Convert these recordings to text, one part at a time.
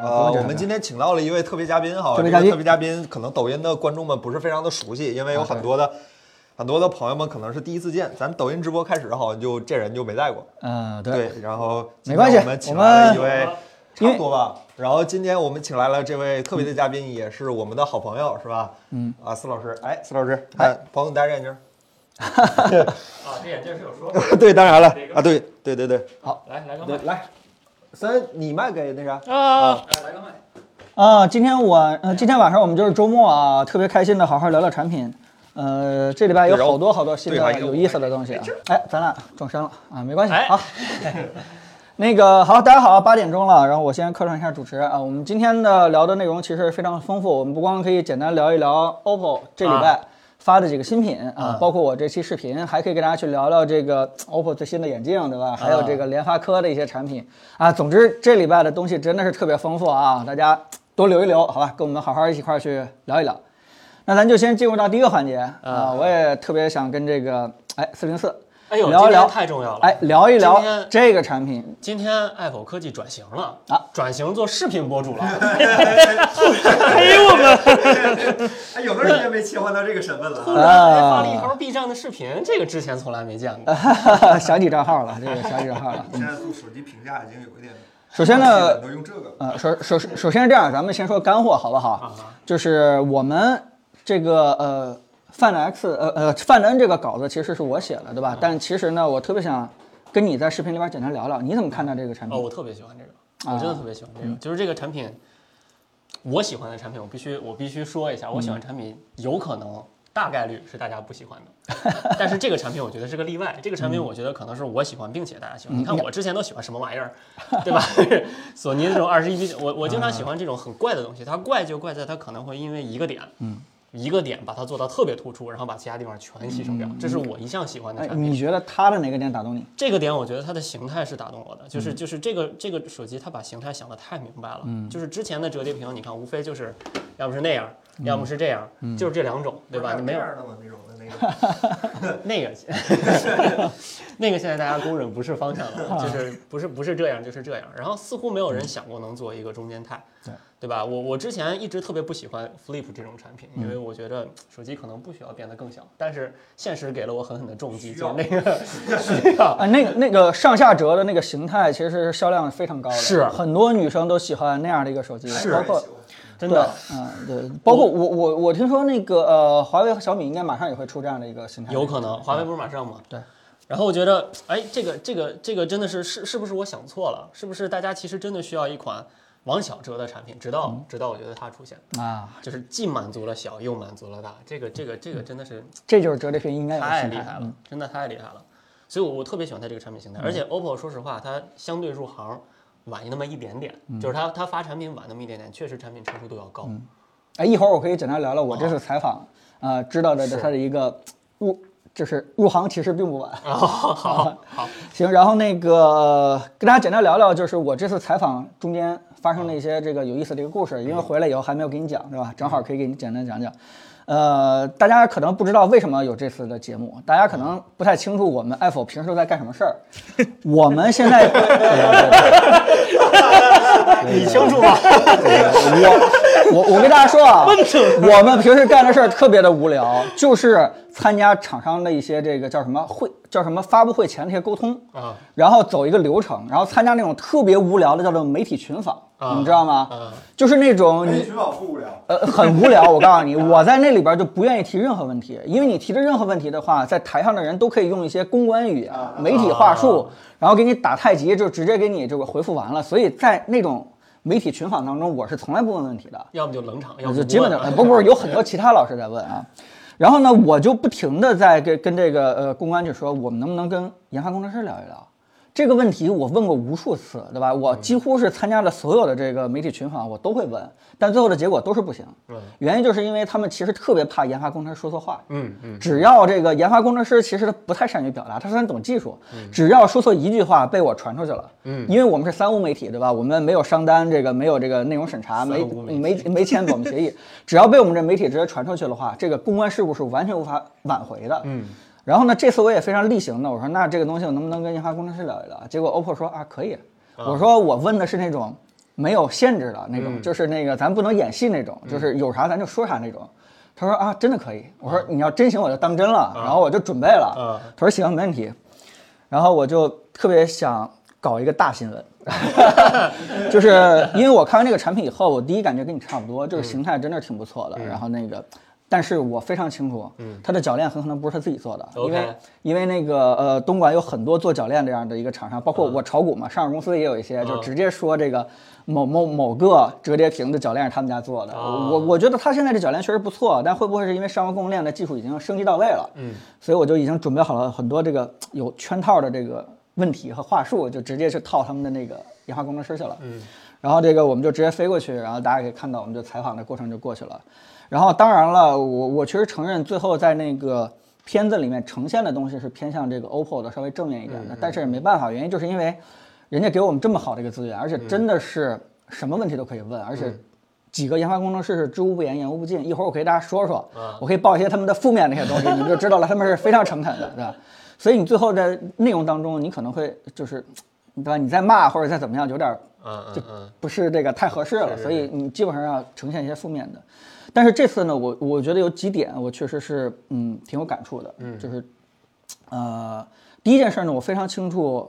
呃，我们今天请到了一位特别嘉宾，啊哈，特别这嘉位宾特别嘉宾可能抖音的观众们不是非常的熟悉，因为有很多的、很多的朋友们可能是第一次见。咱抖音直播开始，哈，就这人就没带过，嗯，对，，然后今没关系天我们请来了一我位们，差不多吧。然后今天我们请来了这位特别的嘉宾，也是我们的好朋友，是吧？嗯，啊，司老师，哎，司老师，哎，朋友，你戴着眼 镜。啊，这眼镜是有说法。对，当然了啊，对对对对，来来个对麦，来，三，你卖给那啥，啊，来个麦。啊，今天我呃，今天晚上我们就是周末啊，特别开心的好好聊聊产品。呃，这礼拜有对然后好多好多新对还的有有意思的东西啊。哎，咱俩撞衫了啊，没关系，哎好。 那个好，大家好，八点钟了，然后我先客串一下主持啊。我们今天的聊的内容其实非常丰富，我们不光可以简单聊一聊 OPPO 这礼拜发的几个新品啊，包括我这期视频，还可以跟大家去聊聊这个 OPPO 最新的眼镜，对吧？还有这个联发科的一些产品啊。总之，这礼拜的东西真的是特别丰富啊，大家多留一留，好吧？跟我们好好一块儿去聊一聊。那咱就先进入到第一个环节啊，我也特别想跟这个哎四零四哎呦，聊一今天聊太重要了。哎，聊一聊今天这个产品，今天 Apple 科技转型了啊，转型做视频博主 了。哎，有段时间没切换到这个身份了突然还发啊了一条 B 站的视频，这个之前从来没见过。想起账号了，这个想起账号了。嗯现在做手机评价已经有一点，首先呢，都用这个了。呃，首首首先是这样，咱们先说干货好不好？啊就是我们这个呃范的 X 呃呃范的 N 这个稿子其实是我写的，对啊吧？但其实呢，我特别想跟你在视频里边简单聊聊，你怎么看待这个产哦，品？啊嗯我特别喜欢这个，我真的特别喜欢这个，就是这个产品，我喜欢的产品，我必须我必须说一下，我喜嗯欢产品有可能。大概率是大家不喜欢的，但是这个产品我觉得是个例外。这个产嗯品我觉得可能是我喜欢，并且大家喜欢。你看我之前都喜欢什么玩意儿，对吧？ 索尼这种二十一比九，我我经常啊喜欢这种很怪的东西。它怪就怪在它可能会因为一个点，嗯一个点把它做到特别突出，然后把其他地方全牺牲掉。这是我一向喜欢嗯的哎产，品。你觉得它的哪个点打动你？这个点我觉得它的形态是打动我的，嗯就是就是这个这个手机它把形态想得太明白了，就是之前的折叠屏，你看无非就是要么是那样，要嗯么是这样，就是这两种，对吧？你没有这样的吗？那种的那个，那个，那个现 在大家公认不是方向了， 就是不是不是这样就是这样，然后似乎没有人想过能做一个中间态，对对吧？我我之前一直特别不喜欢 Flip 这种产品，因嗯为我觉得手机可能不需要变得更小，但是现实给了我狠狠的重击，需就要是 那个需要。啊，那个那个上下折的那个形态，其实是销量非常高的，是很多女生都喜欢那样的一个手机，是包括真的，对嗯，对，包括我我我听说那个呃，华为和小米应该马上也会出这样的一个形态，有可能，华为不是马上吗？对。然后我觉得，哎，这个这个这个真的是是是不是我想错了？是不是大家其实真的需要一款往小折的产品？直到、嗯直到我觉得它出现，啊，就是既满足了小又满足了大，这个这个这个真的是这就是折叠屏嗯应该有的太形厉态害了，真的太厉害了。所以我，我特别喜欢它这个产品形态。嗯而且，OPPO 说实话，它相对入行晚那么一点点，嗯就是它它发产品晚那么一点点，确实产品成熟度要高。 哎，一会儿我可以简单聊聊我这啊次采访，呃，知道的它的一个入，就是入行其实并不晚。 然后，哦好好，行，然后那个跟大家简单聊聊，就是我这次采访中间发生的一些这个有意思的一个故事，因为回来以后还没有给你讲，对吧？正好可以给你简单讲讲。呃，大家可能不知道为什么有这次的节目，大家可能不太清楚我们 Apple 平时都在干什么事儿。我们现 在，对对对对你清楚 啊吗？我我我跟大家说 啊，我们平时干的事儿特别的无聊，就是参加厂商的一些这个叫什么会叫什么发布会前的一些沟通啊，然后走一个流程，然后参加那种特别无聊的叫做媒体群访，你们知道吗？就是那种那你群网不无聊，呃，很无聊。我告诉你，我在那里边就不愿意提任何问题，因为你提的任何问题的话，在台上的人都可以用一些公关语言、媒体话术，然后给你打太极，就直接给你这个回复完了。所以在那种媒体群访当中，我是从来不问问题的，要么就冷场，我要么就就基本问上 了呃不不是有很多其他老师在问啊。然后呢，我就不停的在跟跟这个呃公关去说，我们能不能跟研发工程师聊一聊这个问题？我问过无数次，对吧？我几乎是参加了所有的这个媒体群访，我都会问，但最后的结果都是不行。原因就是因为他们其实特别怕研发工程师说错话。嗯嗯。只要这个研发工程师其实他不太善于表达，他虽然懂技术，嗯只要说错一句话被我传出去了，嗯，因为我们是三无媒体，对吧？我们没有商单，这个没有这个内容审查，没无媒体没没签保密协议， 只要被我们这媒体直接传出去的话，这个公关事故是完全无法挽回的，嗯。然后呢，这次我也非常例行的，我说那哦啊啊这个东西我能不能跟研发工程师聊一聊？结果 OPPO 说啊可以，我说我问的是那种。没有限制的那种，嗯就是那个咱不能演戏那种，就是有啥咱就说啥那种。他说啊，真的可以。我说你要真行，我就当真了，然后我就准备了。他说行，没问题。然后我就特别想搞一个大新闻， 就是因为我看完这个产品以后，我第一感觉跟你差不多，就是形态真的挺不错的。然后那个，但是我非常清楚，它的铰链很可能不是他自己做的，因 OK 为因为那个呃，东莞有很多做铰链这样的一个厂商，包括我炒股嘛，上市公司也有一些，就直接说这个某某某个折叠屏的铰链是他们家做的。哦我我觉得他现在这铰链确实不错，但会不会是因为上游供应链的技术已经升级到位了？嗯，所以我就已经准备好了很多这个有圈套的这个问题和话术，就直接去套他们的那个研发工程师去了。嗯，然后这个我们就直接飞过去，然后大家可以看到，我们就采访的过程就过去了。然后当然了，我我确实承认，最后在那个片子里面呈现的东西是偏向这个 OPPO 的稍微正面一点的，但是也没办法，原因就是因为人家给我们这么好的一个资源，而且真的是什么问题都可以问，而且几个研发工程师是知无不言，言无不尽。一会儿我可以大家说说，我可以报一些他们的负面那些东西，你们就知道了，他们是非常诚恳的，对吧？所以你最后在内容当中，你可能会就是，对吧？你在骂或者再怎么样，有点儿嗯嗯嗯，不是这个太合适了，所以你基本上要呈现一些负面的。但是这次呢，我我觉得有几点我确实是嗯挺有感触的，嗯，就是呃第一件事呢，我非常清楚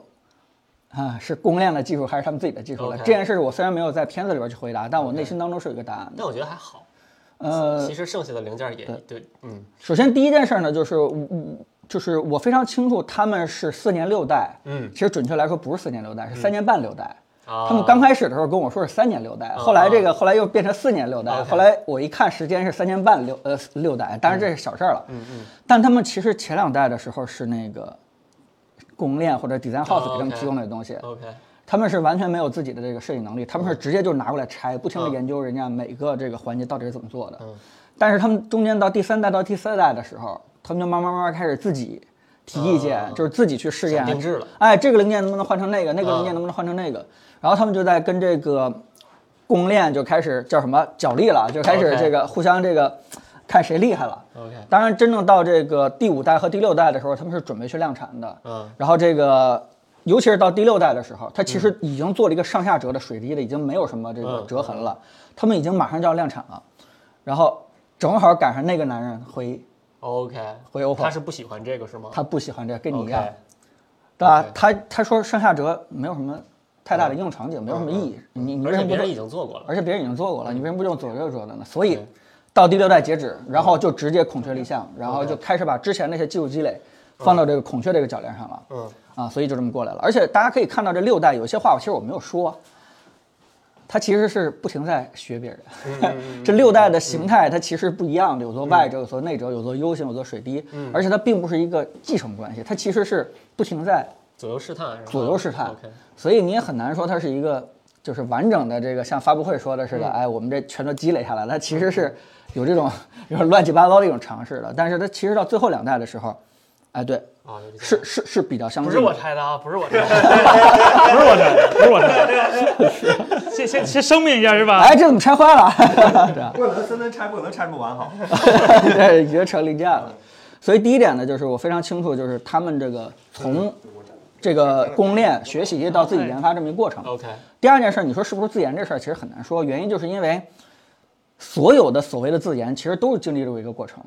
啊是供应链的技术还是他们自己的技术了。 OK 这件事我虽然没有在片子里边去回答，但我内心当中是有一个答案的。但我觉得还好。呃，其实剩下的零件也对，嗯首先第一件事呢，就是我就是我非常清楚他们是四年六代，嗯其实准确来说不是四年六代，是三年半六代。啊，他们刚开始的时候跟我说是三年六代，后来这个后来又变成四年六代，嗯 OK 后来我一看时间是三年半六呃六代，当然这是小事儿了。嗯嗯。但他们其实前两代的时候是那个供应链或者 design 哦 house 给他们 OK 提供的东西， OK，他们是完全没有自己的这个设计能力，他嗯们是直接就拿过来拆，不停的研究人家每个这个环节到底是怎么做的。嗯但是他们中间到第三代到第四代的时候，他们就慢慢慢慢开始自己提意见，就是自己去试验嗯想定制了。哎，这个零件能不能换成那个？那个零件嗯能不能换成那个？然后他们就在跟这个供应链就开始叫什么角力了，就开始 OK 这个互相这个看谁厉害了。 OK 当然，真正到这个第五代和第六代的时候，他们是准备去量产的。嗯，然后这个，尤其是到第六代的时候，它其实已经做了一个上下折的水滴了，已经没有什么这个嗯折痕了。他们已经马上就要量产了，然后正好赶上那个男人回 OK，回 OPPO 他是不喜欢这个是吗？他不喜欢这个，跟你一 OK 样对吧 OK？嗯他他说上下折没有什么太大的应用场景，没有什么意义。你你为而什且么不做别人已？经做过了。嗯而且别人已经做过了，你为什么不用左右折的呢？所以到第六代截止，然后就直接孔雀立项，嗯然后就开始把之前那些技术积累放到这个孔雀这个铰链上了。嗯，啊，所以就这么过来了。而且大家可以看到，这六代有些话我其实我没有说，它其实是不停在学别人。嗯这六代的形态它其实不一样的，有做 Y 折，有做内折，有做 U 型，有做水滴，嗯而且它并不是一个继承关系，它其实是不停在左右试探是吧，左右试探哦 OK，所以你也很难说它是一个就是完整的这个像发布会说的嗯似的，哎，我们这全都积累下来了，它其实是有这种 有点乱七八糟的一种尝试的，但是它其实到最后两代的时候，哎，对，啊，有点是是是比较相不近是的。我拆的啊，不是我拆 的，不是我拆的，不是我拆的，先先先声明一下是吧？哎，这怎么拆坏 了？对啊，不可能森森拆不可能拆不完好。对，已经成零件了。所以第一点呢，就是我非常清楚，就是他们这个从这个供应链学习到自己研发这么一个过程。 OK 第二件事，你说是不是自研这事儿，其实很难说，原因就是因为所有的所谓的自研，其实都是经历了一个过程，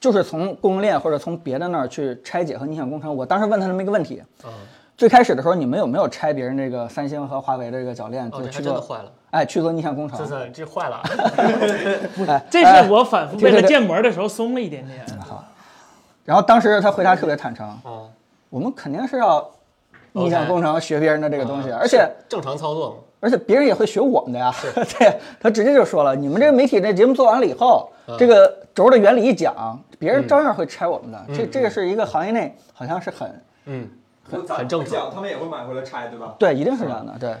就是从供应链或者从别的那儿去拆解和逆向工程。我当时问他这么一个问题，嗯最开始的时候你们有没有拆别人这个三星和华为的这个铰链哦做这还去真的做坏了？哎，去做逆向工程森。森这 坏了，哎，这哎是我反复为对对啊了对建模的时候松了一点点。然后当时他回答特别坦诚，啊，我们肯定是要逆向工程学别人的这个东西，啊而且正常操作嘛。而且别人也会学我们的呀。 对，他直接就说了，你们这个媒体这节目做完了以后，这个轴的原理一讲，别人照样会拆我们的。这这个是一个行业内好嗯像是很嗯，很很正常讲他们也会买回来拆，对吧？对，一定是这嗯样的，对。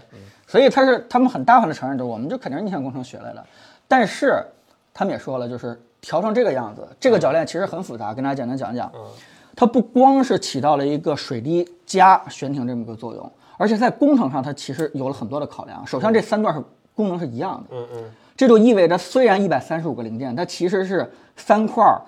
所以他是他们很大方的承认着，我们就肯定是逆向工程学来的。但是他们也说了，就是调成这个样子，这个铰链其实很复杂，跟大家简单讲一讲。它不光是起到了一个水滴加悬停这么一个作用，而且在工程上它其实有了很多的考量。首先，这三段是功能是一样的，嗯嗯，这就意味着虽然一百三十五个零件，它其实是三块儿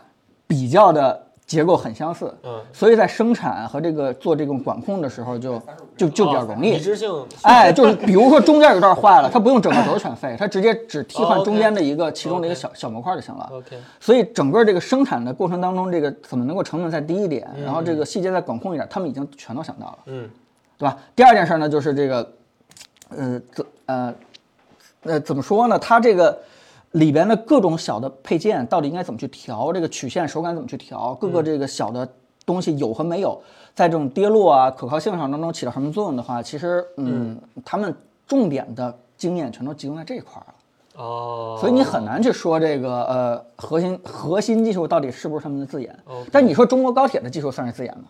比较的结构很相似，嗯，所以在生产和这个做这种管控的时候就就就比较容理易。知哦性，哎，就是比如说中间有段坏了，它不用整个轴全废，它直接只替换中间的一个其中的一个小小模块就行了。 OK，所以整个这个生产的过程当中，这个怎么能够成本再低一点，然后这个细节再管控一点，他们已经全都想到了。嗯，对吧？第二件事儿呢，就是这个，呃，怎呃，呃，怎么说呢？它这个里边的各种小的配件到底应该怎么去调？这个曲线手感怎么去调？各个这个小的东西有和没有，在这种跌落啊、可靠性上当中起到什么作用的话，其实，嗯，他们重点的经验全都集中在这一块儿了。哦，所以你很难去说这个呃核心核心技术到底是不是他们的字眼 OK。但你说中国高铁的技术算是字眼吗？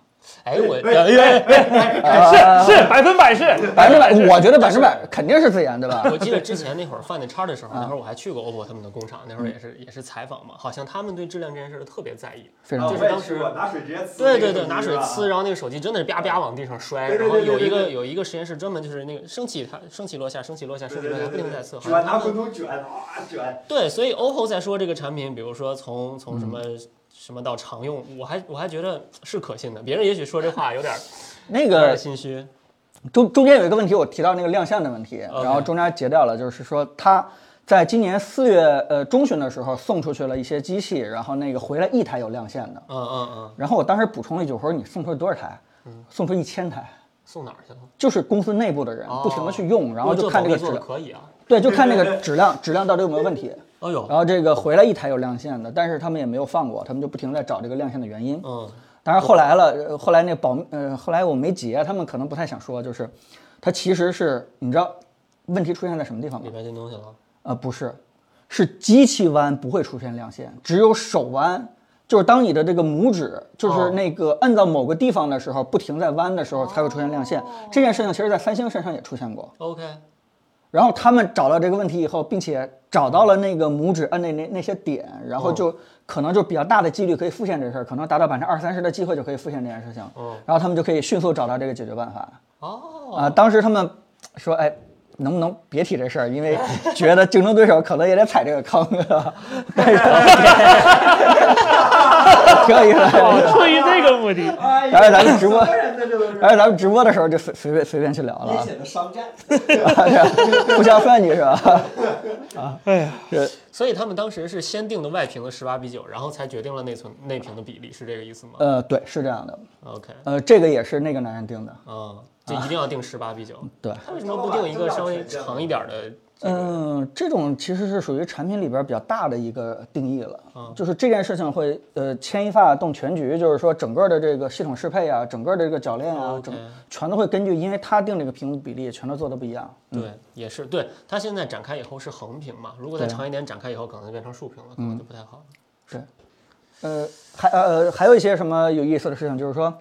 呃哎我哎哎是是百分百是百分之百，我觉得百分之百肯定是字眼，对吧？我记得之前那会儿犯的叉的时候，啊那会儿我还去过 OPPO 他们的工厂，那会儿也是也是采访嘛，好像他们对质量这件事儿特别在意，非常啊好我就是也当吃时过拿水直接呲对那个对手对，机拿水吧呲，然后那个手机真的是啪啪往地上摔，对对然后对对有一对个对有一个实验室专门就是那个升起它升起落下，升起落下，升对起对落对下，对不停地在对测，好像卷拿他滚们筒卷啊卷，对，所以 OPPO 在说这个产品，比如说从从什么嗯什么到常用，我还我还觉得是可信的，别人也许说这话 有点儿那有点个儿心虚，中中间有一个问题，我提到那个亮相的问题，哦然后中间截掉了，就是说他在今年四月呃中旬的时候送出去了一些机器，然后那个回来一台有亮相的，嗯嗯嗯，然后我当时补充了一句，我说你送出去多少台？送出一千台，送哪儿去了？就是公司内部的人哦不停的去用，然后这就看保这个密质做的量，可以啊，对，就看这个质量质量到底有没有问题。哎呦，然后这个回来一台有亮相的，但是他们也没有放过，他们就不停地在找这个亮相的原因。嗯当然后来了，呃后来那保密呃，后来我没截，他们可能不太想说，就是它其实是你知道问题出现在什么地方吗里？边进东西了，呃，不是，是机器弯不会出现亮线，只有手弯。就是当你的这个拇指，就是那个摁到某个地方的时候，不停在弯的时候，才会出现亮线。这件事情其实，在三星身上也出现过。 OK，然后他们找到这个问题以后，并且找到了那个拇指呃按那那那些点，然后就可能就比较大的几率可以复现这事儿，可能达到百分之二三十的机会就可以复现这件事情。然后他们就可以迅速找到这个解决办法。哦，啊，当时他们说，哎，能不能别提这事儿，因为觉得竞争对手可能也得踩这个坑啊。但是挺有意思的。哦，出于这个目的，哎然后咱们直播什么人呢这都是而且咱们直播的时候就随随便随便去聊了阴，险的商战， 互相算计是吧？哎呀，所以他们当时是先定的外屏的十八比九，然后才决定了内存内屏的比例，是这个意思吗呃，对，是这样的。 ？OK，呃，这个也是那个男人定的。嗯，就一定要定十八比九，啊对他为什么不定一个稍微长一点的？嗯，这种其实是属于产品里边比较大的一个定义了，嗯就是这件事情会呃牵一发动全局，就是说整个的这个系统适配啊，整个的这个铰链啊，哦整全都会根据，因为它定这个屏幕比例，全都做的不一样。对，也是对。它现在展开以后是横屏嘛，如果再长一点展开以后，可能就变成竖屏了，可能就不太好。呃，还呃还有一些什么有意思的事情，就是说，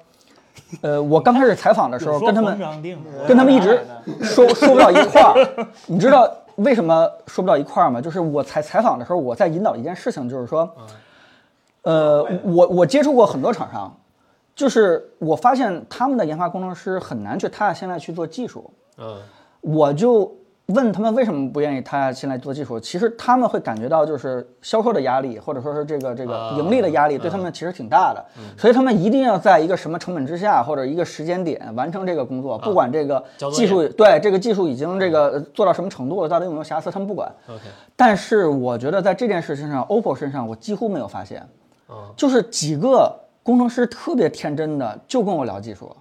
呃，我刚开始采访的时候有跟他说们冯章定的，跟他们一直说说不到一块儿。你知道为什么说不到一块儿吗？就是我采采访的时候，我在引导一件事情，就是说，呃，我我接触过很多厂商，就是我发现他们的研发工程师很难去踏下心来去做技术。嗯，我就问他们为什么不愿意踏下心来做技术，其实他们会感觉到就是销售的压力，或者说是这个这个啊盈利的压力对他们其实挺大的，所以他们一定要在一个什么成本之下或者一个时间点完成这个工作，不管这个交作技业术对这个技术已经这个呃做到什么程度了，到底有没有瑕疵，他们不管。 OK，但是我觉得在这件事情上，OPPO 身上我几乎没有发现，就是几个工程师特别天真的就跟我聊技术，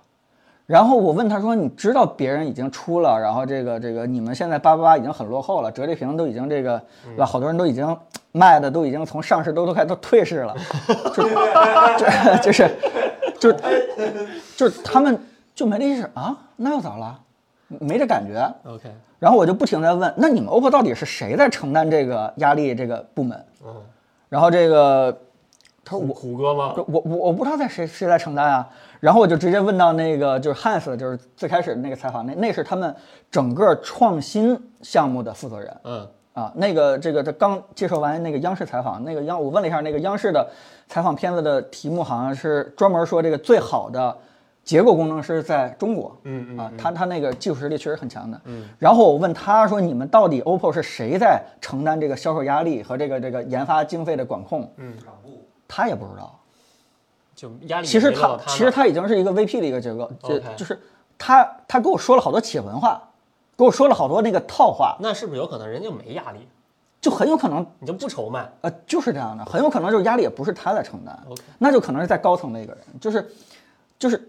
然后我问他说：“你知道别人已经出了，然后这个这个你们现在八八八已经很落后了，折叠屏都已经这个对吧？好多人都已经卖的都已经从上市都都快都退市了，就就就是就就是他们就没这意识啊，那又咋了？没这感觉。” OK，然后我就不停地问，那你们 OPPO 到底是谁在承担这个压力这个部门？嗯，然后这个他说我虎哥吗？我我我不知道在谁谁在承担啊。然后我就直接问到那个就是 Hans，就是最开始那个采访那那是他们整个创新项目的负责人嗯，啊。那个这个他刚接受完那个央视采访，那个央我问了一下那个央视的采访片子的题目好像是专门说这个最好的结构工程师在中国，嗯嗯啊，他他那个技术实力确实很强的。嗯，然后我问他说：“你们到底 OPPO 是谁在承担这 个销售压力和这个这个研发经费的管控？”嗯，他也不知道。就压力其实也没落它到它其实它已经是一个 VP 的一个结构，就 OK 就是他他给我说了好多企业文化，给我说了好多那个套话，那是不是有可能人家没压力，就很有可能你就不愁卖？呃，就是这样的，很有可能就是压力也不是他在承担 OK 那就可能是在高层的一个人，就是，就是，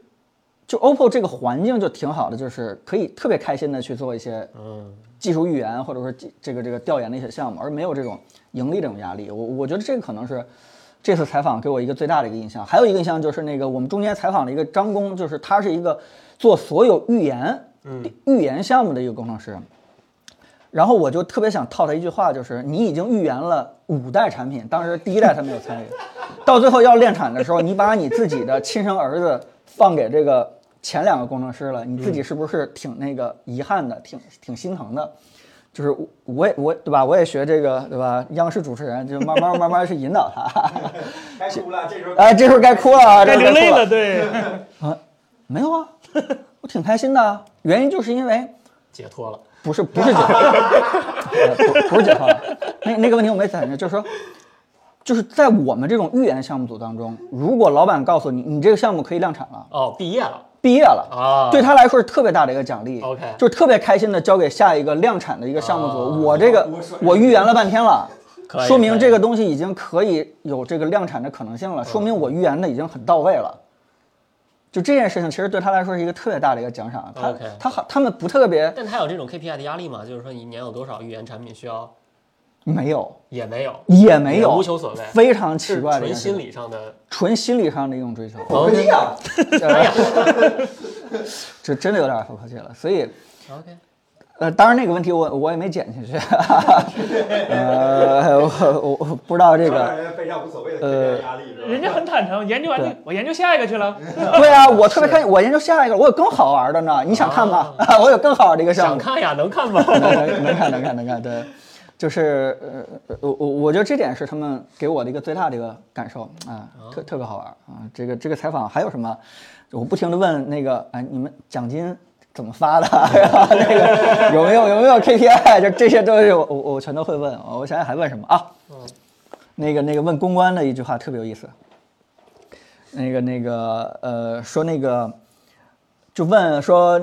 就 OPPO 这个环境就挺好的，就是可以特别开心的去做一些嗯，技术预言或者说技这个这个调研的一些项目，而没有这种盈利这种压力。我我觉得这个可能是这次采访给我一个最大的一个印象。还有一个印象就是那个我们中间采访了一个张工，就是他是一个做所有预言、嗯预言项目的一个工程师。然后我就特别想套他一句话，就是你已经预言了五代产品，当时第一代他没有参与，到最后要量产的时候，你把你自己的亲生儿子放给这个前两个工程师了，你自己是不是挺那个遗憾的，挺挺心疼的？就是我我也我对吧？我也学这个对吧？央视主持人就慢慢慢慢去引导 他。该哭了，这时候哎，这时候该哭了啊，这该时候流泪哭了，对，没有啊，我挺开心的啊，原因就是因为解脱了。不是不是 解放，呃不不是解放，那那个问题我没解决，就是说，就是在我们这种预言项目组当中，如果老板告诉你你这个项目可以量产了，哦，毕业了毕业了啊对他来说是特别大的一个奖励 OK 就是特别开心的交给下一个量产的一个项目组。啊我这个我预言了半天了可。以说明可以这个东西已经可以有这个量产的可能嗯性了，说明我预言的已经很到位了。就这件事情，其实对他来说是一个特别大的一个奖赏。啊他 OK 他好，他们不特别但他有这种 KPI 的压力吗？就是说你一年有多少预言产品需要？没有，也没有，也没有，无求所谓，非常奇是怪的一纯件事心情，理哎上的。纯心理上的一种 追求，我啊跟你讲， 这真的有点儿不客气了。所以， OK，呃，当然那个问题我我也没剪进去， 呃，我我我不知道这这让 个，人背上无所谓的这压力，人是家吧？啊很坦诚，研究完对就我研究下一个去了，对啊，我特别开心，我研究下一个，我有更好玩的呢，你想看吗？啊我有更好玩的一个项想目，看呀，能看吗？ 能 能能看能看能看，对，就是呃，呃我我我觉得这点是他们给我的一个最大的一个感受啊，特特别好玩儿啊。这个这个采访还有什么？我不停的问那个，哎，你们奖金怎么发的？ 然后那个有没有有没有 KPI？就这些东西我我我全都会问。我想想还问什么啊？那个那个问公关的一句话特别有意思，那个那个呃说那个就问说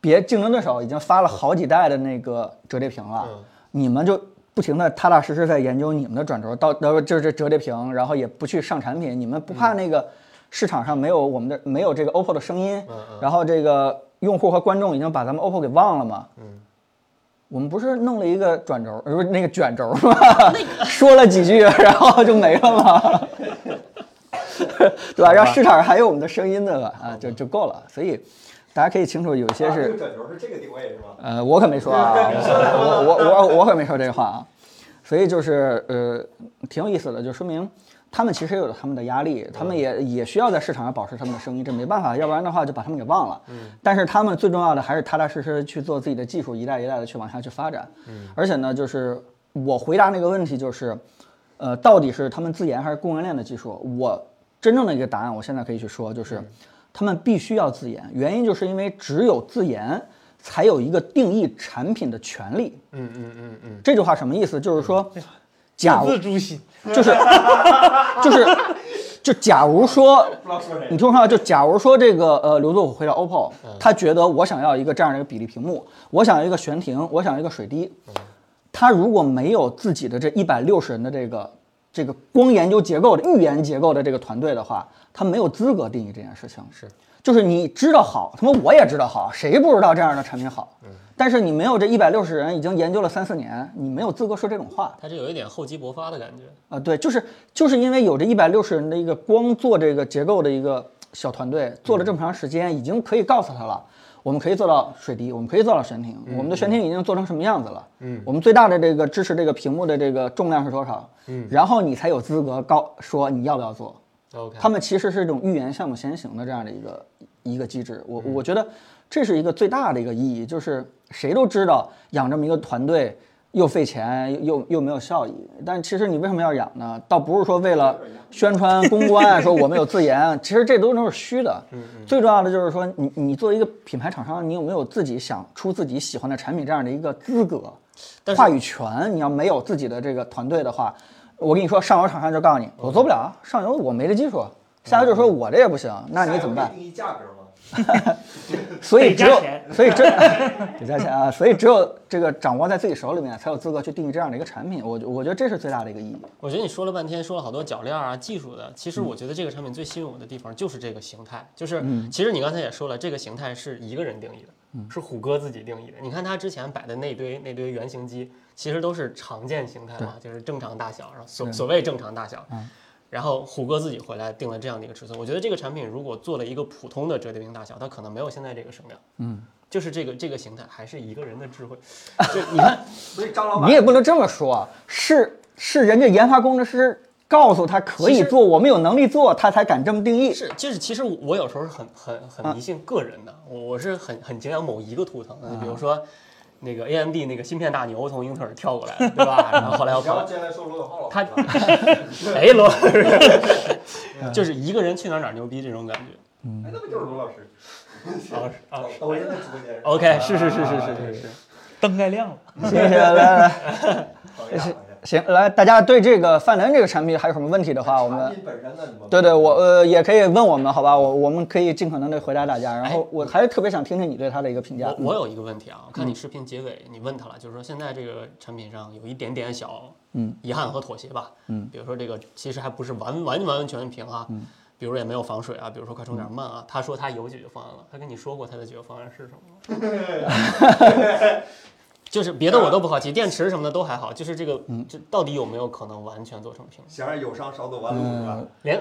别竞争对手已经发了好几代的那个折叠屏了，你们就不停的踏踏实实在研究你们的转轴，到到就是这折叠屏，然后也不去上产品，你们不怕那个市场上没有我们的没有这个 OPPO 的声音，然后这个用户和观众已经把咱们 OPPO 给忘了吗？我们不是弄了一个转轴，呃不是那个卷轴吗？ 说了几句，然后就没了吗？ 对吧？让市场上还有我们的声音的吧？啊，就就够了。所以大家可以清楚，有些啊这是个转轴是这个定位是吧？呃，我可没说 啊，我我我我可没说这话啊。所以就是呃，挺有意思的，就说明他们其实也有他们的压力，他们也也需要在市场上保持他们的声音，这没办法，要不然的话就把他们给忘了。嗯。但是他们最重要的还是踏踏实实地去做自己的技术，一代一代的去往下去发展。嗯。而且呢，就是我回答那个问题就是，呃，到底是他们自研还是供应链的技术？我真正的一个答案，我现在可以去说，就是他们必须要自研，原因就是因为只有自研才有一个定义产品的权利。嗯嗯嗯嗯，这句话什么意思？就是说，假如字诛心，就是就是就假如说不知道说谁。你听我说啊，就假如说这个呃，刘作虎回到 OPPO，他觉得我想要一个这样的一个比例屏幕，我想要一个悬停，我想要一个水滴，他如果没有自己的这一百六十人的这个这个光研究结构的预言结构的这个团队的话，他没有资格定义这件事情。是，就是你知道好，他妈我也知道好，谁不知道这样的产品好？但是你没有这一百六十人已经研究了三四年，你没有资格说这种话。他这有一点厚积薄发的感觉。啊，对，就是就是因为有这一百六十人的一个光做这个结构的一个小团队，做了这么长时间，已经可以告诉他了，我们可以做到水滴，我们可以做到悬停，我们的悬停已经做成什么样子了，嗯，我们最大的这个支持这个屏幕的这个重量是多少，嗯，然后你才有资格告说你要不要做， OK，他们其实是一种预言项目先行的这样的一个一个机制。我我觉得这是一个最大的一个意义，就是谁都知道养这么一个团队又费钱又又又没有效益，但其实你为什么要养呢？倒不是说为了宣传公关，说我们有自研，其实这都都是虚的。最重要的就是说，你你作为一个品牌厂商，你有没有自己想出自己喜欢的产品这样的一个资格？但是话语权，你要没有自己的这个团队的话，我跟你说，上游厂商就告诉你，我做不了啊，上游我没这技术，下游就嗯说我这也不行，那你怎么办？定义价格吗？所以只有得加钱，所以只有得加钱啊！所以只有这个掌握在自己手里面，才有资格去定义这样的一个产品。我觉我觉得这是最大的一个意义。我觉得你说了半天，说了好多铰链啊、技术的，其实我觉得这个产品最吸引我的地方就是这个形态，就是其实你刚才也说了，这个形态是一个人定义的，是虎哥自己定义的。你看他之前摆的那堆那堆原型机，其实都是常见形态嘛，就是正常大小，然后所所谓正常大小。然后虎哥自己回来定了这样的一个尺寸，我觉得这个产品如果做了一个普通的折叠屏大小，它可能没有现在这个声量。嗯，就是这个这个形态还是一个人的智慧。就你看，所以张老板你也不能这么说，是是人家研发工程师告诉他可以其实做，我们有能力做，他才敢这么定义。是，就是其实我有时候是很很很迷信个人的，我我是很很敬仰某一个图腾的，比如说那个 AMD 那个芯片大牛从英特尔跳过来的，对吧？然后后来又你要跑，进来说罗永浩老他师吧，哎罗， 就是一个人去哪儿哪儿牛逼这种感觉。哎，那不就是罗老师？ 啊是啊 抖音的直播间。 ，OK，是哎是是是是是是，灯该亮了。行行，来来来，等一下，等一下行来，大家对这个范林这个产品还有什么问题的话，我产们品本身呢？你们对对，我 呃也可以问我们，好吧，我我们可以尽可能的回答大家。然后我还是特别想听听你对它的一个评价。哎我我有一个问题啊，我看你视频结尾你问他了，就是说现在这个产品上有一点点小遗憾和妥协吧，嗯，比如说这个其实还不是完完完完全全平啊，比如说也没有防水啊，比如说快充有点慢啊，他说他有解决方案了，他跟你说过他的解决方案是什么吗？ 就是别的我都不好奇，电池什么的都还好，就是这个这到底有没有可能完全做成平？想让友商少走弯路是嗯吧？连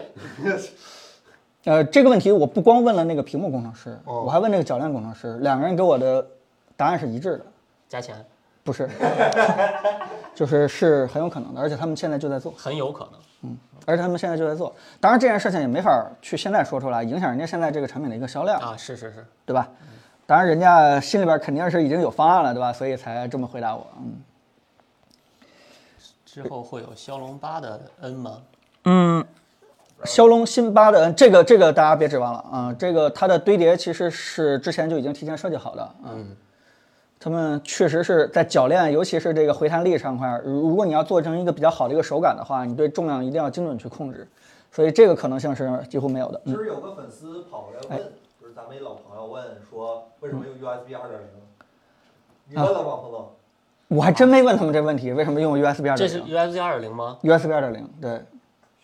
呃，这个问题我不光问了那个屏幕工程师，哦我还问那个铰链工程师，两个人给我的答案是一致的，加钱不 是，就是是很有可能的，而且他们现在就在做，很有可能，而且他们现在就在做。当然这件事情也没法去现在说出来，影响人家现在这个产品的一个销量，啊，是是是，对吧？当然人家心里边肯定是已经有方案了，对吧？所以才这么回答我，嗯。之后会有骁龙八的 N 吗？嗯骁龙新八的这个这个大家别指望了啊、这个它的堆叠其实是之前就已经提前设计好的，嗯，他们确实是在铰链，尤其是这个回弹力上块儿，如如果你要做成一个比较好的一个手感的话，你对重量一定要精准去控制，所以这个可能性是几乎没有的。就是有个粉丝跑过来哎问，就是咱们一老朋友问说，为什么嗯用 USB 二点零？你啊问了吗，彭总？我还真没问他们这问题，为什么用 USB 二这点是零 USB 二点零吗？ ？USB 二点零，对，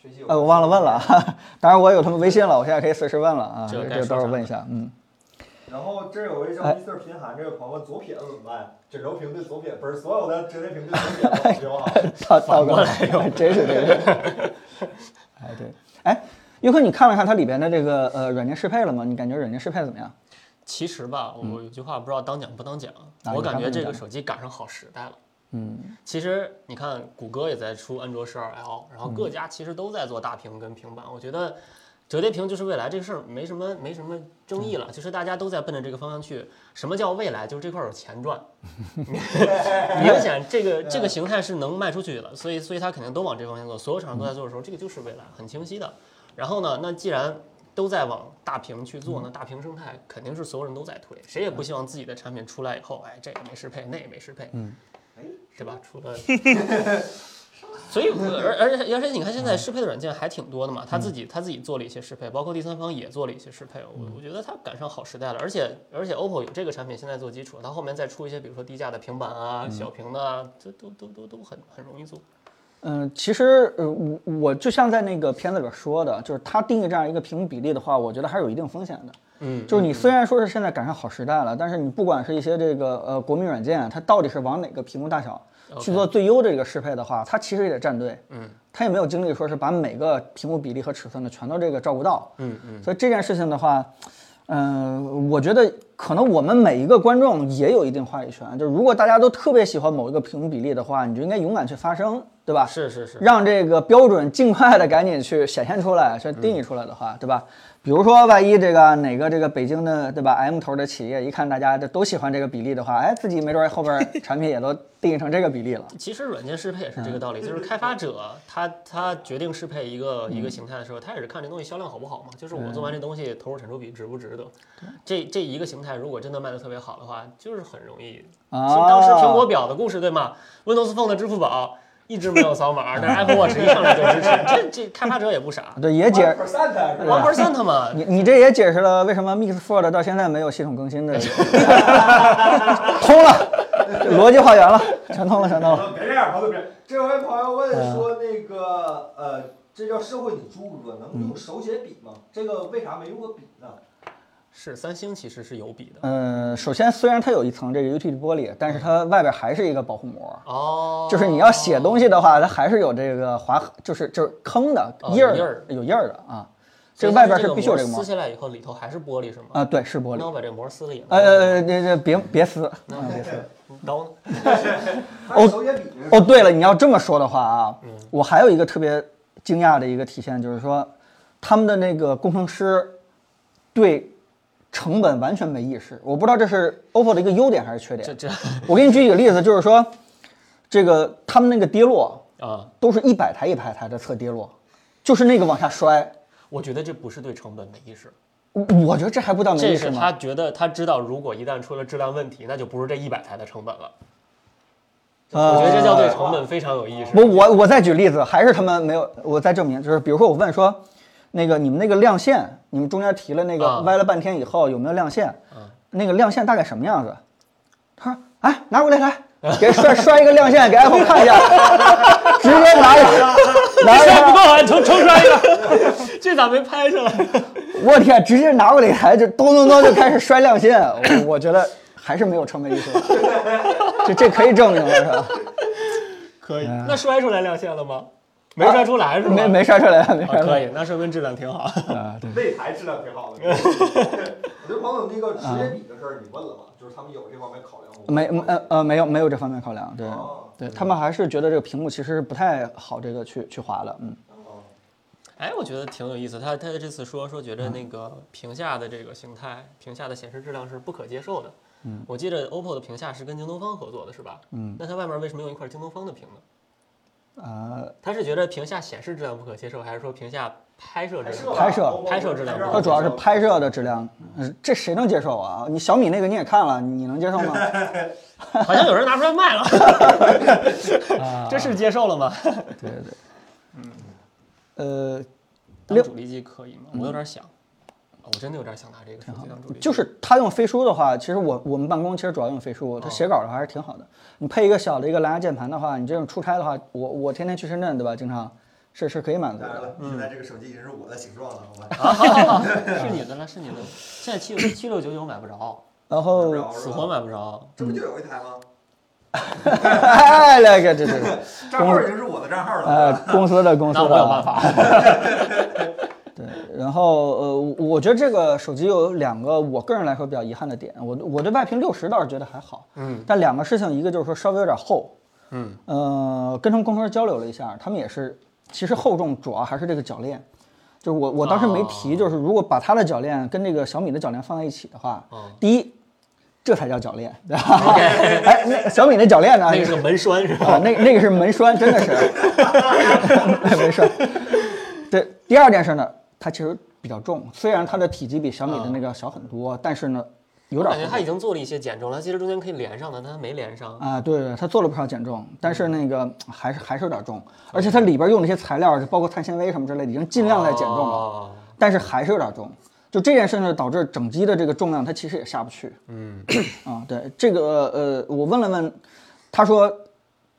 学习有呃，我忘了问了，哈哈当然我有他们微信了，我现在可以随时问了啊，这这个该这待说会儿啥问一下，嗯。然后这有位叫哎 Mr. 贫寒这位朋友，左撇子怎么办？枕轴屏对左撇，不是所有的折叠屏对左撇子好 用啊。倒倒过来用，真是这个。 哎，对，哎，优克，你看了看它里边的这个呃软件适配了吗？你感觉软件适配怎么样？其实吧，我有句话不知道当讲不当讲，嗯啊我你当感不觉当这个讲手机赶上好时代了。嗯，其实你看，谷歌也在出安卓十二 L，然后各家其实都在做大屏跟平板。我觉得折叠屏就是未来这个事儿，没什么没什么争议了，嗯就是大家都在奔着这个方向去。什么叫未来？就是这块儿有钱 赚。明显这个这个形态是能卖出去的，所以所以它肯定都往这方面做，所有厂商都在做的时候，这个就是未来，很清晰的。然后呢，那既然都在往大屏去做，那大屏生态肯定是所有人都在推，谁也不希望自己的产品出来以后，哎，这个没适配，那也没适配，嗯，对吧？除了。所以，而而且而且，你看现在适配的软件还挺多的嘛，他自己他自己做了一些适配，包括第三方也做了一些适配。我我觉得它赶上好时代了，而且而且 OPPO 有这个产品现在做基础，它后面再出一些比如说低价的平板啊、小屏的啊，这都都都都很很容易做。嗯、其实呃，我我就像在那个片子里边说的，就是它定义这样一个屏幕比例的话，我觉得还是有一定风险的。嗯，就是你虽然说是现在赶上好时代了，但是你不管是一些这个呃国民软件，它到底是往哪个屏幕大小去做最优的这个适配的话，它其实也得站队。嗯，它也没有精力说是把每个屏幕比例和尺寸的全都这个照顾到。嗯嗯，所以这件事情的话，嗯、我觉得可能我们每一个观众也有一定话语权。就是如果大家都特别喜欢某一个屏幕比例的话，你就应该勇敢去发声，对吧？是是是，让这个标准尽快的赶紧去显现出来，去定义出来的话，对吧？比如说，万一这个哪个这个北京的对吧 M 头的企业，一看大家都喜欢这个比例的话，哎，自己没准儿后边儿产品也都定义成这个比例了。其实软件适配也是这个嗯道理，就是开发者他他决定适配一个一个嗯形态的时候，他也是看这东西销量好不好嘛，就是我做完这东西投入产出比值不值得。这这一个形态如果真的卖的特别好的话，就是很容易。啊当时苹果表的故事对吗？Windows Phone 的支付宝。一直没有扫码，但是 Apple Watch 一上来就支持，这这开发者也不傻 哦对，也啊解 percent 是吧？ ，One Percent 嘛，你你这也解释了为什么 Mix Fold 到现在没有系统更新的，通了，逻辑还原了，全通了，全通了。嗯别这样，朋友别。这位朋友问说，那个呃，这叫社会你诸葛，能嗯用手写笔吗？这个为啥没用过笔呢？是三星其实是有笔的嗯，首先虽然它有一层这个 UT 玻璃，但是它外边还是一个保护膜，哦，就是你要写东西的话，它还是有这个划，就是就是坑的哦印儿有印儿的，有印儿的啊。这所以个它外边这是必须有这个膜膜撕下来以后里头还是玻璃是吗？哦啊，对，是玻璃。那我把这膜撕了也能呃呃，这这别别撕哦啊，别撕。刀呢？但是手写笔这个哦，对了，你要这么说的话啊，嗯我还有一个特别惊讶的一个体现，就是说他们的那个工程师对成本完全没意识。我不知道这是 OPPO 的一个优点还是缺这点。这 我给你举一个例子，就是说这个他们那个跌落啊，都是一百台一百台的测跌落，就是那个往下摔。我觉得这不是对成本没意识，我我觉得这还不叫没这意是识吗？他觉得他知道，如果一旦出了质量问题，那就不是这一百台的成本了。呃我觉得这叫对啊成本非常有意识。不，我我再举例子，还是他们没有，我再证明，就是比如说我问说，那个你们那个亮线，你们中间提了那啊个歪了半天以后有没有亮线？那个亮线大概什么样子？他说，哎，拿过来来，给摔摔一个亮线给 Apple 看一下， 直接拿过来，拿过摔不来，够啊，重重摔一个。 这咋没拍下来？ 我天，直接拿过来一台就咚咚咚就开始摔亮线，我我觉得还是没有成本意识吧， 这这可以证明了是吧？ 可以。那摔出来亮相了吗？没摔出来是吧？啊没没摔出来，没啊摔出可来以，那说明质量挺好。 啊，对。那台质量挺好的。 我觉得彭总那个手写笔的事儿你问了吧？就是他们有这方面考量吗？没呃呃没有没有这方面考量，对、哦对，他们还是觉得这个屏幕其实不太好，这个去去划的，嗯，哦哎，我觉得挺有意思。他他这次说说觉得那个屏下的这个形态，屏下的显示质量是不可接受的。嗯，我记得 OPPO 的屏下是跟京东方合作的，是吧？嗯，那它外面为什么用一块京东方的屏呢？呃，他是觉得屏下显示质量不可接受，还是说屏下拍摄质量？吧拍摄拍摄质量它主要是拍摄的质量，呃这谁能接受啊？你小米那个你也看了，你能接受吗？好像有人拿出来卖了，啊，这是接受了吗？对对对，嗯，呃，当主力机可以吗？我有点想，啊我真的有点想拿这个手机当主力机。就是他用飞书的话，其实我我们办公其实主要用飞哦书，他写稿的话还是挺好的。你配一个小的一个蓝牙键盘的话，你这种出差的话，我我天天去深圳，对吧？经常是是可以满足当然的。了，现在这个手机已经是我的形状了，好吧？是你的了，是你的了。现在七六七六九九买不着，然后然后死活买不着。这不就有一台吗？ 嗯哎，那个这这这，账号已经是我的账号了。呃，公司的公司那的，我有办法。对，然后呃，我我觉得这个手机有两个我个人来说比较遗憾的点，我我对外屏六十倒是觉得还好，嗯，但两个事情，一个就是说稍微有点厚，嗯，呃，跟他们工程师交流了一下，他们也是，其实厚重主要还是这个铰链，就是我我当时没提，哦就是如果把它的铰链跟这个小米的铰链放在一起的话，哦第一，这才叫铰链，对吧？哎，那小米那铰链呢？ 那个是个门栓是吧？啊，那那个是门栓，真的是哎门栓。对，第二件事呢，它其实比较重，虽然它的体积比小米的那个小很多，但是呢，有我点感厚觉它已经做了一些减重了，它其实中间可以连上的，但它没连上。啊，对对，它做了不少减重，但是那个还是还是有点重，而且嗯它里边用那些材料，就包括碳纤维什么之类的，已经尽量在减重了，哦但是还是有点重。就这件事呢，导致整机的这个重量它其实也下不去。嗯， 啊，对这个呃，我问了问，他说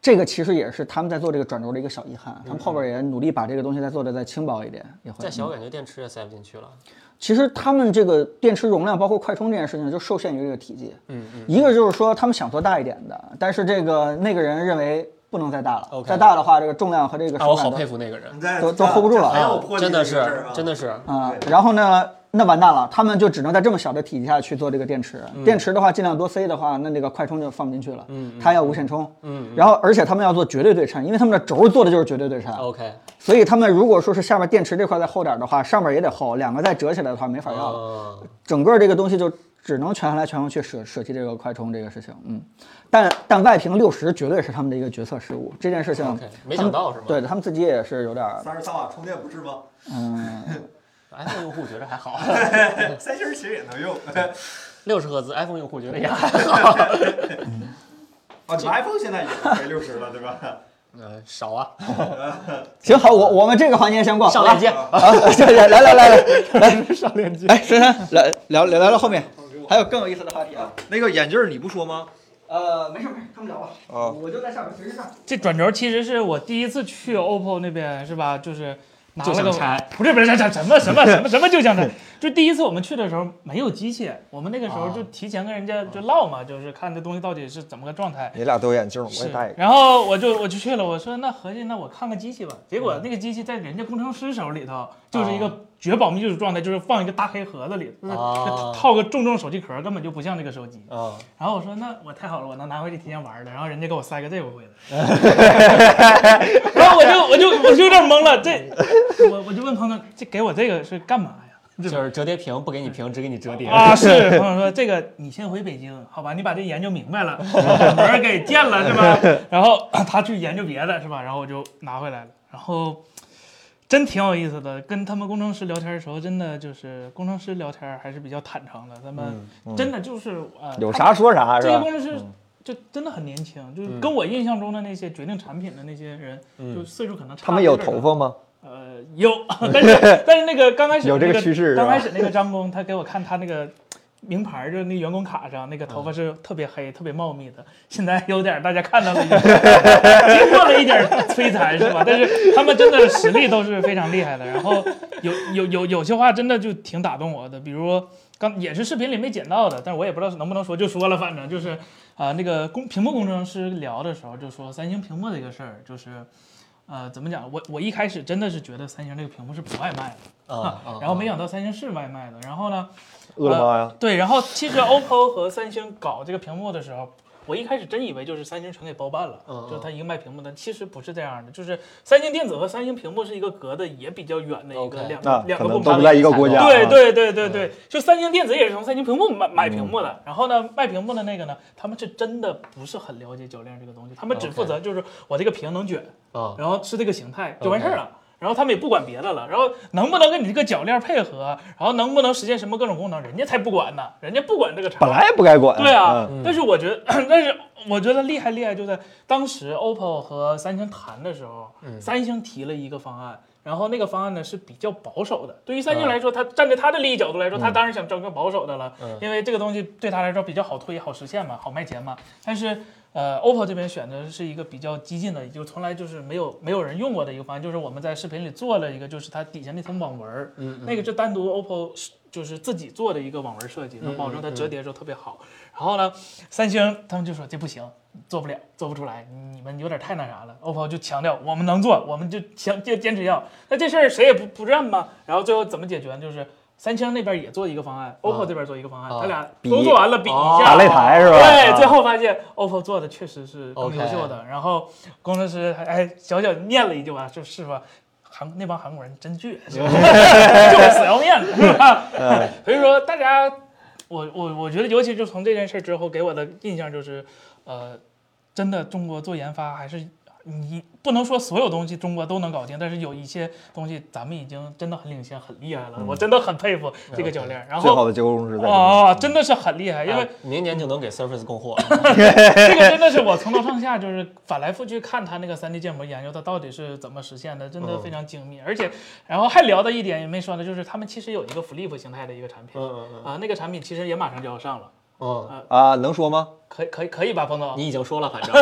这个其实也是他们在做这个转轴的一个小遗憾，他们后嗯边也努力把这个东西再做的再轻薄一点，也会再。小感觉电池也塞不进去了。其实他们这个电池容量，包括快充这件事情，就受限于这个体积。嗯嗯，一个就是说他们想做大一点的，但是这个那个人认为不能再大了 OK 再大的话，这个重量和这个啊，手我感好都佩服那个人你在都都 hold 不住了还有啊魄，力真的这个事是儿啊，真的是。啊、然后呢，那完蛋了，他们就只能在这么小的体积下去做这个电池。电池的话，尽量多塞的话，那那个快充就放不进去了。嗯，它要无线充。嗯，然后而且他们要做绝对对称，因为他们的轴做的就是绝对对称， OK，所以他们如果说是下面电池这块再厚点的话，上面也得厚，两个再折起来的话没法要了。嗯，整个这个东西就只能全下来全上去舍舍弃这个快充这个事情。嗯，但但外屏六十绝对是他们的一个决策失误，这件事情 OK，没他们想到是吗对他们自己也是有点儿三十三瓦充电不是 吗？嗯。 iPhone 用户觉得还 好，三星儿其实也能啊用。六十赫兹 iPhone 用户觉得也还好。啊，你们 iPhone 现在也可以六十了，对吧？呃，少啊，行好，我我们这个环节先过。 上链接， 啊， 对对，来来来来来，上链接。 哎，深深，来聊聊聊到后面，还有更有意思的话题啊。 那个眼镜儿你不说吗？呃，没事没事，他们聊吧。哦我就在下面随时上。这转轴其实是我第一次去 OPPO 那边，是吧？就是拿就了想个拆，不是不是什什么什么什么什么就 想拆，就第一次我们去的时候没有机器，我们那个时候啊就提前跟人家就啊唠嘛，就是看这东西到底是怎么个状态。你俩都有眼镜儿，我是也戴一，个。然后我就我就去了，我说那合计那我看看机器吧。结果嗯那个机器在人家工程师手里头，啊就是一个绝保密技术状态，就是放一个大黑盒 子里， 啊套个重重手机壳，根本就不像这个手机。啊，然后我说那我太好了，我能拿回去提前玩儿的。然后人家给我塞个这个回来，然后我就我就我就有点懵了，这我我就问朋友这给我这个是干嘛呀？就是折叠屏不给你屏，只给你折叠。啊，是朋友说这个你先回北京，好吧，你把这研究明白了，门儿给建了是吧？ 然后 他去研究别的是吧？然后我就拿回来了，然后真挺有意思的。跟他们工程师聊天的时候，真的就是工程师聊天还是比较坦诚的，他们真的就是呃嗯有啥说啥是这些吧嗯工？程师就真的很年轻，就是跟我印象中的那些决定产品的那些人，就岁数可能差。嗯他们有头？发吗？呃，有， 但是但是那个刚开始有这那个个趋势是吧刚开始那个张工，他给我看他那个名牌儿，就是那员工卡上那个头嗯发是特别黑、特别茂密的，现在有点儿大家看到了已经， 经过了一点儿摧残是吧？但是他们真的实力都是非常厉害的，然后有有有有些话真的就挺打动我的，比如说刚也是视频里没剪到的，但是我也不知道能不能说，就说了，反正就是啊、那个工屏幕工程师聊的时候就说三星屏幕的一个事儿，就是。呃，怎么讲？我我一开始真的是觉得三星这个屏幕是不外卖的，啊，然后没想到三星是外卖的。然后呢，饿了么呀？对，然后其实 OPPO 和三星搞这个屏幕的时候，我一开始真以为就是三星全给包办了，嗯嗯就是它一个卖屏幕的，其实不是这样的。就是三星电子和三星屏幕是一个隔的也比较远的一个 OK 嗯两那个两可个部能都不呃门在一个国家。对，对对对对，就三星电子也是从三星屏幕买买屏幕的，然后呢卖屏幕的那个呢，他们是真的不是很了解铰链这个东西，他们只 OK 负责就是我这个屏能卷，啊然后是这个形态就完事儿了。然后他们也不管别的了，然后能不能跟你这个铰链配合，然后能不能实现什么各种功能，人家才不管呢，人家不管这个茬儿。本来也不该管。对啊，嗯，但是我觉得， 但是我觉得厉害厉害就在当时 OPPO 和三星谈的时候，三星提了一个方案，然后那个方案呢是比较保守的。对于三星来说，他站在他的利益角度来说，他当然想找个保守的嗯了，因为这个东西对他来说比较好推、好实现嘛，好卖钱嘛。但是呃，OPPO 这边选的是一个比较激进的，也就从来就是没有没有人用过的一个方案，就是我们在视频里做了一个，就是它底下那层网纹嗯儿，那个是单独 OPPO 是就是自己做的一个网纹嗯设计，能保证它折叠的时候特别好。然后呢，三星他们就说这不行，做不了，做不出来，你们有点太那啥了。OPPO 就强调我们能做，我们就强就坚持要。那这事儿谁也不不认嘛。然后最后怎么解决呢？就是三星那边也做一个方案，OPPO 这边做一个方案，啊他俩比都做完了，比哦一打下。擂台是吧？对，最啊后发现 OPPO 做的确实是更 OK 优秀的。然后工程师还还小小念了一句啊，就是吧，韩那帮韩国人真倔，是吧就是死要面子，是吧？哎所以说大家，我我我觉得，尤其就从这件事之后，给我的印象就是，呃，真的中国做研发还是。你不能说所有东西中国都能搞定，但是有一些东西咱们已经真的很领先、很厉害了。我真的很佩服这个教练。然嗯最好后的纠正是在这儿。啊，真的是很厉害，因为哎明年就能给 Surface 供 货。 哎这个真的是我从头上下就是反来覆去看他那个三 D 建模研究，它到底是怎么实现的，真的嗯非常精密。而且，然后还聊到一点也没说呢，就是他们其实有一个 Flip 形态的一个产品啊、嗯嗯那个产品其实也马上就要上了，嗯，啊，能说吗？可以可以可以吧，彭总？你已经说了，反 正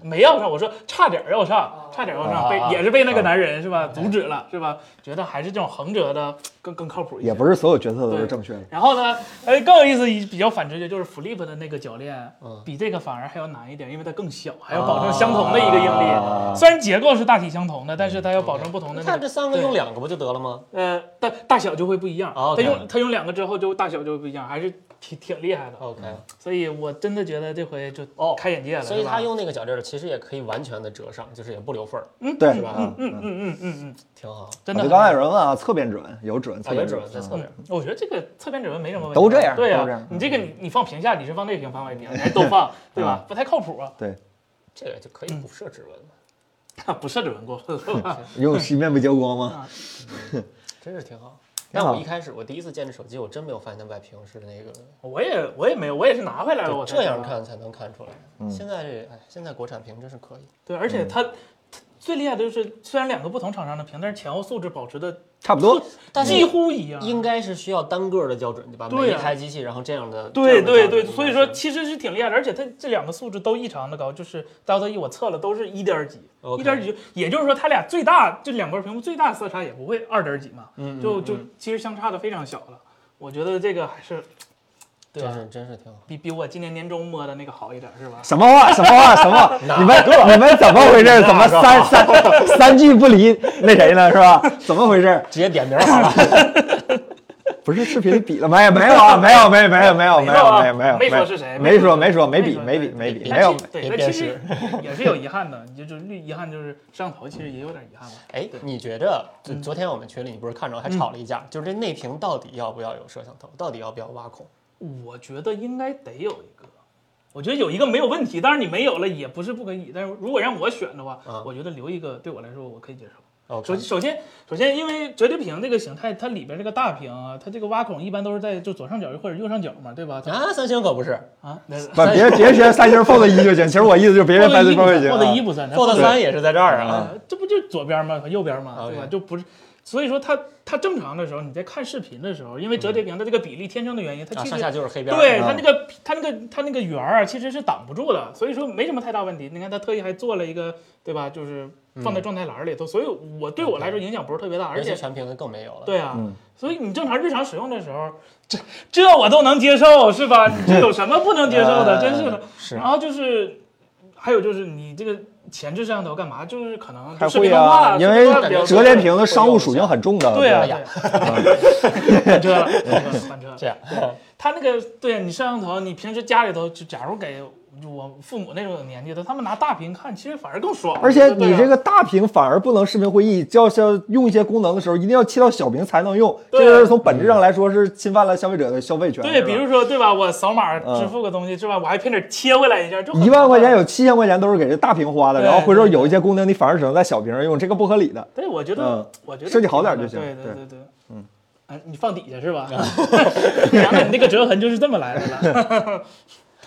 没要上，我说差点要上，差点要上，被啊嗯也是被那个男人是吧阻止了，是吧？觉得还是这种横折的更更靠谱一些也。不是所有决策都是正确的。然后呢，呃，更有意思一比较反直觉就是 Flip 的那个铰链嗯，比这个反而还要难一点，因为它更小，还要保证相同的一个应啊啊力。虽然结构是大体相同的，嗯但是它要保证不同的那看这个。三个用两个不就得了吗？呃，大大小就会不一样。哦它用 OK 它用两个之后就大小就会不一样，还是挺挺厉害的。 OK，所以我真的觉得这回就哦开眼界了。所以是吧它用那个铰链儿其实也可以完全的折上，就是也不留缝儿，对，是吧嗯嗯嗯嗯嗯嗯，挺好。真我就的很。刚才有人问啊，侧边指纹有指纹，侧啊，也边准纹在侧面。嗯我觉得这个侧边指纹没什么问题，啊都这样对都这样嗯呀，你这个你你放屏下，你是放内屏放外屏，你还都放，对吧？不太靠谱啊，这个就可以不设指纹了， 不设指纹过分了吧？用洗面不结光吗？真是挺好。但我一开始我第一次见这手机，我真没有发现它外屏是那个，我也我也没有，我也是拿回来了，我才这样知道看才能看出来。现在这哎，现在国产屏真是可以。对，而嗯且它、它最厉害的就是，虽然两个不同厂商的屏，但是前后素质保持的差不多。但几是乎一样。应该是需要单个的校准，对吧？啊对每一呀台机器，然后这样的。对这对样的校准对，应该所以说是其实是挺厉害的，而且它这两个素质都异常的高，就是大特一我测了都是一点几， OK 一点几，也就是说它俩最大这两块屏幕最大色差也不会二点几嘛，嗯嗯就就嗯其实相差的非常小了。我觉得这个还是对真吧是真是挺好。比比我今年年终摸的那个好一点，是吧？ 什么话？什么 话？什么？你们你们怎么回事？怎么三三三句不离那谁呢？是吧？怎么回事？直接点名好 了，不是视频比了吗？没有啊，没有，没有，没有，没有，没有，没有，没有，没说是谁没说，没说，没没比，说没比，对没对比，但没有其。对，别但别其实也是有遗憾的，你就就遗憾就是摄像头其实也有点遗憾吧。哎，你觉着嗯就昨天我们群里你不是看着还吵了一架，就是这内屏到底要不要有摄像头，到底要不要挖孔？我觉得应该得有一个，我觉得有一个没有问题。当然你没有了也不是不可以，但是如果让我选的话，啊我觉得留一个对我来说我可以接受。哦，首首先首先，因为折叠屏这个形态，它里边这个大屏啊，它这个挖孔一般都是在就左上角或者右上角嘛，对吧？它啊，三星可不是啊，那不，别别学三星 Fold 一就行。其实我意思就是别学三 Fold 星 Fold 一就一不算，Fold 一行。不算咱，Fold Fold 三也啊是在这儿啊。呃，这不就左边吗？和右边吗？对吧？ OK 就不是，所以说它它正常的时候，你在看视频的时候，因为折叠屏的这个比例天生的原因，它嗯啊，其上实下就是黑边儿。对嗯它那个它那个它那个圆儿啊，其实是挡不住的，所以说没什么太大问题。你看它特意还做了一个，对吧？就是嗯嗯放在状态栏儿里头，所以我对我来说影响不是特别大，而而且且全屏的更没有了。对嗯啊，所以你正常日常使用的时候，这这我都能接受，是吧？你这有什么不能接受的？呃真是的。嗯是然后就是还有就是你这个前置摄像头干嘛？就是可能还视会频通话，啊，因为视频通话比较折叠屏的商务属性很重的。对啊，呀 换车了，换车了。这样。他那个对你摄像头，你平时家里头就假如给我父母那种年纪的，他们拿大屏看，其实反而更爽。而且对你啊这个大屏反而不能视频会议，要是要用一些功能的时候，一定要切到小屏才能用。这对就是从本质上来说是侵犯了消费者的消费权。对，是吧比如说对吧，我扫码嗯支付个东西是吧，我还偏得切回来一下，就很一万块钱麻烦。有七千块钱都是给这大屏花的，对然后回头有一些功能你反而只能在小屏上用，这个不合理的。对，我觉嗯得我觉得设计好点就行对对对对对，嗯。哎，你放底下是吧？杨磊，你那个折痕就是这么来的 了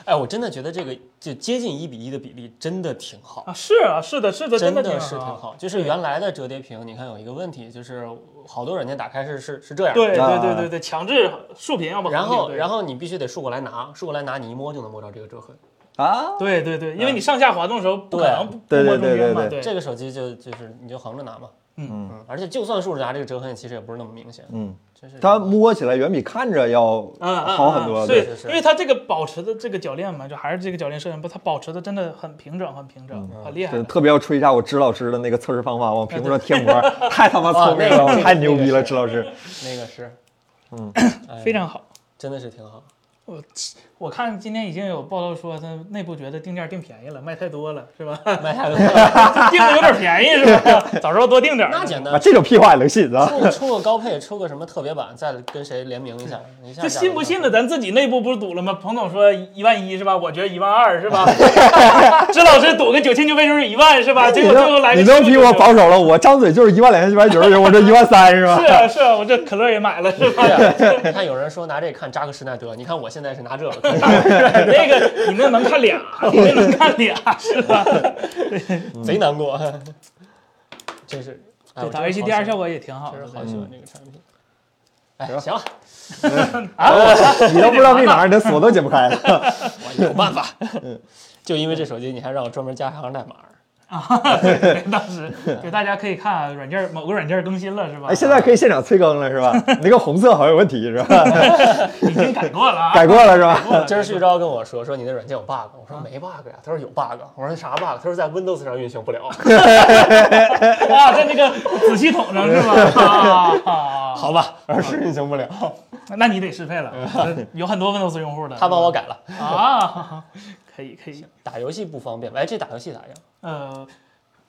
哎，我真的觉得这个就接近一比一的比例真的挺好。啊！是啊，是的，是的，真的的是挺挺。好，就是原来的折叠屏，你看有一个问题，就是好多软件打开是是是这样的，对对啊对对对，强制竖屏，要不然后然后后你必须得竖过来拿，竖过来拿，你一摸就能摸着这个折痕。啊，对对对，因为你上下滑动的时候不可对能不对对摸中间嘛，对对对这个手机就就是你就横着拿嘛，嗯嗯，而且就算竖着拿，这个折痕其实也不是那么明显，嗯，真是它摸起来远比看着要嗯，嗯好很多。嗯对，对是，是因为它这个保持的这个铰链嘛，就还是这个铰链摄像不，它保持的真的很平整，很平整，很厉害是。特别要吹一下我支老师的那个测试方法，往屏幕上贴啊膜， 太他妈聪明了，啊那个我太牛逼了，那个是支老师。那个是，嗯，非常好。真的是挺好。 我看今天已经有报道说，它内部觉得定价定便宜了，卖太多了，是吧？ 卖太多了，定的有点便宜是吧？ 早知道多定点儿。那简 啊，单，这种屁话也能信啊？出出个高配，出个什么特别版，再跟谁联名 一下，一下这信不信的，的？咱自己内部不是赌了吗？彭总说一万一是吧？我觉得一万二是吧？ 支老师赌个九千九百九十一万是 吧？结 你果最后都来你个都比我1999保守了，我张嘴就是一万两千九百九 十九，我这一万三是吧是？啊是啊，我这可乐也买了是吧？对啊， 你看有人说拿这看扎克施耐德，你看我现在是拿 这个看扎克施耐那个你那能看 俩，你那能看俩是吧？德，贼难过， 真是。哎对，我它真是好 HDR 喜欢效果也挺好嗯真是好喜的。欢这个产品。哎，行行了，你都不知道密码，你这锁都解不 开了。我有办法。 就因为这手机，你还让我专门加上行代啊码。对 当时对大家可以看啊，软件儿某个软件儿更新了是吧？啊哎，现在可以现场催更了是吧？你那个红色好像有问题是 吧？已经改过了啊，改过了是吧？过了。今儿旭钊跟我说，说你的软件有 bug，我啊说没 bug 呀，他说有 bug，我说啥 bug？他说在 Windows 上运行不了。 啊，在那个子系统上是吧？啊，好 吧，我说是运行不了，那你得适 配了，有很多 Windows 用户的。他帮我改了。 啊，可以可以，打游戏不方便，哎，这打游戏咋样？呃。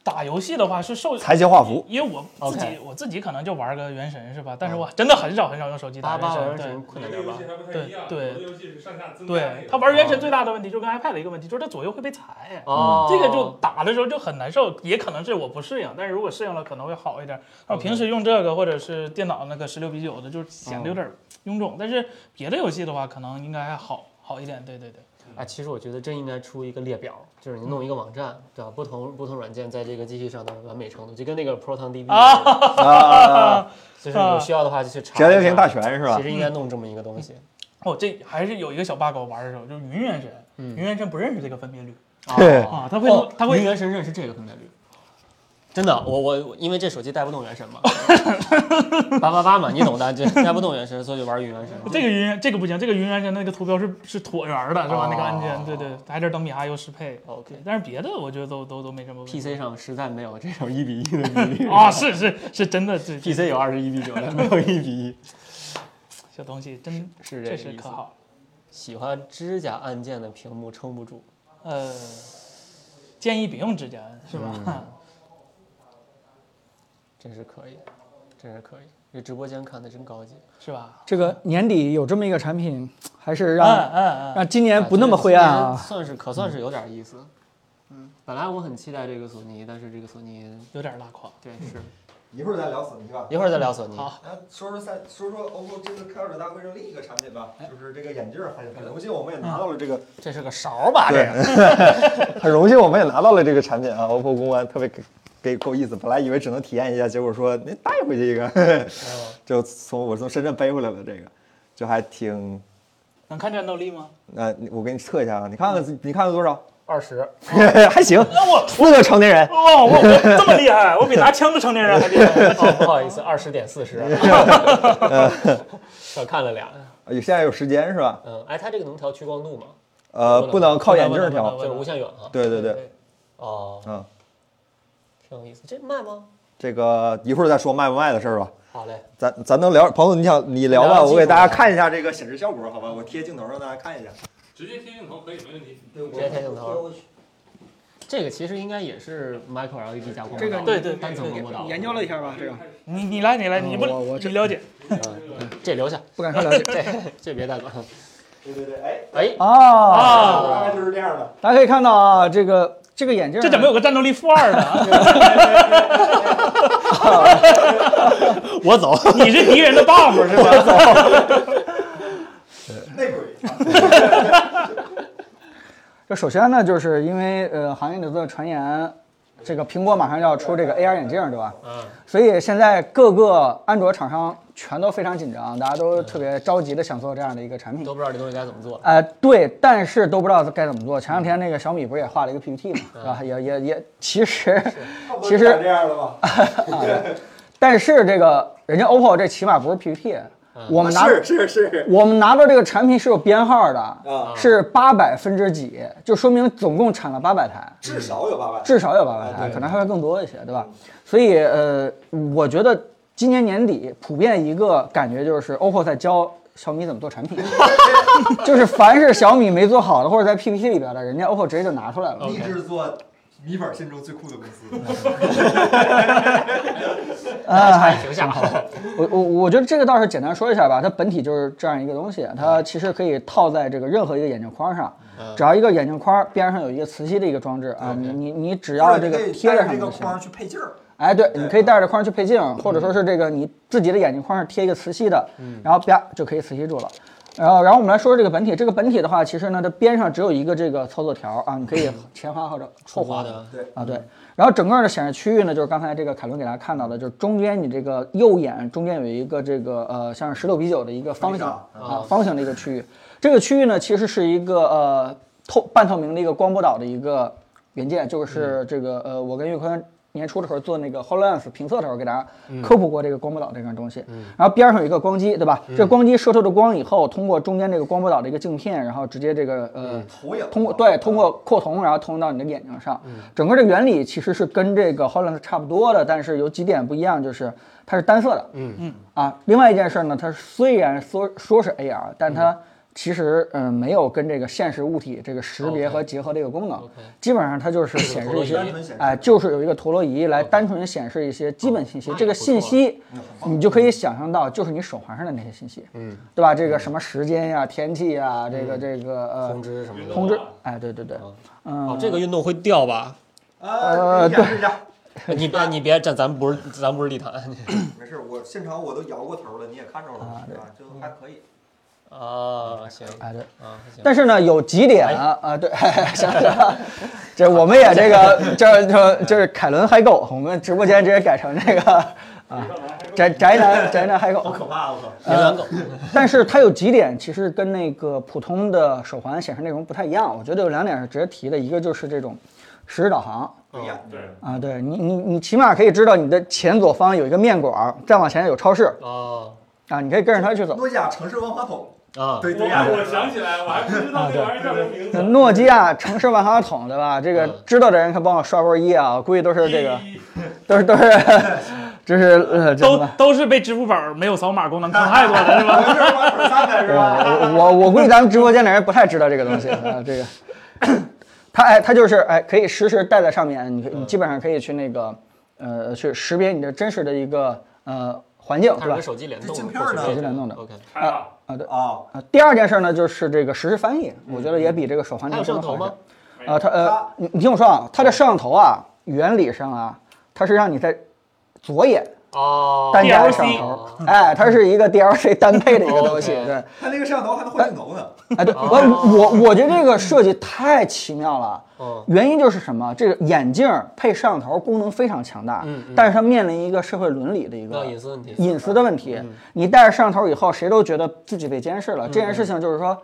打游戏的话是受裁切画幅，因为我自己 OK 嗯我自己可能就玩个原神是吧？但是我真的很少很少用手机打八八好像原是神，困难点吧？还不对对有的游戏是上下增对，加那对个他玩原神最大的问题就是跟 iPad 的一个问题，就是它左右会被嗯裁。啊哦，这个就打的时候就很难受，也可能是我不适应，但是如果适应了可能会好一点。然后 OK 平时用这个或者是电脑那个十六比九的，就是显得有点嗯臃肿，但是别的游戏的话可能应该还好好一点。对对对，哎，其实我觉得真应该出一个列表，就是你弄一个网站，对吧？不同不同软件在这个机器上的完美程度，就跟那个 Proton DB 一样， 啊，就是有需要的话就去查一下。折叠屏大全是吧其？实应该弄这么一个东西。哦，这还是有一个小 bug，我玩的时候就是云原神，嗯云原神不认识这个分辨率 对哦啊，它会哦它会云原神认识这个分辨率。真的，我我我因为这手机带不动原神嘛，八八八嘛，你懂的，就带不动原神，所以就玩云原神。这个云这个不行，这个云原神那个图标是是椭圆的，是吧？哦那个按键，对对，还是等比哈游适配。 OK 但是别的我觉得都都都没什么问题。 PC 上实在没有这种一比一的比 例啊，是是是真的，这这，PC 有啊二十一比九，但没有一比一，小东西真 是这个确实意可思。好。喜欢指甲按键的屏幕撑不住，呃，建议别用指甲，是吧？嗯真是可以，真是可以。这直播间看的真高级， 是吧？这个年底有这么一个产品，还是让、嗯嗯嗯，让今哎年不那么灰暗啊。算是可算是有点意思。嗯，本来我很期待这个索尼，但是这个索尼，有点拉胯。对是，一会儿再聊索尼吧。一会儿再聊索尼。好来说说三，说说 OPPO 这次开发者大会上另一个产品哎吧，就是这个眼镜儿，很很荣幸我们也拿啊到了这个，这是个勺吧？这个很荣幸我们也拿到了这个产品啊，OPPO 公关特别给给够意思，本来以为只能体验一下，结果说那带回去一个， 就从我从深圳背回来了这个，就还挺。能看战斗力吗？呃，你我给你测一下啊，你看看你看看多少，二十， 还行，四个成年人， 哦，我我这么厉害，我比拿枪的成年人还厉 害。 哦，不好意思，二十点四 十，少看了俩。有现在有时间是吧？嗯，哎，它这个能调屈光度吗？呃，不不能靠眼镜儿调，就是无限远啊。对对对，对，哦，嗯，挺有意思。这卖吗？这个一会儿再说卖不卖的事儿吧。好嘞，咱咱能聊，朋友，你想你聊吧，聊我给技术大家吧看一下这个显示效果，好吧？我贴镜头让大家看一下。直接贴镜头可以没问题。对，我直接贴镜头我这个其实应该也是 micro LED 加光这个导对对单层光波导。研究了一下吧，这个你你来你来，你不哦我我你了解？嗯这留下，不敢说了解这这别带走。对对对，哎，哎，啊。啊，大概就是这样的。大家可以看到啊，这个这个眼镜儿这怎么有个战斗力负二呢？ 我走，你是敌人的 buff 是吧？内 鬼，这首先呢，就是因为呃，行业里头的传言，这个苹果马上要出这个 AR 眼镜，对吧？嗯，所以现在各个安卓厂商全都非常紧张，大家都特别着急的想做这样的一个产品。都不知道这东西该怎么做。呃，对，但是都不知道该怎么做。前两天那个小米不是也画了一个 PPT 嘛，嗯是吧？也也也，其实，差不多其实就这样了啊吧？ 但是这个人家 OPPO 这起码不是 PPT，我嗯们拿啊是是是，嗯我们拿到这个产品是有编号的，啊是八百分之几，就说明总共产了八百台。至少有八万。至少有八百啊台，可能还会更多一些，对吧？所以呃，我觉得今年年底普遍一个感觉就是 OPPO 在教小米怎么做产 品，就是凡是小米没做好的或者在 PPT 里边的，人家 OPPO 直接就拿出来了。立志做米粉心中最酷的公司。嗯啊，停下，我我我觉得这个倒是简单说一下吧，它本体就是这样一个东西，它其实可以套在这个任何一个眼镜框上，嗯只要一个眼镜框边上有一个磁吸的一个装置啊，你你你只 要这或者个你可以贴带在着上这面个就行框。儿去配镜儿，哎，对，你可以带着这框去配镜，或者说是这个你自己的眼镜框上贴一个磁吸的，然后啪就可以磁吸住了。然后，然后我们来说说这个本体。这个本体的话，其实呢，它边上只有一个这个操作条啊，你可以前滑或者后滑花的啊，对。然后整个的显示区域呢，就是刚才这个凯伦给大家看到的，就是中间你这个右眼中间有一个这个呃，像是十六比九的一个方形啊，方形的一个区域。这个区域呢，其实是一个呃透半透明的一个光波导的一个元件，就是这个呃，我跟岳坤。年初的时候做那个 Hololens 评测的时候，给大家科普过这个光波导这个东西。然后边上有一个光机，对吧？这光机射出的光以后，通过中间这个光波导的一个镜片，然后直接这个呃投影通过对通过扩瞳，然后投影到你的眼睛上。整个这个原理其实是跟这个 Hololens 差不多的，但是有几点不一样，就是它是单色的。嗯嗯啊，另外一件事呢，它虽然说说是 AR，但它其实嗯、呃没有跟这个现实物体这个识别 OK 和结合的一个功能 OK 基本上它就是显示一些陀螺仪单纯显示哎、就是有一个陀螺仪来单纯显示一些基本信息。这个信息你就可以想象到，就是你手环上的那些信息，嗯，对吧？这个什么时间呀、天气呀，这个这个呃通知什么的。通知，哎，对对对，哦，这个运动会掉吧？呃啊，你演示一下。你别你别，这咱不是咱不是立坦。没事，我现场我都摇过头了，你也看着了，啊，就还可以。 啊，行哎对。啊行。但是呢，有几点啊，啊对， 想起来了，这我们也这 个，这这就是凯伦嗨狗，我们直播间直接改成这个啊，宅宅男宅男嗨狗，可怕，我靠！连蓝狗，但是它有几点其实跟那个普通的手环显示内容不太一样，我觉得有两点是值得提的，一个就是这种实时导航。哎呀，对，啊，对你，你你起码可以知道你的前左方有一个面馆儿，再往前有超市哦啊，你可以跟着它去嗯走。诺基亚城市万花筒，啊，对 我对呀，哎我想起来，我还不知啊道那玩意儿叫什么名字。 诺基亚城市万花筒，对吧？这个嗯知道的人可帮我刷波一啊，我估计都是这 个，都是都是，这是呃，这都什么都是被支付宝没有扫码功能坑害 过的是吧？我是万花筒三的是吧？嗯我我我估计咱们直播间的人不太知道这个东西啊，这个，它哎它就是哎可以实时带在上面，你可嗯你基本上可以去那个呃去识别你的真实的一个呃环境，对它是吧跟？手机联动这的，镜片儿呢手机联动的 OK，太棒，啊对啊、啊，第二件事呢就是这个实时翻译，我觉得也比这个手环嗯还这有个功摄像能好头一点吗？？嗯啊，它呃它，你你听我说啊，它的摄像头啊，原理上啊，它是让你在左眼哦，单加 DLC 的摄像头，哎，它是一个 DLC 单配的一个东西，哦 OK 对，它那个摄像头还能换镜头呢。哎，对我我我觉得这个设计太奇妙了。哦原因就是什么？这个眼镜配摄像头功能非常强大，嗯嗯但是它面临一个社会伦理的一个啊隐私问题嗯隐私的问题。你戴着摄像头以后，谁都觉得自己被监视了。这嗯件事情就是说，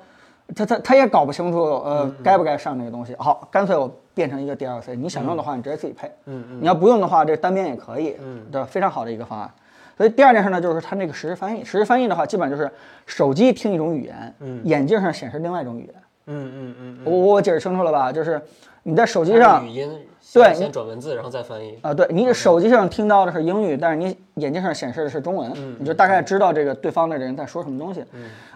他他他也搞不清楚，呃，该不该上这个东西。好，干脆我变成一个 DLC，你想用的话，你直接自己配。嗯嗯，你要不用的话，这单边也可以。嗯，对吧，非常好的一个方案。所以第二件事呢，就是它那个实时翻译。实时翻译的话，基本就是手机听一种语言，眼镜上显示另外一种语言。嗯嗯嗯我我解释清楚了吧？就是你在手嗯，机上语音对先转文字，然后再翻译。啊，对你手机上听到的是英语，但是你眼睛上显示的是中文，嗯你就大概知道这个对方的人在说什么东西。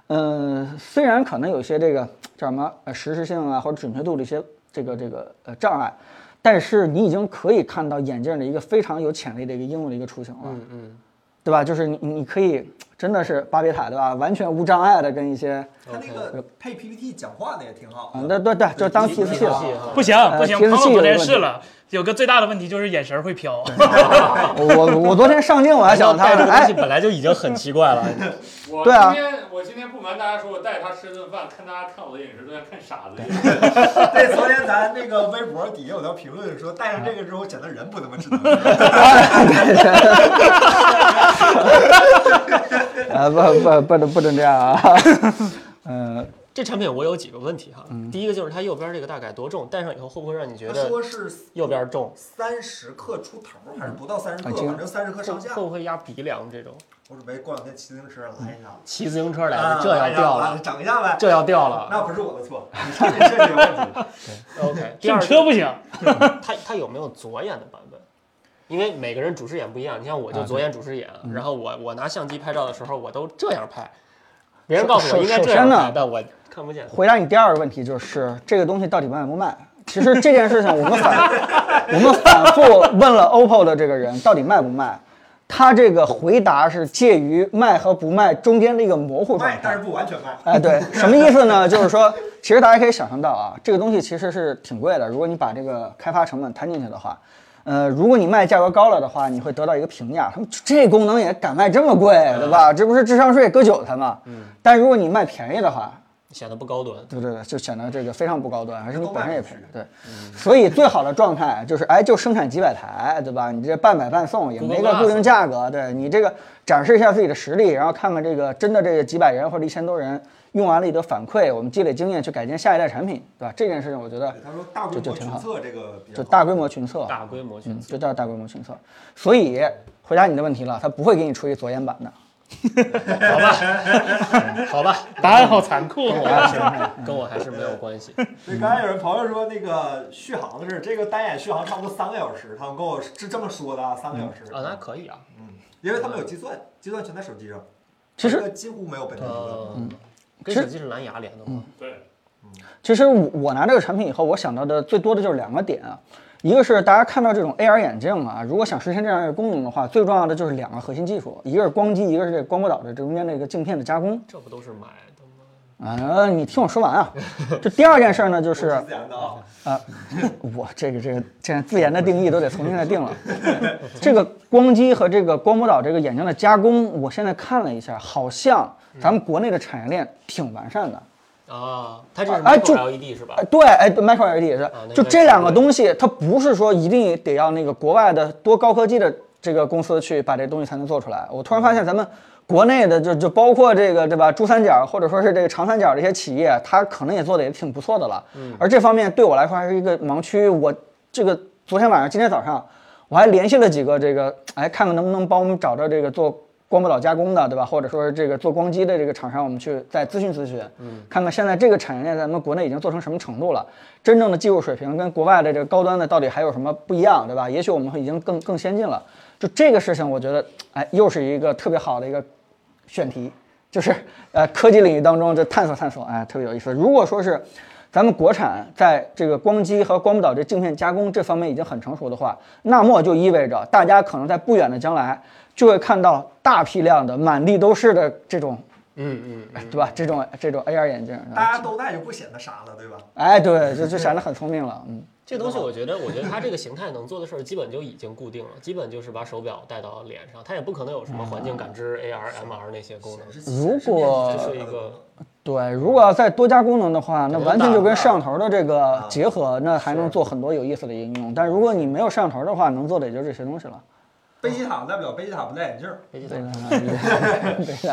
嗯，虽然可能有一些这个叫什么呃实时性啊或者准确度的一些这个这个呃障碍，但是你已经可以看到眼镜的一个非常有潜力的一个应用的一个雏形了。嗯嗯，对吧？就是你你可以真的是巴别塔对吧？完全无障碍的跟一些它那个配 PPT 讲话的也挺好啊，对对对，就当提提词示器器了。啊哈不行不呃行，提示彭器总有昨天问试题了，有个最大的问题就是眼神会飘。我我昨天上镜我还想他 带这个东哎，西本来就已经很奇怪了，我对啊今天我今天不瞒大家说，我带着他吃顿饭，看大家看我的眼神都像看傻子一样。 对，昨天咱那个微博底下有条评论说，戴上这个之后显得人不他妈智能。 啊不不不能不能这样啊， 嗯。这产品我有几个问题哈，第一个就是它右边这个大概多重，戴上以后会不会让你觉他得说是右边重，三十克出头，还是不到三十啊克，这个反正三十克上下会。不会压鼻梁这种？我准备过两天骑自行车来一下。骑自行车来啊的，这要掉哎呀了，整一下呗。这要掉了。那不是我的错，你这这这有问题。 OK，第 这二车个，不行，它它有没有左眼的版本？因为每个人主视眼不一样，你像啊我就左眼主视眼，嗯然后我我拿相机拍照的时候，我都这样拍，别人告诉首我应该首这样首先拍呢，但我看不见。回答你第二个问题就是这个东西到底卖不卖？其实这件事情我们反我们反复问了 OPPO 的这个人到底卖不卖，他这个回答是介于卖和不卖中间的一个模糊状卖，但态是。不完全卖。哎，对，什么意思呢？就是说，其实大家可以想象到啊，这个东西其实是挺贵的。如果你把这个开发成本摊进去的话，呃，如果你卖价格高了的话，你会得到一个评价，他们这功能也敢卖这么贵，对吧？这不是智商税割韭菜吗？嗯。但如果你卖便宜的话，显得不高端。对对对，就显得这个非常不高端，而且你都本身卖也不赔出去。对，所以最好的状态就是，哎，就生产几百台，对吧？你这半买半啊送也 Google 没个 Glass 固定价格，对你这个展示一下自己的实力，然后看看这个真的这个几百人或者一千多人用完了以后的反馈，我们积累经验去改进下一代产品，对吧？这件事情我觉得他说大规就模挺群好测这个比较就好大规模群测，大规模群嗯，测就叫大规模群测。所以回答你的问题了，他不会给你出一左眼版的。 好吧，答案好残酷。跟我还啊是跟我还是没有关系。对，刚才有人朋友说那个续航的事，这个单眼续航差不多三个小时，他们跟我是这么说的，啊，三个小时啊，那可以啊。因为他们有计算，计算全在手机上，其实这个几乎没有本地的。嗯，跟是手机是蓝牙连的吗？对，其实我我拿这个产品以后，我想到的最多的就是两个点啊，一个是大家看到这种 AR 眼镜啊，如果想实现这样一个功能的话，最重要的就是两个核心技术，一个是光机，一个是这个光波导的这中间这个镜片的加工。这不都是买的吗？啊，你听我说完啊。这第二件事儿呢，就是自然的啊，啊，我这个这个现在自研的定义都得重新来定了。这个光机和这个光波导这个眼镜的加工，我现在看了一下，好像咱们国内的产业链挺完善的。啊，它这是哎就 micro LED 是吧啊哎，？对，哎对，micro LED 也是就那，应该这是两个对东西，它不是说一定得要那个国外的多高科技的这个公司去把这东西才能做出来。我突然发现咱们国内的就就包括这个对吧，珠三角或者说是这个长三角这些企业，它可能也做的也挺不错的了。嗯而这方面对我来说还是一个盲区。我这个昨天晚上、今天早上我还联系了几个这个，哎，看看能不能帮我们找着这个做光波导加工的，对吧？或者说是这个做光机的这个厂商，我们去再咨询咨询，嗯，看看现在这个产业链咱们国内已经做成什么程度了，真正的技术水平跟国外的这个高端的到底还有什么不一样，对吧？也许我们已经更更先进了。就这个事情，我觉得，哎，又是一个特别好的一个选题，就是呃科技领域当中这探索探索，哎，特别有意思。如果说是咱们国产在这个光机和光不导这镜片加工这方面已经很成熟的话，那么就意味着大家可能在不远的将来就会看到大批量的满地都是的这种，嗯嗯嗯，对吧？这种这种 AR 眼镜，啊大家都戴就不显得傻了，对吧？哎，对，就就显得很聪明了，嗯。这东西我觉得，我觉得它这个形态能做的事儿基本就已经固定了，基本就是把手表戴到脸上，它也不可能有什么环境感知、AR、MR 那些功能，如果这是 一个对，如果要再多加功能的话，那能完全打就跟摄像头的这个结合，那还能做很多有意思的应用。但如果你没有摄像头的话，能做的也就这些东西了。贝吉塔戴不了，贝吉塔不戴眼镜儿，飞机对头的，对的，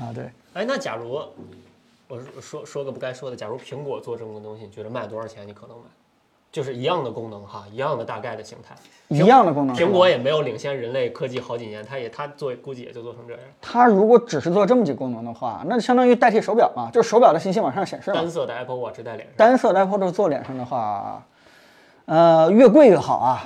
啊对。哎，那假如我说说说个不该说的，假如苹果做这么个东西，你觉得卖多少钱？你可能买，就是一样的功能哈，一样的大概的形态。一样的功能。苹果也没有领先人类科技好几年，它也它做估计也就做成这样，它如果只是做这么几功能的话，那就相当于代替手表嘛，就是手表的信息往上显示嘛单。色的 Apple Watch 戴脸上。单色的 Apple Watch 做脸上的话，呃，越贵越好啊！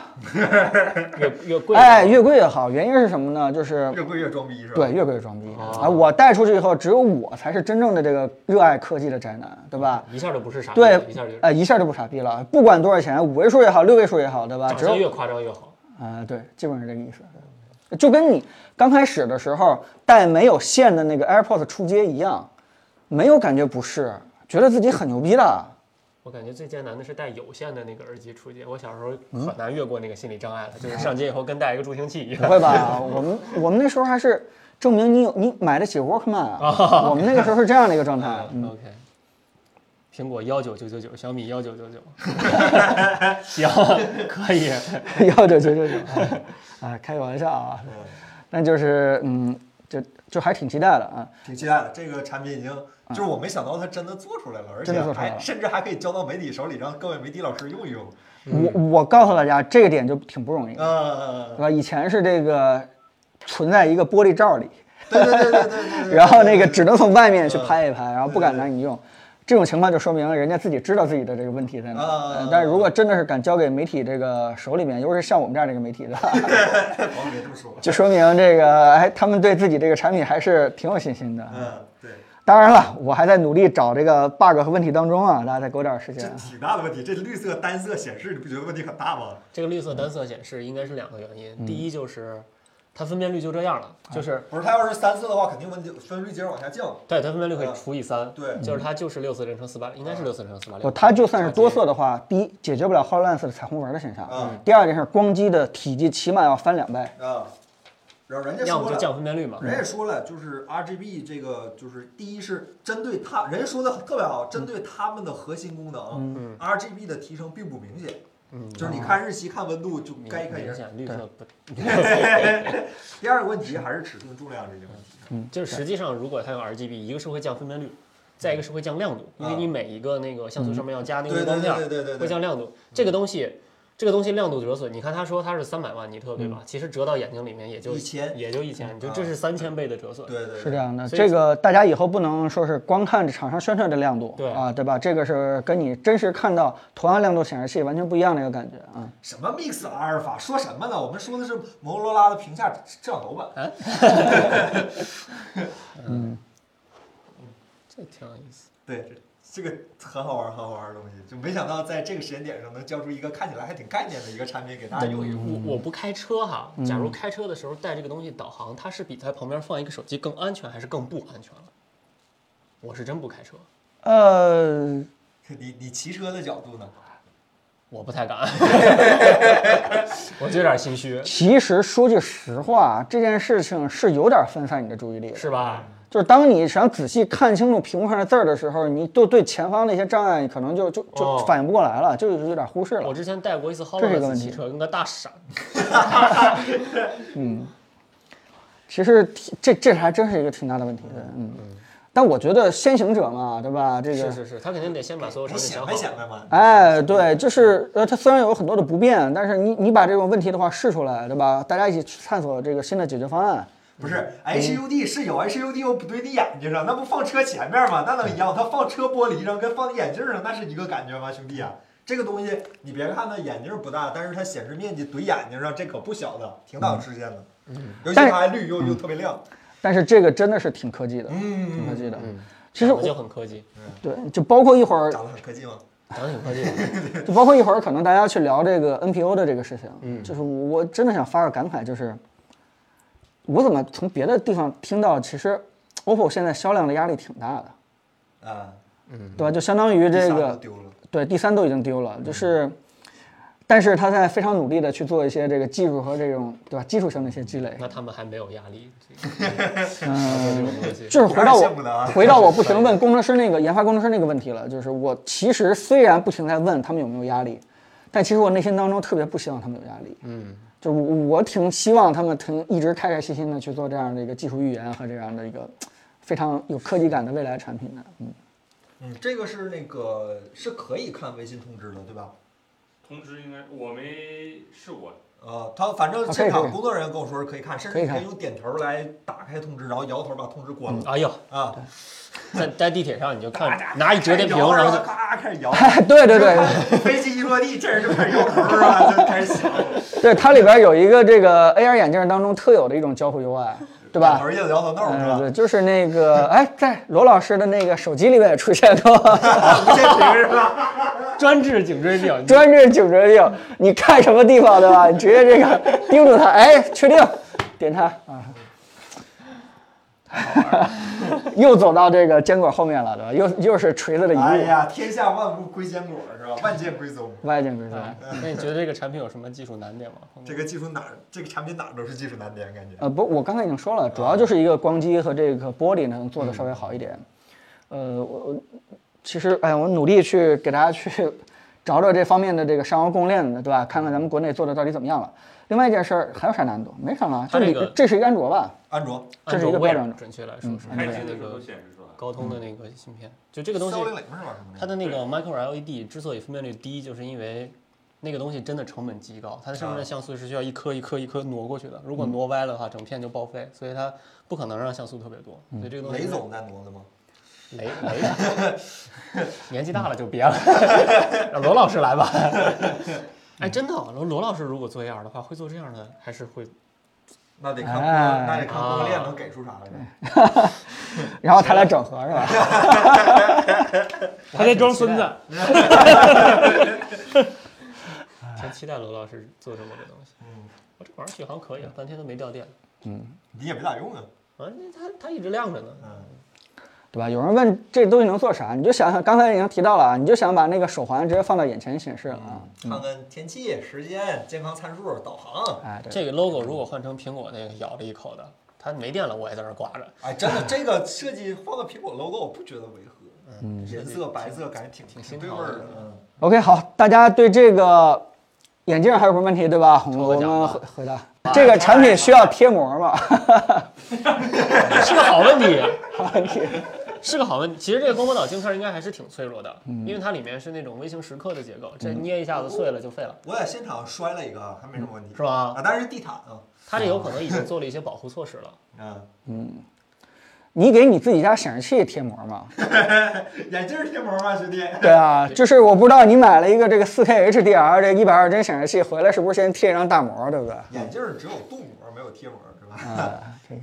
越 越贵，哎，越贵越好。原因是什么呢？就是越贵越装逼是吧？对，越贵越装逼哦啊！我带出去以后，只有我才是真正的这个热爱科技的宅男，对吧？一下就不是傻逼对了，啊一下就，哎，一下就不傻逼了，不管多少钱，五位数也好，六位数也好，对吧？长只相有越夸张越好。啊，对，基本上这个意思。就跟你刚开始的时候带没有线的那个 AirPods 出街一样，没有感觉不适，觉得自己很牛逼的。我感觉最艰难的是戴有线的那个耳机出街，我小时候嗯可难越过那个心理障碍了，就是上街以后跟戴一个助听器一不样。会吧？我们我们那时候还是证明你有你买得起 Walkman 啊，我们那个时候是这样的一个状态。 嗯 OK，苹果幺九九九九，小米幺九九 九，行，可以。幺九九九九，啊，开个玩笑啊，但就是嗯，就就还挺期待的啊。挺期待的。这个产品已经就是我没想到它真的做出来了，而真且的做出来了还甚至还可以交到媒体手里，让各位媒体老师用一用。我我告诉大家，这个点就挺不容易，呃对，吧？以前是这个存在一个玻璃罩里，对对对对对对对。然后那个只能从外面去拍一拍，然后不敢拿嗯你用。这种情况就说明人家自己知道自己的这个问题在哪。啊呃但是如果真的是敢交给媒体这个手里面，尤其是像我们这样的一个 媒体的话，我们别这么说。就说明这个哎，他们对自己这个产品还是挺有信心的。嗯，对，当然了，我还在努力找这个 bug 和问题当中啊，大家再给我点时间这啊。挺大的问题。这绿色单色显示，你不觉得问题很大吗？这个绿色单色显示应该是两个原嗯因，第一就是它分辨率就这样了，哎就是不是，它要是三色的话，肯定问题分率接着往下降。对它分辨率可以除以三，对就是它就是六四零乘四八，应该是六四零乘四八不，六。哦它就算是多色的话，第一解决不了 Hololens 的彩虹纹的现象，嗯第二件事，光机的体积起码要翻两倍。啊，然后人家要么说就降了，分辨率嘛，人家说了，就是 RGB 这个就是第一是针对它，人家说的特别好，针对他们的核心功能，RGB 的提升并不明显。嗯就是你看日期、看温度就该看明颜色。显绿色不第二个问题还是尺寸、重量这些问题。嗯就是实际上，如果它用 RGB，一个是会降分辨率，再一个是会降亮度，因为啊嗯你每一个那个像素上面要加那对对个光对片，对对会对对。嗯降亮度。这个东西，这个东西亮度折损，你看他说它是三百万尼特，对嗯吧？其实折到眼睛里面也就1000也就一千，就这啊是三千倍的折损。对对是这样的，所以这个大家以后不能说是光看这厂商宣传的亮度，对啊，对吧？这个是跟你真实看到同样亮度显示器完全不一样的一个感觉啊。什么 Mix 阿尔法？说什么呢？我们说的是摩托罗拉的屏下摄像头版。嗯，这挺有意思。对，这这个很好玩，很好玩的东西，就没想到在这个时间点上能交出一个看起来还挺概念的一个产品给大家用一用。嗯我我不开车哈，假如开车的时候带这个东西导航，它是比在旁边放一个手机更安全，还是更不安全了？我是真不开车，呃，你你骑车的角度呢？我不太敢， 我就有点心虚，其实说句实话，啊这件事情是有点分散你的注意力的。是吧？就是当你想仔细看清楚屏幕上的字儿的时候，你就对前方那些障碍可能就就就哦反应不过来了，就有点忽视了我。之前带过一次 h o l 这是 o w 一个问题骑车，跟个大傻。其实挺这这还真是一个挺大的问题的，嗯。但我觉得先行者嘛，对吧？这个是是是，他肯定得先把所有没显场景想摆好。显摆吗？哎，对，就是呃，它虽然有很多的不便，但是你你把这种问题的话试出来，对吧？大家一起去探索这个新的解决方案。不是 HUD 是有 HUD 又不对你眼睛上，那不放车前面吗？那能一样？它放车玻璃上跟放你眼镜上那是一个感觉吗，兄弟啊？这个东西你别看它眼睛不大，但是它显示面积怼眼睛上这可不小的，挺挡视线的。嗯，尤其它还绿又又特别亮。但是这个真的是挺科技的，挺科嗯，技的。其实我就我很科技，对，就包括一会儿，长得很科技吗？长得挺科技的。就包括一会儿可能大家去聊这个 NPO 的这个事情，嗯就是我真的想发个感慨，就是我怎么从别的地方听到，其实 OPPO 现在销量的压力挺大的，啊，对吧？就相当于第这三个都丢了。对，第三都已经丢了，嗯就是，但是他在非常努力的去做一些这个技术和这种对吧基础性的一些积累，那他们还没有压力， 嗯，这种东西就是回到有点羡慕的我啊回到 我不停地问工程师那个研发工程师那个问题了，就是我其实虽然不停地在问他们有没有压力，但其实我内心当中特别不希望他们有压力，嗯，就我我挺希望他们挺一直开开心心的去做这样的一个技术预言和这样的一个非常有科技感的未来产品的， 嗯，嗯，这个是那个是可以看微信通知的，对吧？通知应该我没试过，呃，他反正啊现可以可场以工作人员跟我说是可以看，甚至可以你看可以用点头来打开通知，然后摇头把通知关了哎呦，嗯啊。在在地铁上你就咔看拿一折叠屏，然后就咔开始摇。对对对。 飞机一落地，这人就开始摇头是吧？就开始 响，对，它里边有一个这个 AR 眼镜当中特有的一种交互 UI，对摇吧？头硬摇头闹是 嗯，吧？对，就是那个，哎，在罗老师的那个手机里面也出现过 无限屏是吧？专治颈椎病。专治颈椎病。你看什么地方，对吧？你直接这个盯住它，哎，确定，点它啊。 又走到这个坚果后面了，对吧？又又是锤子的遗哎物，呀，天下万物归坚果是吧？万剑归宗。外景锥。哎那你觉得这个产品有什么技术难点吗？这个技术哪儿？这个产品哪儿都是技术难点，感觉。呃，不，我刚才已经说了，主要就是一个光机和这个玻璃能做的稍微好一点。嗯呃，我我其实哎呀，我努力去给大家去找找这方面的这个商务供应链的，对吧？看看咱们国内做的到底怎么样了。另外一件事儿还有啥难度？没啥了，它这是这一个这是一个安卓吧？安卓这安是一卓个标 Wear，准的准确来说是开它机的的那时候个显示出来。高通的那个芯片，就这个东西三，零零是吧？什么它的那个 micro LED 之所以分辨率低，就是因为那个东西真的成本极高，它的上啊面的像素是需要一颗一颗一颗挪过去的，如果嗯挪歪了的话，整片就报废，所以它不可能让像素特别多，所以这个东嗯西雷总在挪的吗？雷雷， 年纪大了就别了， 让罗老师来吧。哎，真的，罗罗老师如果做 AR 的话，会做这样的，还是会那得看供，哎那得看供应链能给出啥来呗。然后他来整合是吧？还在装孙子，挺期待罗老师做这么个东西。嗯，我这玩意儿续航可以啊，半天都没掉电。你也没咋用啊。啊，那它它一直亮着呢。嗯，对吧？有人问这东西能做啥，你就想想，刚才已经提到了啊，你就想把那个手环直接放到眼前显示了啊。嗯看看天气、时间、健康参数、导航。哎，对，这个 logo 如果换成苹果那个咬了一口的，它没电了，我也在那儿挂着，哎，真的，这个设计换个苹果 logo，我不觉得违和。嗯，颜色白色感觉挺挺挺新对味潮的儿的。嗯。 OK，好，大家对这个眼镜还有什么问题，对吧？我们抽个我奖吧们回回答，这个产品需要贴膜吗？ 是个好问题，好问题。是个好问题。其实这个光波导镜片应该还是挺脆弱的，因为它里面是那种微型蚀刻的结构，这捏一下子碎了就废了，我在现场摔了一个，还没什么问题，是吧？啊，但是地毯啊， 它这有可能已经做了一些保护措施了。嗯，你给你自己家显示器贴膜吗？ 眼镜儿贴膜吗，兄弟？对啊，就是我不知道你买了一个这个 4K HDR 这一百二十帧显示器回来是不是先贴一张大膜，对不啊对？嗯眼镜儿只有镀膜，没有贴膜，是吧？啊，这个。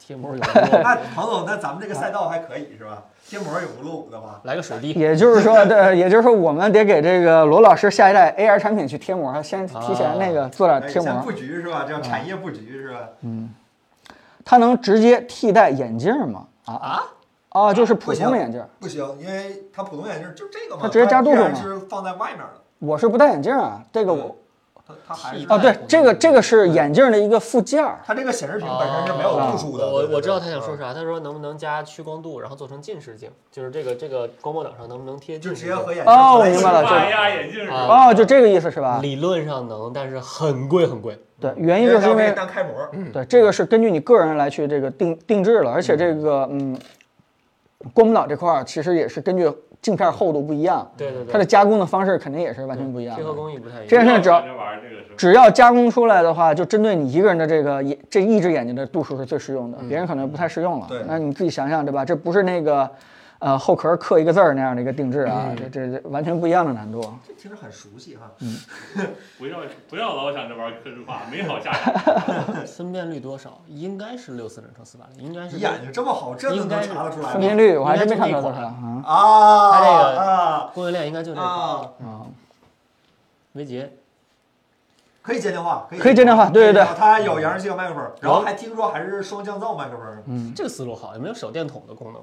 贴膜有纹路，那庞总，那咱们这个赛道还可以是吧？贴膜有无路的话，来个水 滴，也就是说，对，也就是说，我们得给这个罗老师下一代 AR 产品去贴膜，先提前那个做点哎啊贴先膜布。局是吧？叫产业布局是吧？它能直接替代眼镜吗？啊啊啊！就是普通的眼镜，不行，因为它普通眼镜就这个嘛，它直接加度数它嘛必然是放在外面的，我是不戴眼镜啊。这嗯个我它它还是替啊，对，这个这个是嗯眼镜的一个附件儿。它这个显示屏本身是没有度数的。我对我知道他嗯想说，啥，他说能不能加屈光度，然后做成近视镜，就是这个这个光波挡上能不能贴对就近直视接和镜？眼镜哦合在一明起白了吧这哎呀，眼镜是吧？哦，就这个意思是吧？理论上能，但是很贵很贵。对，原因就是它因可以为单开模，对这个是根据你个人来去这个定定制了，而且这个嗯，光谱导这块儿其实也是根据镜片厚度不一样，对对对，它的加工的方式肯定也是完全不一样贴合的。工艺不太一这 样。件事只啊要这玩意儿这个是吧只要加工出来的话，就针对你一个人的这个眼这一只眼睛的度数是最适用的，别人可能不太适用了。对那你自己想想，对吧？这不是那个，呃，后壳刻一个字儿那样的一个定制啊，这这这完全不一样的难度。这听着很熟悉哈。不要不要老想这玩意儿科技化，没好下 场。分辨率多少？应该是六四零乘四八零，应该是你眼睛这么好，这都能查得出来分吗？辨率我还真没看出来多少啊。啊，它这个啊供应链应该就这个。啊，啊维杰，可以接电话，可以接电话对对对它有扬声器和麦克风，然后还听说还是双降噪麦克风。嗯这个思路好，有没有手电筒 的功能？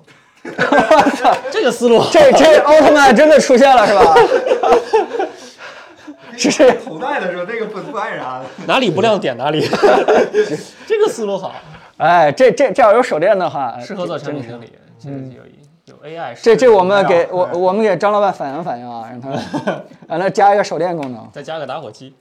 这个思路好，这这奥特曼真的出现了是吧？ 是这样头戴的时候那个不不碍啥的，哪里不亮点哪里。这个思路好，哎，这这这要有手电的话，适合做产品真是经理，这个有一有 AI 是。嗯这这我们给啊哎我我们给张老板反映反映啊，让他 让他加一个手电功能。再加个打火机，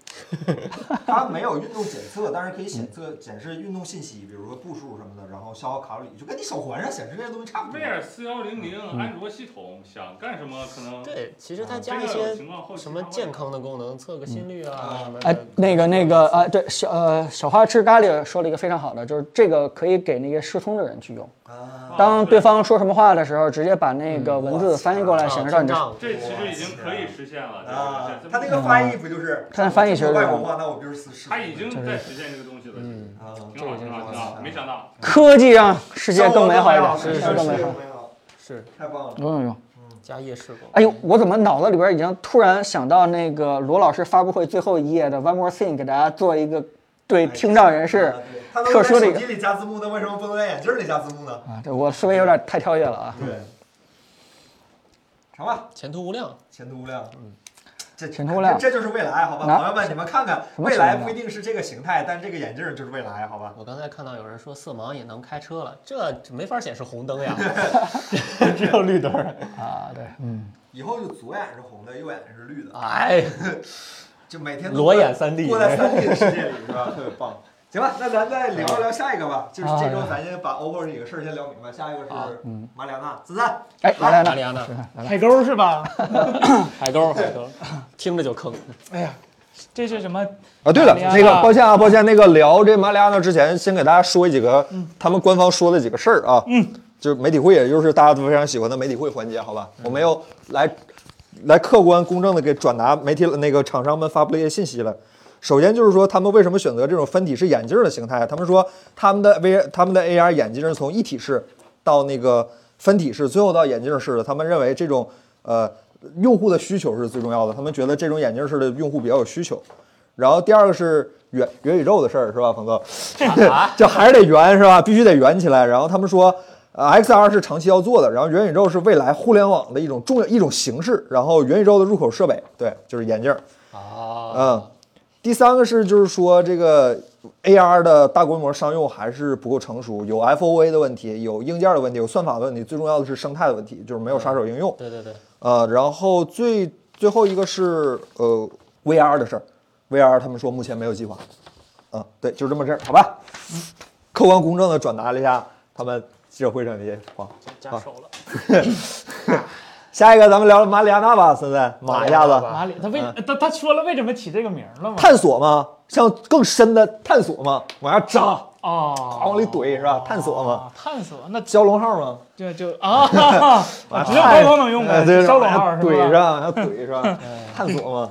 它没有运动检测，但是可以显测显示运动信息，比如说步数什么的，然后消耗卡路里，就跟你手环上显示这些东西差不多威。尔啊四幺零零安卓系统想干什么可能对，其实它啊这加一个些情况后期什么它会健康的功能，测个心率啊嗯什么哎的。，那个那个啊，对小呃小花吃咖喱说了一个非常好的，就是这个可以给那些失聪的人去用。啊，哦当对方说什么话的时候，直接把那个文字翻译过来，啊显示到你听这。障这其实已经可以实现啊了。这，它那个翻译不就是？它的翻译其实我听说外国话，那我就是四十。他已经在实现这个东西了，嗯啊，挺好，挺好，挺好，没想到。科技让世界更美好一生活哦点，更世美界更好美世界好。美好，是太棒了。用用用。加夜视功能。哎呦，我怎么脑子里边已经突然想到那个罗老师发布会最后一页的 One More Thing，给大家做一个对听障人士啊对他都特在殊的一手个机里加字幕，那为什么不能在眼镜里加字幕呢？啊，这我思维有点太跳跃了啊。对，成吧，前途无量，前途无量。嗯，这前途无量这这就是未来，好吧，哪朋友们，你们看看，什么前途无量未来不一定是这个形态，但这个眼镜就是未来，好吧？我刚才看到有人说色盲也能开车了，这没法显示红灯呀，只有绿灯。啊，对，嗯，以后就左眼是红的，右眼是绿啊的，哎，就每天都裸眼三 D，过在三 D 的世界里，是 吧？特别棒。行吧，那咱再聊一聊下一个吧。就是这周咱先把 OPPO 这几个事儿先聊明白，下一个好是嗯马里亚纳自赞。哎，来哪来里来，安娜，海沟是吧？海沟，海沟，听着就坑。 哎呀，这是什么？啊，对了，马里亚纳那个抱歉啊，抱歉，那个聊这马里亚纳之前，先给大家说几个他们官方说的几个事儿啊，嗯，就是媒体会，也就是大家都非常喜欢的媒体会环节，好吧，我们又来来客观公正的给转达媒体那个厂商们发布的一些信息了。首先就是说，他们为什么选择这种分体式眼镜的形态？啊他们说他们的 V 他们的 AR 眼镜是从一体式到那个分体式，最后到眼镜式的。他们认为这种呃用户的需求是最重要的，他们觉得这种眼镜式的用户比较有需求。然后第二个是元元宇宙的事儿是吧，彭总？ 就还是得圆是吧？必须得圆起来。然后他们说，呃，XR 是长期要做的，然后元宇宙是未来互联网的一种重要一种形式。然后元宇宙的入口设备，对，就是眼镜儿。哦啊，嗯，第三个是就是说这个 AR 的大规模商用还是不够成熟，有 FOA 的问题，有硬件的问题，有算法的问题，最重要的是生态的问题，就是没有杀手应用。对对对，呃，然后最最后一个是呃 VR 的事儿，VR 他们说目前没有计划。嗯，对，就这么事儿，好吧？客观公正的转达了一下他们记者会上的一些话。加手了。下一个咱们聊聊马里亚纳吧，森森，码一下马里亚纳子，吧马啊里，他为他他说了为什么起这个名儿了吗？探索嘛，向更深的探索嘛，往下扎。哦，往里怼是吧探索嘛哦，探索那骁龙号吗？这就啊，只有高能能用哎的，对，烧龙号是吧？哎怼上，要 怼上，探索嘛。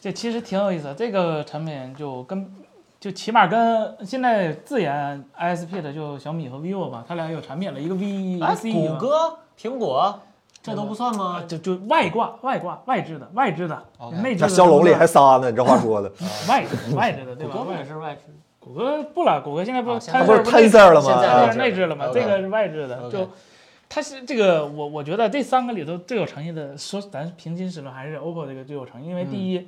这其实挺有意思的，这个产品就跟就起码跟现在自研 ISP 的就小米和 vivo 吧，它俩有产品了，一个 V 一个哎， C，谷歌、苹果，这都不算啊吗？就就外挂外挂外置的外置的，哦内置那的骁龙里还都仨呢，你这话说 的，是外置外置的对谷吧？歌不外也置是外置？谷歌不了，谷歌现在不啊现在它它不是内 Tensor 了吗？现在啊它是内置了吗？ OK 这个是外置的， OK 就它是这个我我觉得这三个里头最有诚意的，说咱平心而论还是 OPPO 这个最有诚意，因为第一，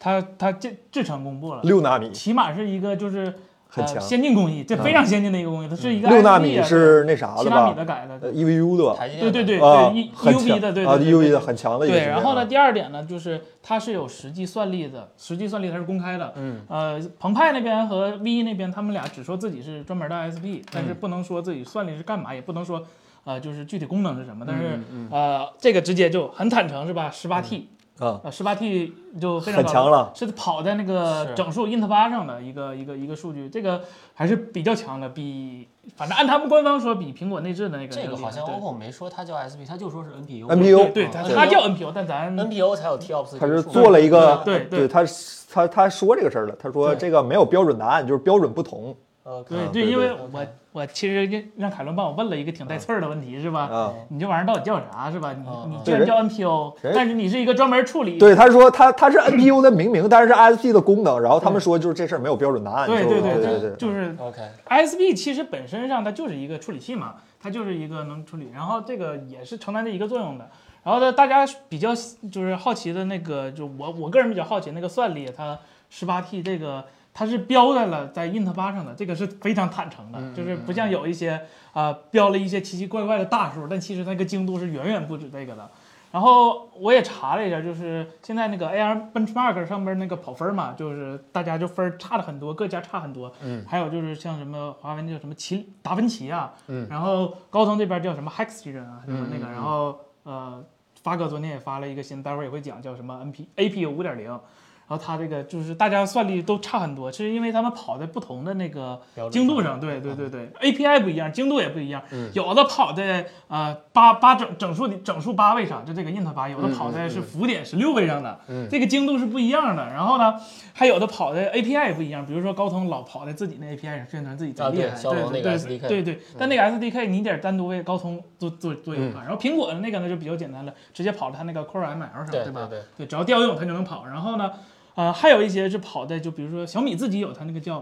它它制制程公布了，嗯六纳米，起码是一个就是很呃强嗯先进工艺，这非常先进的一个工艺，它是一个六纳 ISP 米啊是那啥七的纳米吧？的改的，呃，EVU 的吧？台积对电对对啊对，很 U B 强的对啊对对，EUV 的对很强的一个芯对，片啊。然后呢，第二点呢，就是它是有实际算力的，实际算力它是公开的。嗯，呃，澎湃那边和 V 一那边，他们俩只说自己是专门的 ISP，但是不能说自己算力是干嘛，也不能说，呃，就是具体功能是什么。但是、呃，这个直接就很坦诚是吧？十八 T，啊，呃，十八 T 就非常很高强了是跑在那个是整数 int 八上的一个一个一个数据，这个还是比较强的，比反正按他们官方说，比苹果内置的那个这要个厉害好像对 OPPO 没说它叫 SP，它就说是 NPU。 NPU 对对，它哦对它叫 NPO，但咱 NPO 才有 TOPS，他是做了一个，对对他他他说这个事儿了，他说对这个没有标准答案，就是标准不同呃，可对啊对，对因为对我我其实让让凯伦帮我问了一个挺带刺儿的问题，是吧？啊。你这玩意儿到底叫啥，是吧？你啊你啊居然叫 NPO，人但是你是一个专门处理，对，他说他他是 NPU 的命名，但是是 ISP 的功能。然后他们说就是这事儿没有标准答案，对就对对对对，就是。 OK， ISP 其实本身上它就是一个处理器嘛，它就是一个能处理，然后这个也是承担着一个作用的。然后呢，大家比较就是好奇的那个，就我我个人比较好奇那个算力，它十八 T 这个它是标在了在 int 八上的，这个是非常坦诚的，就是不像有一些啊、标了一些奇奇怪怪的大数，但其实那个精度是远远不止这个的。然后我也查了一下，就是现在那个 AR benchmark 上面那个跑分嘛，就是大家就分儿差的很多，各家差很多。嗯，还有就是像什么华为那叫什么奇达芬奇啊，嗯，然后高通这边叫什么 Hexagon 啊，什么那个，然后呃，发哥昨天也发了一个新，待会儿也会讲叫什么 NP APU 五点零，然后它这个就是大家算力都差很多，是因为他们跑在不同的那个标准精度上，对对啊对对、a p i 不一样，精度也不一样，嗯有的跑在呃八八整整数整数八位上，就这个 int 八，有嗯的跑在是浮点十六位上的，这个精度是不一样的。然后呢，还有的跑在 API 也不一样，比如说高通老跑在自己那 API 上宣传自己贼啊厉害，对骁龙对那个对 SDK 对对，但嗯那个 SDK 你得单独为高通做做做一款，然后苹果的那个呢就比较简单了，直接跑到它那个 Core ML 上，对吧？对对，只要调用它就能跑。然后呢，呃，还有一些是跑在就比如说小米自己有它那个叫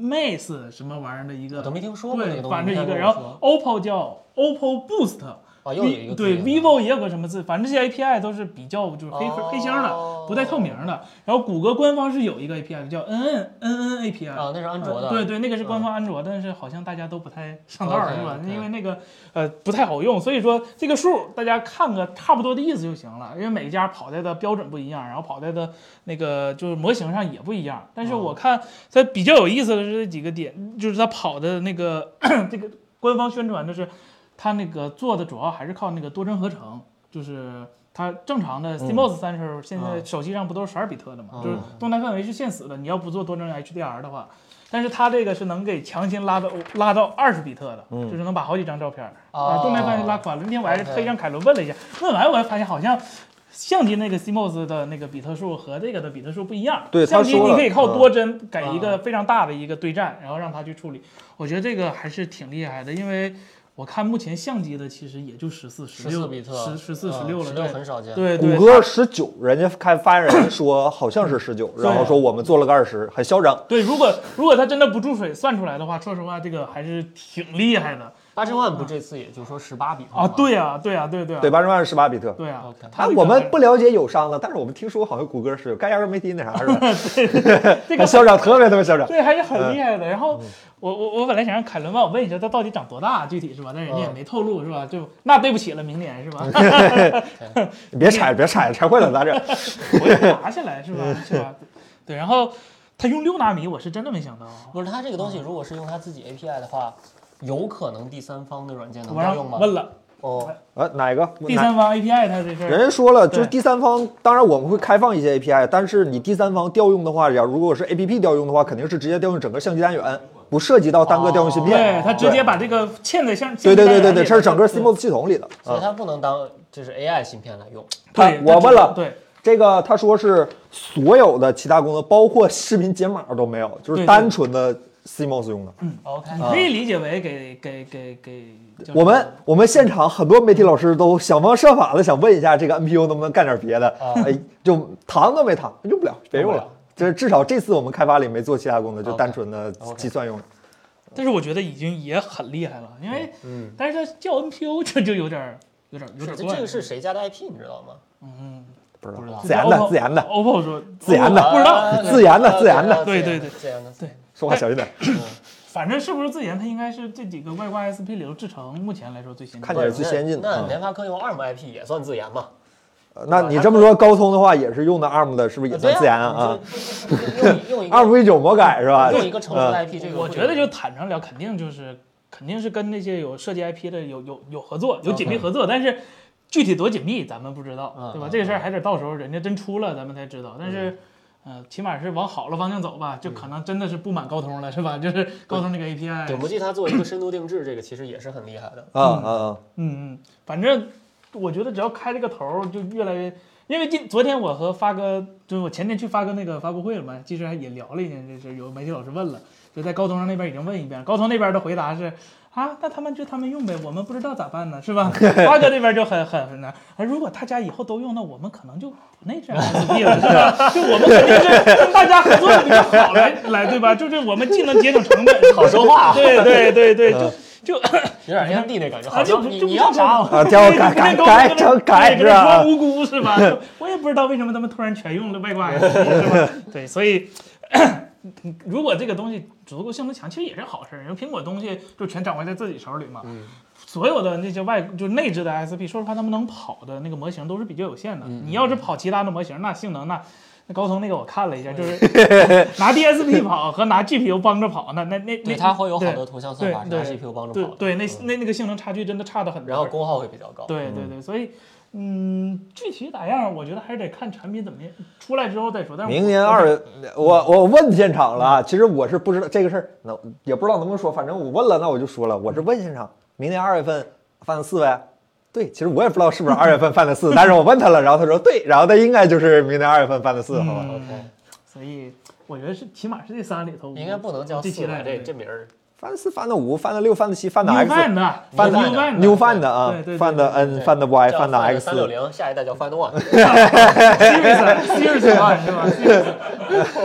Mace 什么玩意儿的一我个都，没听说过那对个，东西。反正一你个，看然跟我后说 OPPO 叫 OPPO Boost，啊，又有一个 V- 对字眼 vivo 也有个什么字，反正这些 API 都是比较就是黑、哦黑箱的，不带透明的。然后谷歌官方是有一个 API 叫 NN NN API，、啊，那是安卓的，嗯呃对对，那个是官方安卓，但是好像大家都不太上道儿， OK，是吧？ OK 因为那个呃不太好用，所以说这个数大家看个差不多的意思就行了。因为每家跑在的标准不一样，然后跑在的那个就是模型上也不一样。但是我嗯看它比较有意思的是这几个点，就是它跑的那个 这个官方宣传的是，它那个做的主要还是靠那个多帧合成，就是。它正常嗯的 CMOS sensor 现在手机上不都是十二比特的嘛，就是动态范围是限死的。你要不做多帧 HDR 的话，但是它这个是能给强行拉到拉到二十比特的，嗯就是能把好几张照片儿啊哦动态范围拉宽了。那天我还是 OK 特意让凯伦问了一下，问完我还发现好像。相机那个 CMOS 的那个比特数和这个的比特数不一样，对他相机说你了可以靠嗯多帧给一个非常大的一个对战，然后让它去处理。我觉得这个还是挺厉害的，因为我看目前相机的其实也就十四、十十六四比特，十十四、十六六了，六对很少见。对对谷歌十九，人家开发言人说好像是十九，然后说我们做了个二十，很嚣张。对，如果如果它真的不注水算出来的话，说实话，这个还是挺厉害的八千万不这次也就说十八比特啊！吗对呀、对呀、对对、啊、对，八十万是十八比特。对啊 OK，它啊，这个我们不了解友商了，但是我们听说好像谷歌是有，该压根没提那啥是吧？这很个嚣张，特别特别嚣张。对还是嗯很厉害的。然后我我我本来想让凯伦帮我问一下，它到底长多大具体是吧？但人嗯家也没透露是吧？就那对不起了，明年是吧？ 你别拆，别拆，拆坏了咋 整？我也拿下来是吧？嗯是吧？对，然后它用六纳米，我是真的没想到。啊嗯不是它这个东西，如果是用它自己 API 的话，有可能第三方的软件能我调让用吗？问了，哦，啊，哪个？第哪三方 API 它这事人儿，家说了，就是对第三方，当然我们会开放一些 API，但是你第三方调用的话，要如果是 APP 调用的话，肯定是直接调用整个相机单元，不涉及到单个调用芯片。哦对，它直接把这个嵌在像对对对对对，这嵌在是整个对 CMOS 系统里的所以啊。它不能当就是 AI 芯片来用。对，我它问了对，这个他说是所有的其他功能，包括视频解码都没有，就是对对单纯的 CMOS 用的。 OK，你可以理解为给给给给叫什么我们我们现场很多媒体老师都想方设法的想问一下这个 NPU 能不能干点别的，啊哎，就谈都没谈，用不了，别用用了不了。就是至少这次我们开发里没做其他功能，就 OK，单纯的 OK 计算用的。但是我觉得已经也很厉害了，因为嗯，但是它叫 NPO 这就有点儿有点儿有是点这怪这个。是谁家的 IP 你知道吗？嗯，不知不知道哎自然的， OPPO 自然的， OPPO 说自然的哦不知道， 啊自研的自研的对对对，自研的自研的说话小心点，反正是不是自研？它应该是这几个外挂 SP 里头制成目前来说最先进的。看起来是最先进的那嗯联发科用 ARM IP 也算自研嘛？呃哎那你这么说，高通的话也是用的 ARM 的，是不是也算自研啊？对啊？呃你就 用用一？ARM 个 V 九魔改是吧？嗯用一个成熟的 IP，这个我会觉得就坦诚聊，肯定就是肯定是跟那些有设计 IP 的有有有合作，有紧密合作，但是具体多紧密咱们不知道嗯，对吧？嗯嗯这个事儿还得到时候人家真出了咱们才知道，但是。呃，起码是往好了方向走吧，就可能真的是不满高通了，是吧？就是高通这个 API，顶不记它做一个深度定制，这个其实也是很厉害的。啊啊啊！嗯，嗯，反正我觉得只要开这个头儿，就越来越。因为今昨天我和发哥，就是我前天去发哥那个发布会了嘛，其实还也聊了一件这事儿，有媒体老师问了，就在高通上那边已经问一遍了，高通那边的回答是啊，那他们就他们用呗，我们不知道咋办呢，是吧？发哥那边就很很很那，啊如果大家以后都用，那我们可能就不那这 样 SP 了，是吧？就我们肯定是跟大家合作的比较好来来，对吧？就是我们既能节省成本，好说话啊对对 对对，就就有点 AMD 那感 觉，啊，好就像不你就你要啥我 啊，叫我改改改成改是是吧？无辜是吧？ 就 我也不知道为什么他们突然全用了外挂 IP 是吧？对，所以。 如果这个东西足够性能强，其实也是好事儿，因为苹果东西就全掌握在自己手里嘛。嗯所有的那些外就内置的 SP，说实话，他们能跑的那个模型都是比较有限的。嗯你要是跑其他的模型，那性能那那高通那个我看了一下，就是 拿 DSP 跑和拿 GPU 帮着跑，那那那那对它会有好对多图像算法是拿对 GPU 帮助对跑的，嗯对，那那那个性能差距真的差的很多。然后功耗会比较高。对对对，所以嗯，具体咋样，我觉得还是得看产品怎么样出来之后再说。但是我明年二，月，我我问现场了啊，其实我是不知道这个事儿，那也不知道能不能说，反正我问了，那我就说了，我是问现场，明年二月份犯的四呗。对，其实我也不知道是不是二月份犯的 四，但是我问他了，然后他说对，然后他应该就是明年二月份犯的四，好吧？嗯 OK 所以我觉得是起码是这仨里头，应该不能叫最期四吧？待这的这名儿犯的四，犯的五，犯的六，犯的七，犯的 New X， Fan 的犯的 New Fan Fan 牛的犯的啊对对，对犯的 N，犯的 Y，叫犯的 X，三六零，下一代叫 Find One。 Serious Serious One 是吧？Serious，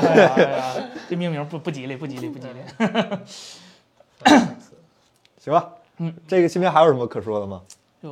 哎呀哎呀这命名不不吉利，不吉利，不吉利。行吧？嗯，这个芯片还有什么可说的吗就？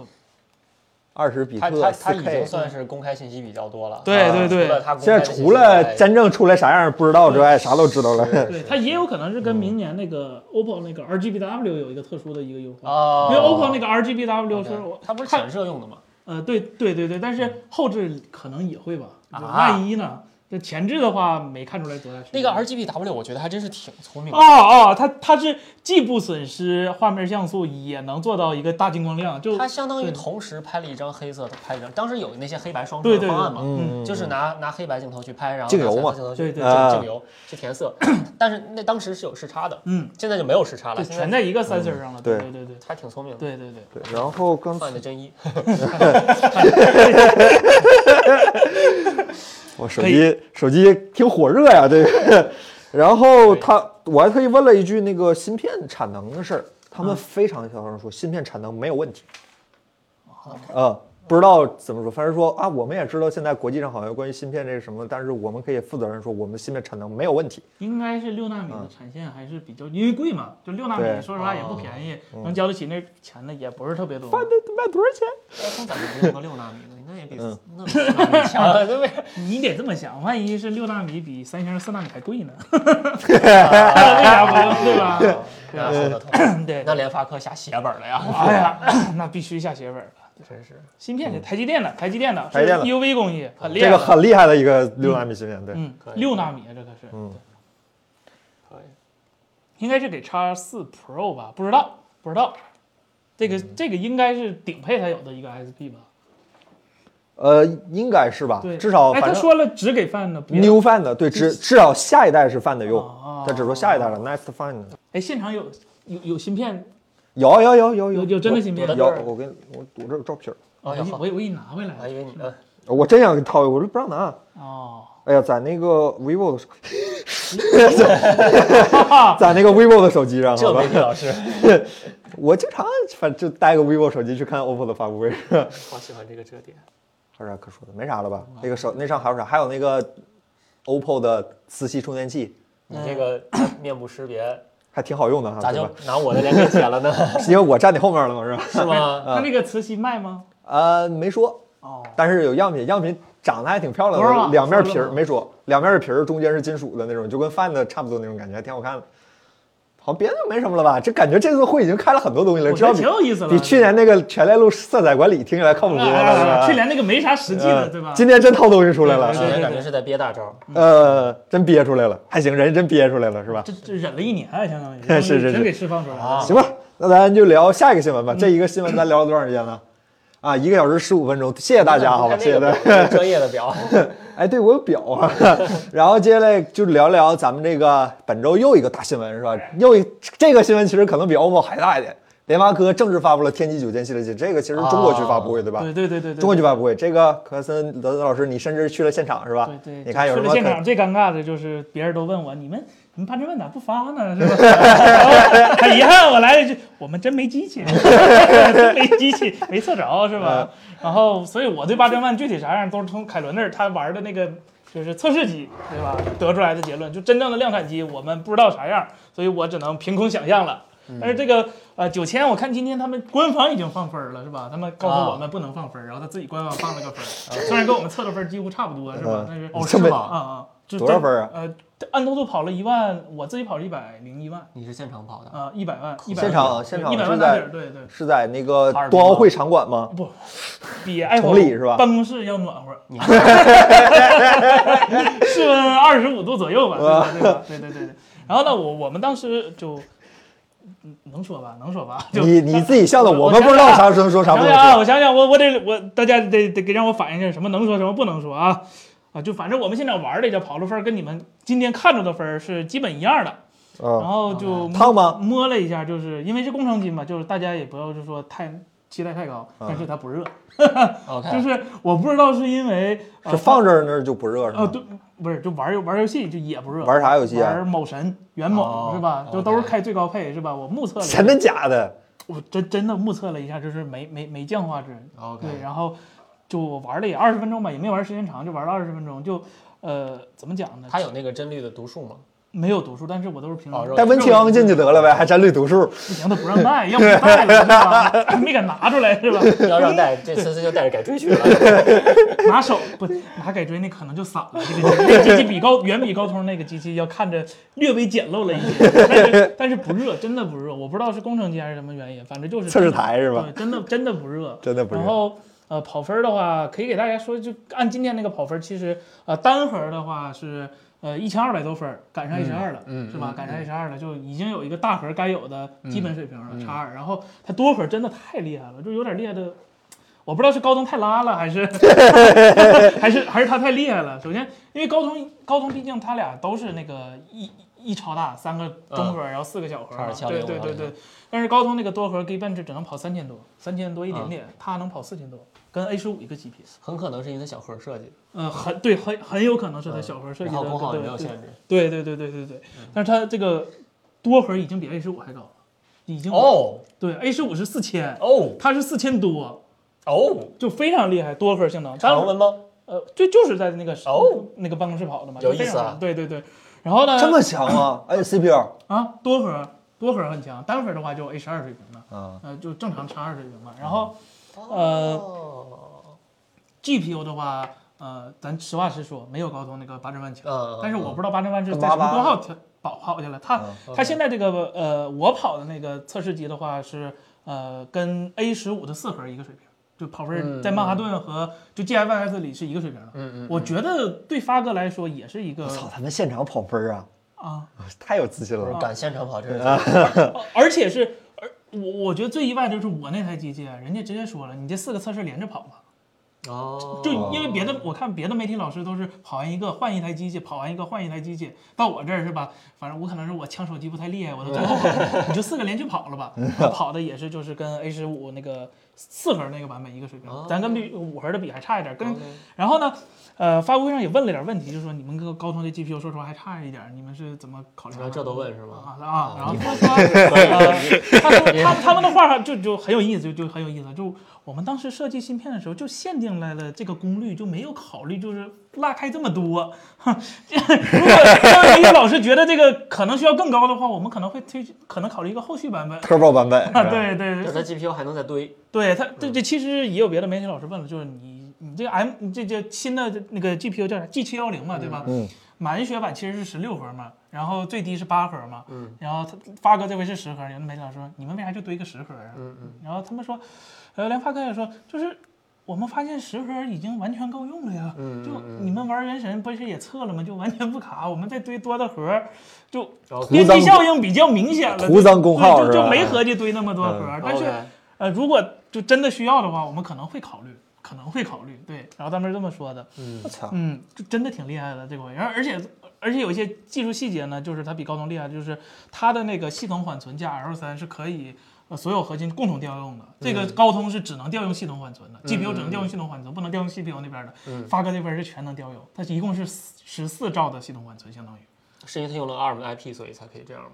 二十比它特它它四已经 K，算是公开信息比较多了。啊对除了对对。它公现在开信息以除外，了真正出来啥样不知道之外，啥都知道了。对它也有可能是跟明年那个 OPPO 那个 RGBW 有一个特殊的一个优化，啊，因为 OPPO 那个 RGBW 是我它不是看显示用的吗？呃，对对对对，但是后置可能也会吧，啊就万一呢？这前置的话没看出来多大区那别。个 RGBW 我觉得还真是挺聪明的哦。哦，它它是既不损失画面像素，也能做到一个大进光量，就它相当于对同时拍了一张黑色的，拍一张，当时有那些黑白双摄对的对方案嘛，嗯，就是拿拿黑白镜头去拍，然后镜油拿彩色嘛镜头去对镜对啊镜油去填色，但是那当时是有时差的，嗯，现在就没有时差就了，现全在在一个 sensor 上了。对对对对还挺聪明的，对对对，对，然后刚才犯的真 一，我手机手机挺火热呀、这个。然后他我还特意问了一句那个芯片产能的事儿，他们非常小声说芯片产能没有问题。嗯，不知道怎么说，反正说啊，我们也知道现在国际上好像关于芯片这个什么，但是我们可以负责任说我们的芯片产能没有问题。应该是六纳米的产线还是比较，因为贵嘛，就六纳米对说实话也不便宜，能交得起那钱的也不是特别多。卖卖多少钱？ iPhone 咋就用个六纳米呢？应该也比嗯那比六纳米强了， 对不对？你得这么想，万一是六纳米比三星四纳米还贵呢？ 为啥不用对吧？那说得通。对，那联发科下血本了呀，哎呀， 那必须下血本了。 真是。芯片是台积电的，台积电的，嗯 E 台积电的 u v 工艺很厉这害个的，很厉害的一个六纳米芯片，对，嗯可，以六纳米啊，这可是，嗯可以，应该是给叉四 Pro 吧？不知道，不知道，这个嗯这个应该是顶配才有的一个 SP 吧？呃，应该是吧对，，至少哎，反他正说了只给 Find 的，别的 new fan 的，对，至至少下一代是 fan 的用，哦他只说下一代了，next fan 的。哎，现场有有有芯片，有有有有有有真的芯我片有，我给你我我这有照片儿，哎我呀给你我给我给你拿回来我还了，以为你呢。我真想给套一个，我说不让拿。哦，哎呀，在那个 vivo 的手， 在那个 vivo 的手机上，好这吧媒，体 老师，我经常反正就带个 vivo 手机去看 OPPO 的发布会，好喜欢这个折叠。还有啥可说的？没啥了吧？哦那个手那上还有啥？还有那个 OPPO 的磁吸充电器，你这个 面部识别还挺好用的哈，咋啊对就吧？ 拿我的脸给剪了呢？是因为我站你后面了嘛，是吧？ 是吗？那那个磁吸卖吗？呃，没说，哦，但是有样品，样品长得还挺漂亮多少的，啊两面皮说儿了吗没说，两面皮儿中间是金属的那种，就跟饭的差不多那种感觉，还挺好看的。好像别的就没什么了吧？这感觉这次会已经开了很多东西了，我知觉道呃得比挺有意思的。比去年那个全链路色彩管理听起来靠谱多了，哎哎是吧哎去年那个没啥实际的，嗯对吧？今天真掏东西出来了，去年感觉是在憋大招，呃，真憋出来了，还行，人真憋出来了，是吧？啊这这忍了一年，啊 相当于是是啊是真给释放出来了。行吧，那咱就聊下一个新闻吧。这一个新闻咱聊了多长时间呢？啊，一个小时十五分钟，谢谢大家，嗯好吧，谢谢大家。家。专业的表，哎，对我有表啊。 然后接下来就聊聊咱们这个本周又一个大新闻是吧？又一这个新闻其实可能比 OPPO 还大一点。联发科正式发布了天玑九千系列机，这个其实中国区发布会对吧？啊对对对对对，中国区发布会，这个科森德老师你甚至去了现场是吧？对对，你看有什去了么现可场最尴尬的就是别人都问我，你们你们潘振问咋不发呢？是吧？ 然后很遗憾，我来一句，我们真没机器，真没机器，没测着是嗯吧？然后，所以我对八千万具体啥样都是从凯伦那儿他玩的那个。就是测试机，对吧？得出来的结论，就真正的量产机，我们不知道啥样，所以我只能凭空想象了。嗯但是这个呃九千，我看今天他们官方已经放分儿了，是吧？他们告啊诉我们不能放分儿，然后他自己官方放了个分儿，虽然跟我们测的分儿几乎差不多，是吧嗯？但是 哦是吗啊啊，就多少分儿啊？呃，按偷偷跑了一万，我自己跑了一百零一万 你是现场跑 的，啊，一百万，一百现场现场一百万是大在点，对对，是在那个哈尔滨冬奥吗会场馆吗？不 比爱崇礼是吧办公室要暖 和，你室温二十五度左右吧，对啊吧？对吧？对对对对。然后呢，我我们当时就嗯能说吧，能说吧，就你你自己笑的，我我们不知道啥时候说啥想不想能啊，说。我想想，我我得我大家得得给让我反应一下，什么能说什么不能说啊啊！就反正我们现场玩的这跑了分儿跟你们今天看着的分儿是基本一样的，然嗯，后就摸烫吗？摸了一下，就是因为是工程机嘛，就是大家也不要就说太期待太高，嗯但是它不热，就 OK，是我不知道是因为呃是放这儿那儿就不热是呃吗？对，不是就玩游玩游戏就也不热，玩啥游戏啊？玩某神元某哦是吧？ ，OK 就都是开最高配是吧？我目测了一下真，的假的？我真真的目测了一下，就是没没没降画质， OK 对，然后就我玩了也二十分钟吧，也没玩时间长，就玩了二十分钟，就呃怎么讲呢？他有那个帧率的读数吗？ 没有读书，但是我都是凭哦肉带温情进去得了呗，还沾绿毒素。不行，他不 让带，要不带了是吧？没敢拿出来是吧？要让带这次就带着改锥去 了。拿手不拿改锥那可能就散了。这个机器那机器比高远比高通那个机器要看着略微简陋了一些，但是但是不热，真的不热。我不知道是工程机还是什么原因，反正就是测试台是吧对，真的真的不热，真的不热然后呃，跑分儿的话，可以给大家说，就按今天那个跑分儿，其实呃单核儿的话是呃一千二百多分儿，赶上 H 二了，嗯是嗯吧嗯？赶上 H 二了，就已经有一个大核儿该有的基本水平嗯了，叉二。然后它多核儿真的太厉害了，就有点厉害的。我不知道是高通太拉了，还是 还是还是他太厉害了。首先，因为高通高通毕竟他俩都是那个一一超大三个中嗯核，然后四个小核叉二嘛，对七二零对五对二对。但是高通那个多核 Geekbench 只能跑三千多，三千多一点点，它能跑四千多，跟 A 十五一个级别。很可能是因为它小核设计，嗯，很对，很很有可能是它小核设然计的，后功耗也对没有对限制。嗯对对对对对对。但是它这个多核已经比 A 十五还高了，已经哦对 A 十五是四千，哦它是四千多，哦，就非常厉害，多核性能。当然常温吗？呃，就就是在那个哦那个办公室跑的嘛，有就非常意思啊好对对对，然后呢？ 这么强 吗？哎，CPU 啊，多核多核很强，单核的话就 A 十二水平了，啊，呃，就正常叉二水平嘛。然后呃，GPU 的话，呃，咱实话实说，没有高通那个八千万强，嗯，但是我不知道八千万是嗯在什么88功耗调跑跑去了。它嗯它现在这个呃，我跑的那个测试机的话是呃，跟 A 十五的四核一个水平，就跑分嗯儿在曼哈顿和就 GFS 里是一个水平的。嗯嗯，我觉得对发哥来说也是一个我操，他们现场跑分儿啊，啊，太有自信 了。敢现场跑这是而且是而我我觉得最意外就是我那台机器，啊，人家直接说了，你这四个测试连着跑嘛，哦，就因为别的我看别的媒体老师都是跑完一个换一台机器，跑完一个换一台机器，到我这儿是吧？反正我可能是我抢 手 机不太厉害，我都在后跑，你就四个连续跑了吧？我跑的也是就是跟 A 十五那个四核那个版本一个水平哦，咱跟比五核的比还差一点，跟然后呢，呃，发布会上也问了点问题，就是说你们跟高通的 GPU 说实话还差一点，你们是怎么考虑啊的？这都问是吗啊啊，然后他说，呃他说他他们的话就就很有意思，就就很有意思，就我们当时设计芯片的时候就限定来了这个功率，就没有考虑就是拉开这么多。 哼如果让李老师觉得这个可能需要更高的话，我们可能会推可能考虑一个后续版本。 Turbo 版本是啊，吧？对对就是对，它 GPU 还能再堆，对他，这嗯这其实也有别的媒体老师问了，就是你你这 M 你这这新的那个 GPU 叫啥 G 七幺零嘛，对吧？嗯，满血版其实是十六核嘛，然后最低是八核嘛，嗯，然后他发哥这回是十核，有的媒体老师说你们为啥就堆个十核啊？嗯嗯，然后他们说，呃，连发哥也说，就是我们发现十核已经完全够用了呀，嗯嗯 就嗯你们玩原神不是也测了吗？就完全不卡，我们再堆多的核，就然后徒边增际效应比较明显了，徒增功耗对就是吧就没合计堆那么多核，但是。嗯 OK 呃，如果就真的需要的话，我们可能会考虑，可能会考虑。对，然后他们是这么说的，我操，嗯，就真的挺厉害的这个玩意儿，而且而且有一些技术细节呢，就是它比高通厉害，就是它的那个系统缓存加 L 3是可以。呃，所有核心共同调用的，这个高通是只能调用系统缓存的、g p u 只能调用系统缓存，不能调用 CPU 那边的。发哥这边是全能调用，它一共是十四兆的系统缓存，相当于。是因为它用了 ARM 的 IP，所以才可以这样吗？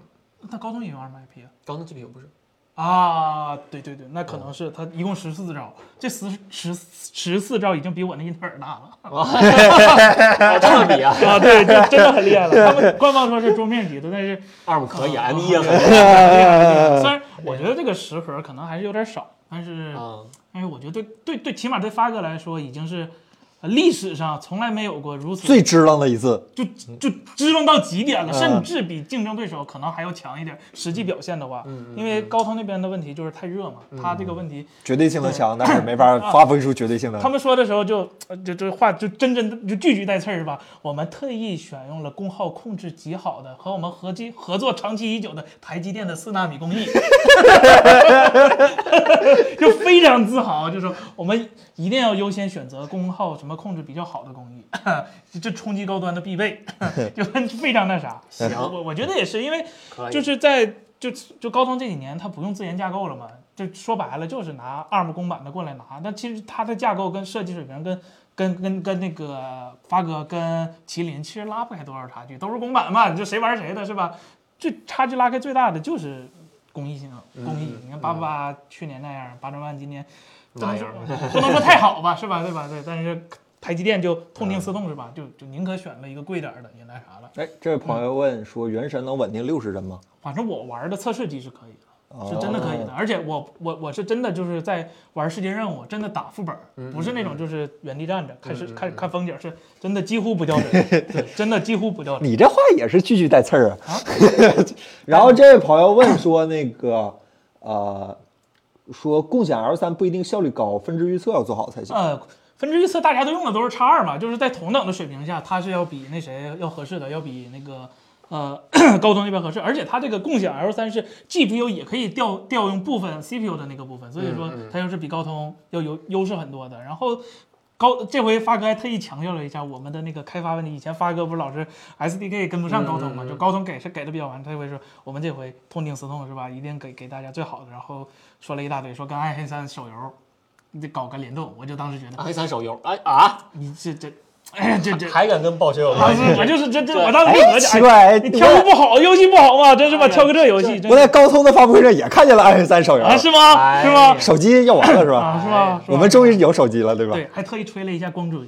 那高通也有 RMIP 啊？高通 GPU 不 是？啊，对对对，那可能是他一共十四招，这十十十四招已经比我那英特尔大了哦这么比啊啊！对，就真的很厉害 了。他们官方说是桌面级的，但是啊，ARM 可以，M 啊一也可以。虽然我觉得这个十核可能还是有点少，但是啊，但是我觉得对对对，起码对发哥来说已经是呃历史上从来没有过如此最支棱的一次，就就支棱到极点了，嗯甚至比竞争对手可能还要强一点。实际表现的话，嗯因为高通那边的问题就是太热嘛，他这个问题。绝对性能强，但是没法发挥出绝对性能他。们说的时候就呃就这话就真真就句句带刺儿吧。我们特意选用了功耗控制极好的和我们合计合作长期已久的台积电的四纳米工艺，就非常自豪，就说我们一定要优先选择功耗什么控制比较好的工艺，这冲击高端的必备，就非常那啥。行我我觉得也是，因为可以，就是在就就高通这几年，它不用自研架构了嘛，就说白了就是拿 ARM 公版的过来拿，但其实它的架构跟设计水平跟。跟跟跟那个发哥跟麒麟其实拉不开多少差距，都是公版嘛，你就谁玩谁的是吧？这差距拉开最大的就是工艺性工艺。你看八八八去年那样，八trăm万今年不那能说样？不能说太好吧，是吧？ 对吧？对，但是台积电就痛定思痛是吧？就就宁可选了一个贵点儿的，也那啥了。哎，这位朋友问说，原神能稳定六十帧吗？反正我玩的测试机是可以的。哦嗯是真的可以的。而且我我我是真的就是在玩世界任务，真的打副本儿，不是那种就是原地站着看是看看风景，是真的几乎不掉帧，对，真的几乎不掉哦帧。你这话也是句句带刺儿啊。 然后这位朋友问说，那个呃，说共享 L 3不一定效率高，分支预测要做好才行。呃，分支预测大家都用的都是叉二嘛，就是在同等的水平下，它是要比那谁要合适的，要比那个呃 高通那边合适。而且它这个共享 L 3是 GPU 也可以调调用部分 CPU 的那个部分，所以说嗯它又是比高通要有优势很多的。然后。高这回发哥还特意强调了一下我们的那个开发问题。以前发哥不是老是 SDK 跟不上高通嗯嘛，就高通给是给的比较完，他这回说我们这回痛定思痛是吧，一定给给大家最好的。然后说了一大堆，说跟暗黑三手游你得搞个联动，我就当时觉得黑三手游，哎啊，你这这，哎呀，这这，还敢跟暴雪有当关系？时我就是这这，对我当时就合哎，计，奇哎怪，你挑个不好，游戏不好嘛，真是吧？哎呀挑个这游戏，真我是在高通的发布会上也看见了暗黑三手游，啊，是吗？哎是吗？手机要完了是吧？啊，是吗？ 哎我们终于于有手机了，对吧？对，还特意吹了一下光追，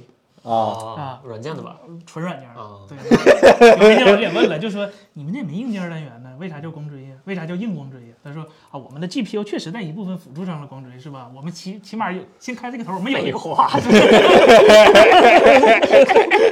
啊，啊，软件的 吧？纯软件儿啊对，有媒体老师也问了，就说你们这没硬件单元呢，为啥叫光追呀？为啥叫硬光追呀？他说啊，我们的 GPU 确实在一部分辅助上了光追，是吧？我们起起码有新开这个头，我们有一废个， 话，哎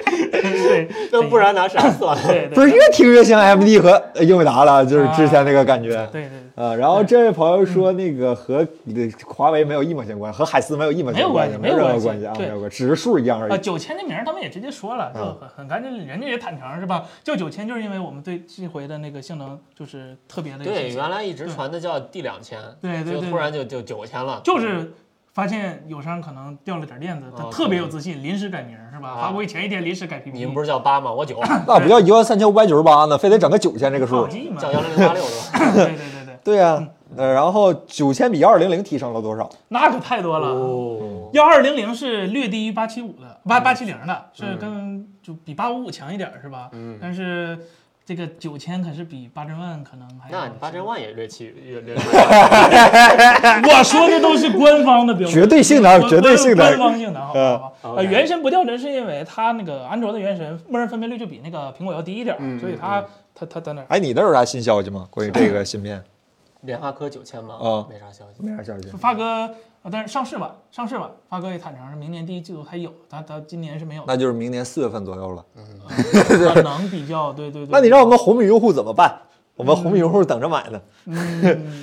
对， 那不然拿啥算？对对不是越听越像 AMD 和呃英伟达了，就是之前那个感觉。对对对。啊，然后这位朋友说，那个和你的华为没有一毛钱关系，和海思没有一毛钱系，没没有任关何系关系啊，没没有关系对有关系，只是数一样而啊，已。嗯九千这名儿他们也直接说了，就很很干净，人家也坦诚是吧？叫九千就是因为我们对这回的那个性能就是特别的有对，信心原来一直传的叫 D 两千，对对就对突然就就九千了，就是发现友商可能掉了点链子，他哦特别有自信，临时改名儿是吧？啊发布会前一天临时改 PPT，你们不是叫八吗？我 九，那啊不叫一万三千五百九十八呢，非得整个九千这个数忘？记嘛？叫幺零零八六是吧？ 对对对对，对呀，呃，然后九千比幺二零零提升了多少？那可太多了。哦，幺二零零是略低于八七五的，八八七零的，是跟就比八五五强一点儿是吧？嗯，但是这个九千可是比八珍万可能还那你八千万，万也略气略略。 我说的都是官方的标准，绝对性能官绝对性能官方性能，好不好？嗯呃， OK 原神不掉帧是因为它那个安卓的原神默认分辨率就比那个苹果要低一点儿，嗯所以它它它在那儿。哎，你那儿有啥新消息吗？关于这 个芯片？联发科九千吗？啊没啥消息。没啥消息。发哥，呃但是上市晚，上市晚，发哥也坦诚是明年第一季度还有，他他今年是没有 的，那就是明年四月份左右了。可能比较对对对。那你让我们红米用户怎么办？我们红米用户等着买呢，嗯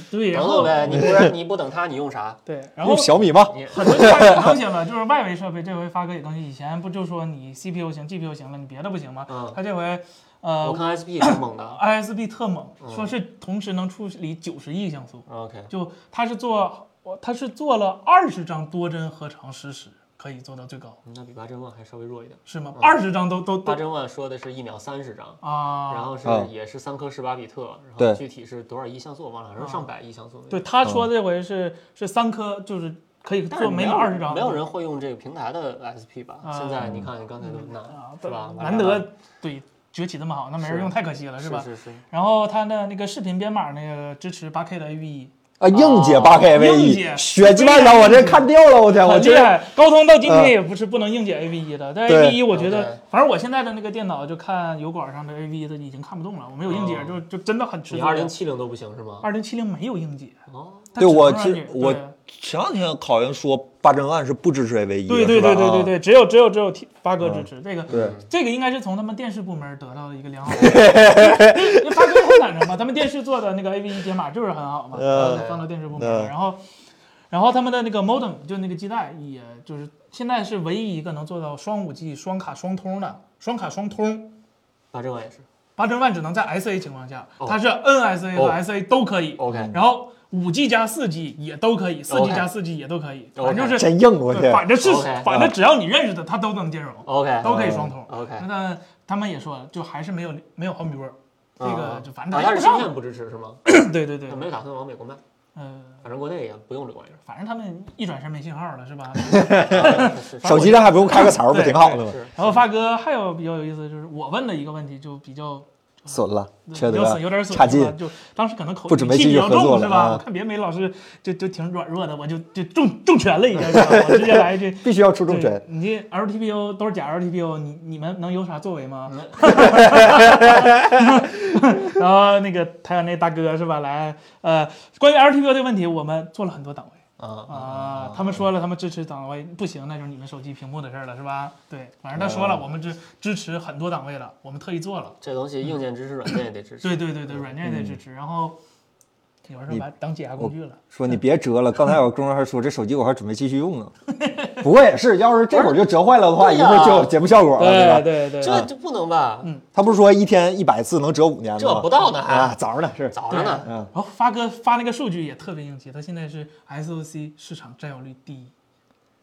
对，然等后等呗，你不然 你不等它，你用啥？对，然后用小米吗？你很多地方也更新了，就是外围设备这回发哥也更新，以前不就说你 CPU 行，GPU 行了，你别的不行吗？嗯他这回我呃看 SP 挺猛的。 ISP 特猛，嗯说是同时能处理九十亿像素， OK，就他是做我他是做了二十张多帧合成实时，可以做到最高，那比八珍万还稍微弱一点。是吗？嗯二十张都都八都珍万说的是一秒三十张，啊，然后是啊也是三颗十八比特，然后对具体是多少亿像素我忘了，好像是上百亿像素。对，，他说这回是是三颗，就是可以但是做没有到二十张，没有人会用这个平台的 SP 吧？啊现在你看刚才都那啊，是吧？难得对崛起这么好，那没人是用太可惜了，是吧？是是，然后它的那个视频编码那个支持 8K 的 AVE，啊，硬解哦八 K 硬 V 一解，血鸡巴的，我这看掉哎了，我天，我很这厉害。高通到今天也不是不能硬解 AVE 的，但对 AVE 我觉对得，反正我现在的那个电脑就看油管上的 AVE 的已经看不动了，我没有硬解哦，就就真的很吃你力。二零七零都不行是吗？二零七零没有硬解，哦，它对只我能其让实你我对前两天好像说八帧案是不支持 A V 一的，对对是吧对对对，啊嗯对，只有只有只有 T 八哥支持这个。对，这个应该是从他们电视部门得到的一个良好 的，因为发哥很坦诚嘛，他们电视做的那个 AVE 解码就是很好嘛，嗯放到电视部嗯门了。然后，然后他们的那个 modem 就那个基带，也就是现在是唯一一个能做到双五 G 双卡双通的，双卡双通。八珍万啊也是。八珍万只能在 SA 情况下，哦它是 NSA 和哦 SA 都可以， OK，然后五 G 加四 G 也都可以，四 G OK 加四 G 也都可以， OK 反正就是真硬，我对天，反正是 OK 反嗯正只要你认识的，它都能兼容， OK 都可以双通。 OK，嗯那他们也说了，就还是没有没有毫米波，嗯这个就反正哦啊，他它用是芯片不上。不支持是吗？对对对那，没有打算往美国卖，呃，反正国内也不用这玩意反正他们一转身没信号了，是吧？ 儿。是 是手机上还不用开个槽儿，不挺好的吗？是然后发哥还有比较有意思，就是我问的一个问题就比较损了，比缺较德损，，有点啊损，差是吧劲就当时可能口不准备语气继续比较合作重了是吧？啊我看别美老师就就挺软弱的，我就就重重拳了一下，是吧我直接来这。必须要出重对拳，，你这 LTPO 都是假 LTPO，你你们能有啥作为吗？ 然后那个台湾那大哥是吧？来，呃，关于 LTPO 这个问题，我们做了很多档位啊，啊、他们说了，他们支持档位，不行，那就是你们手机屏幕的事儿了，是吧？对，反正他说哦了，我们支支持很多档位了，我们特意做了。这东西硬件支持，软件也得支持。对对对对，软件也得支嗯持。然后有人说把它当解压工具了，说你别折了。刚才有工程师说这手机我还准备继续用呢， 不过也是，要是这会儿就折坏了的话，对一呀会儿就有节目效果了，对吧？对对这这不能吧？嗯他不是说一天一百次能折五年的这吗不？到呢啊，还早上呢是，早着呢。嗯，然后发哥发那个数据也特别硬气，他现在是 SOC 市场占有率第一，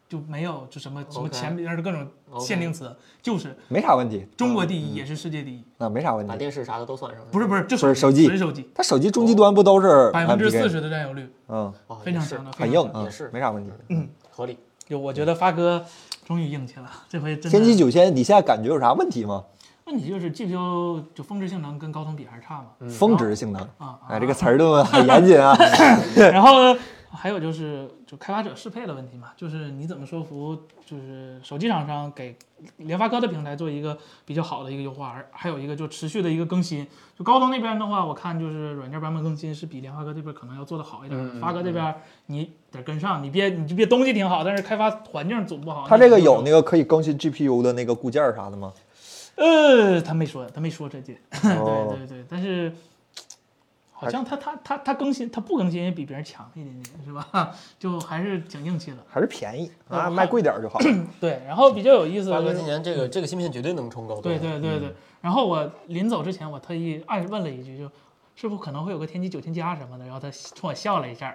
就没有就什么什么 OK 嗯前边的各种限定词，就是没啥问题，啊中国第一也是世界第一，那没啥问把题。电视啥的都算上，不是不是，就不是手机纯手机，他手机中低端不都是百分之 MPK 四十的占有率，嗯，哦非常也是强的，很非常硬强啊，也是没啥问题。合理。就我觉得发哥终于硬气了，这回真的。天玑九千，你现在感觉有啥问题吗？问题就是 GPU 就峰值性能跟高通比还是差嗯嘛，峰值性能，啊啊，哎，这个词儿都很严谨 啊。 然后呢，还有就是就开发者适配的问题嘛，就是你怎么说服就是手机厂商给联发科的平台做一个比较好的一个优化，而还有一个就持续的一个更新。就高通那边的话，我看就是软件版本更新是比联发科这边可能要做得好一点儿。嗯嗯发哥这边你得跟上，你别你就别东西挺好，但是开发环境总不好。它这个有你那个可以更新 GPU 的那个固件儿啥的 吗？呃，他没说，他没说这件。哦 对对对，但是好像他他他他更新他不更新也比别人强一点点，是吧？ 就还是挺硬气的。还是便宜嗯啊，好卖贵点儿就好。 对，然后比较有意思八的哥就今是，年这个嗯这个芯片绝对能冲高端。对对对对。然后我临走之前，我特意暗问了一句，就是不是可能会有个天玑九千加什么的？然后他冲我笑了一下，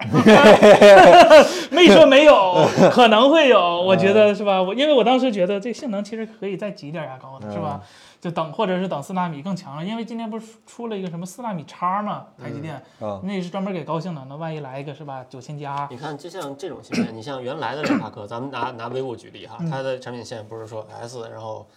没说没有，可能会有，我觉得是吧？我因为我当时觉得这性能其实可以再挤点牙膏的，是嗯吧？就等或者是等四纳米更强了，因为今年不是出了一个什么四纳米叉嘛，台积电、啊那是专门给高性能的，万一来一个是吧九千加，你看，就像这种芯片，你像原来的联发科，咱们拿拿 vivo 举例哈，它的产品线不是说 S，然后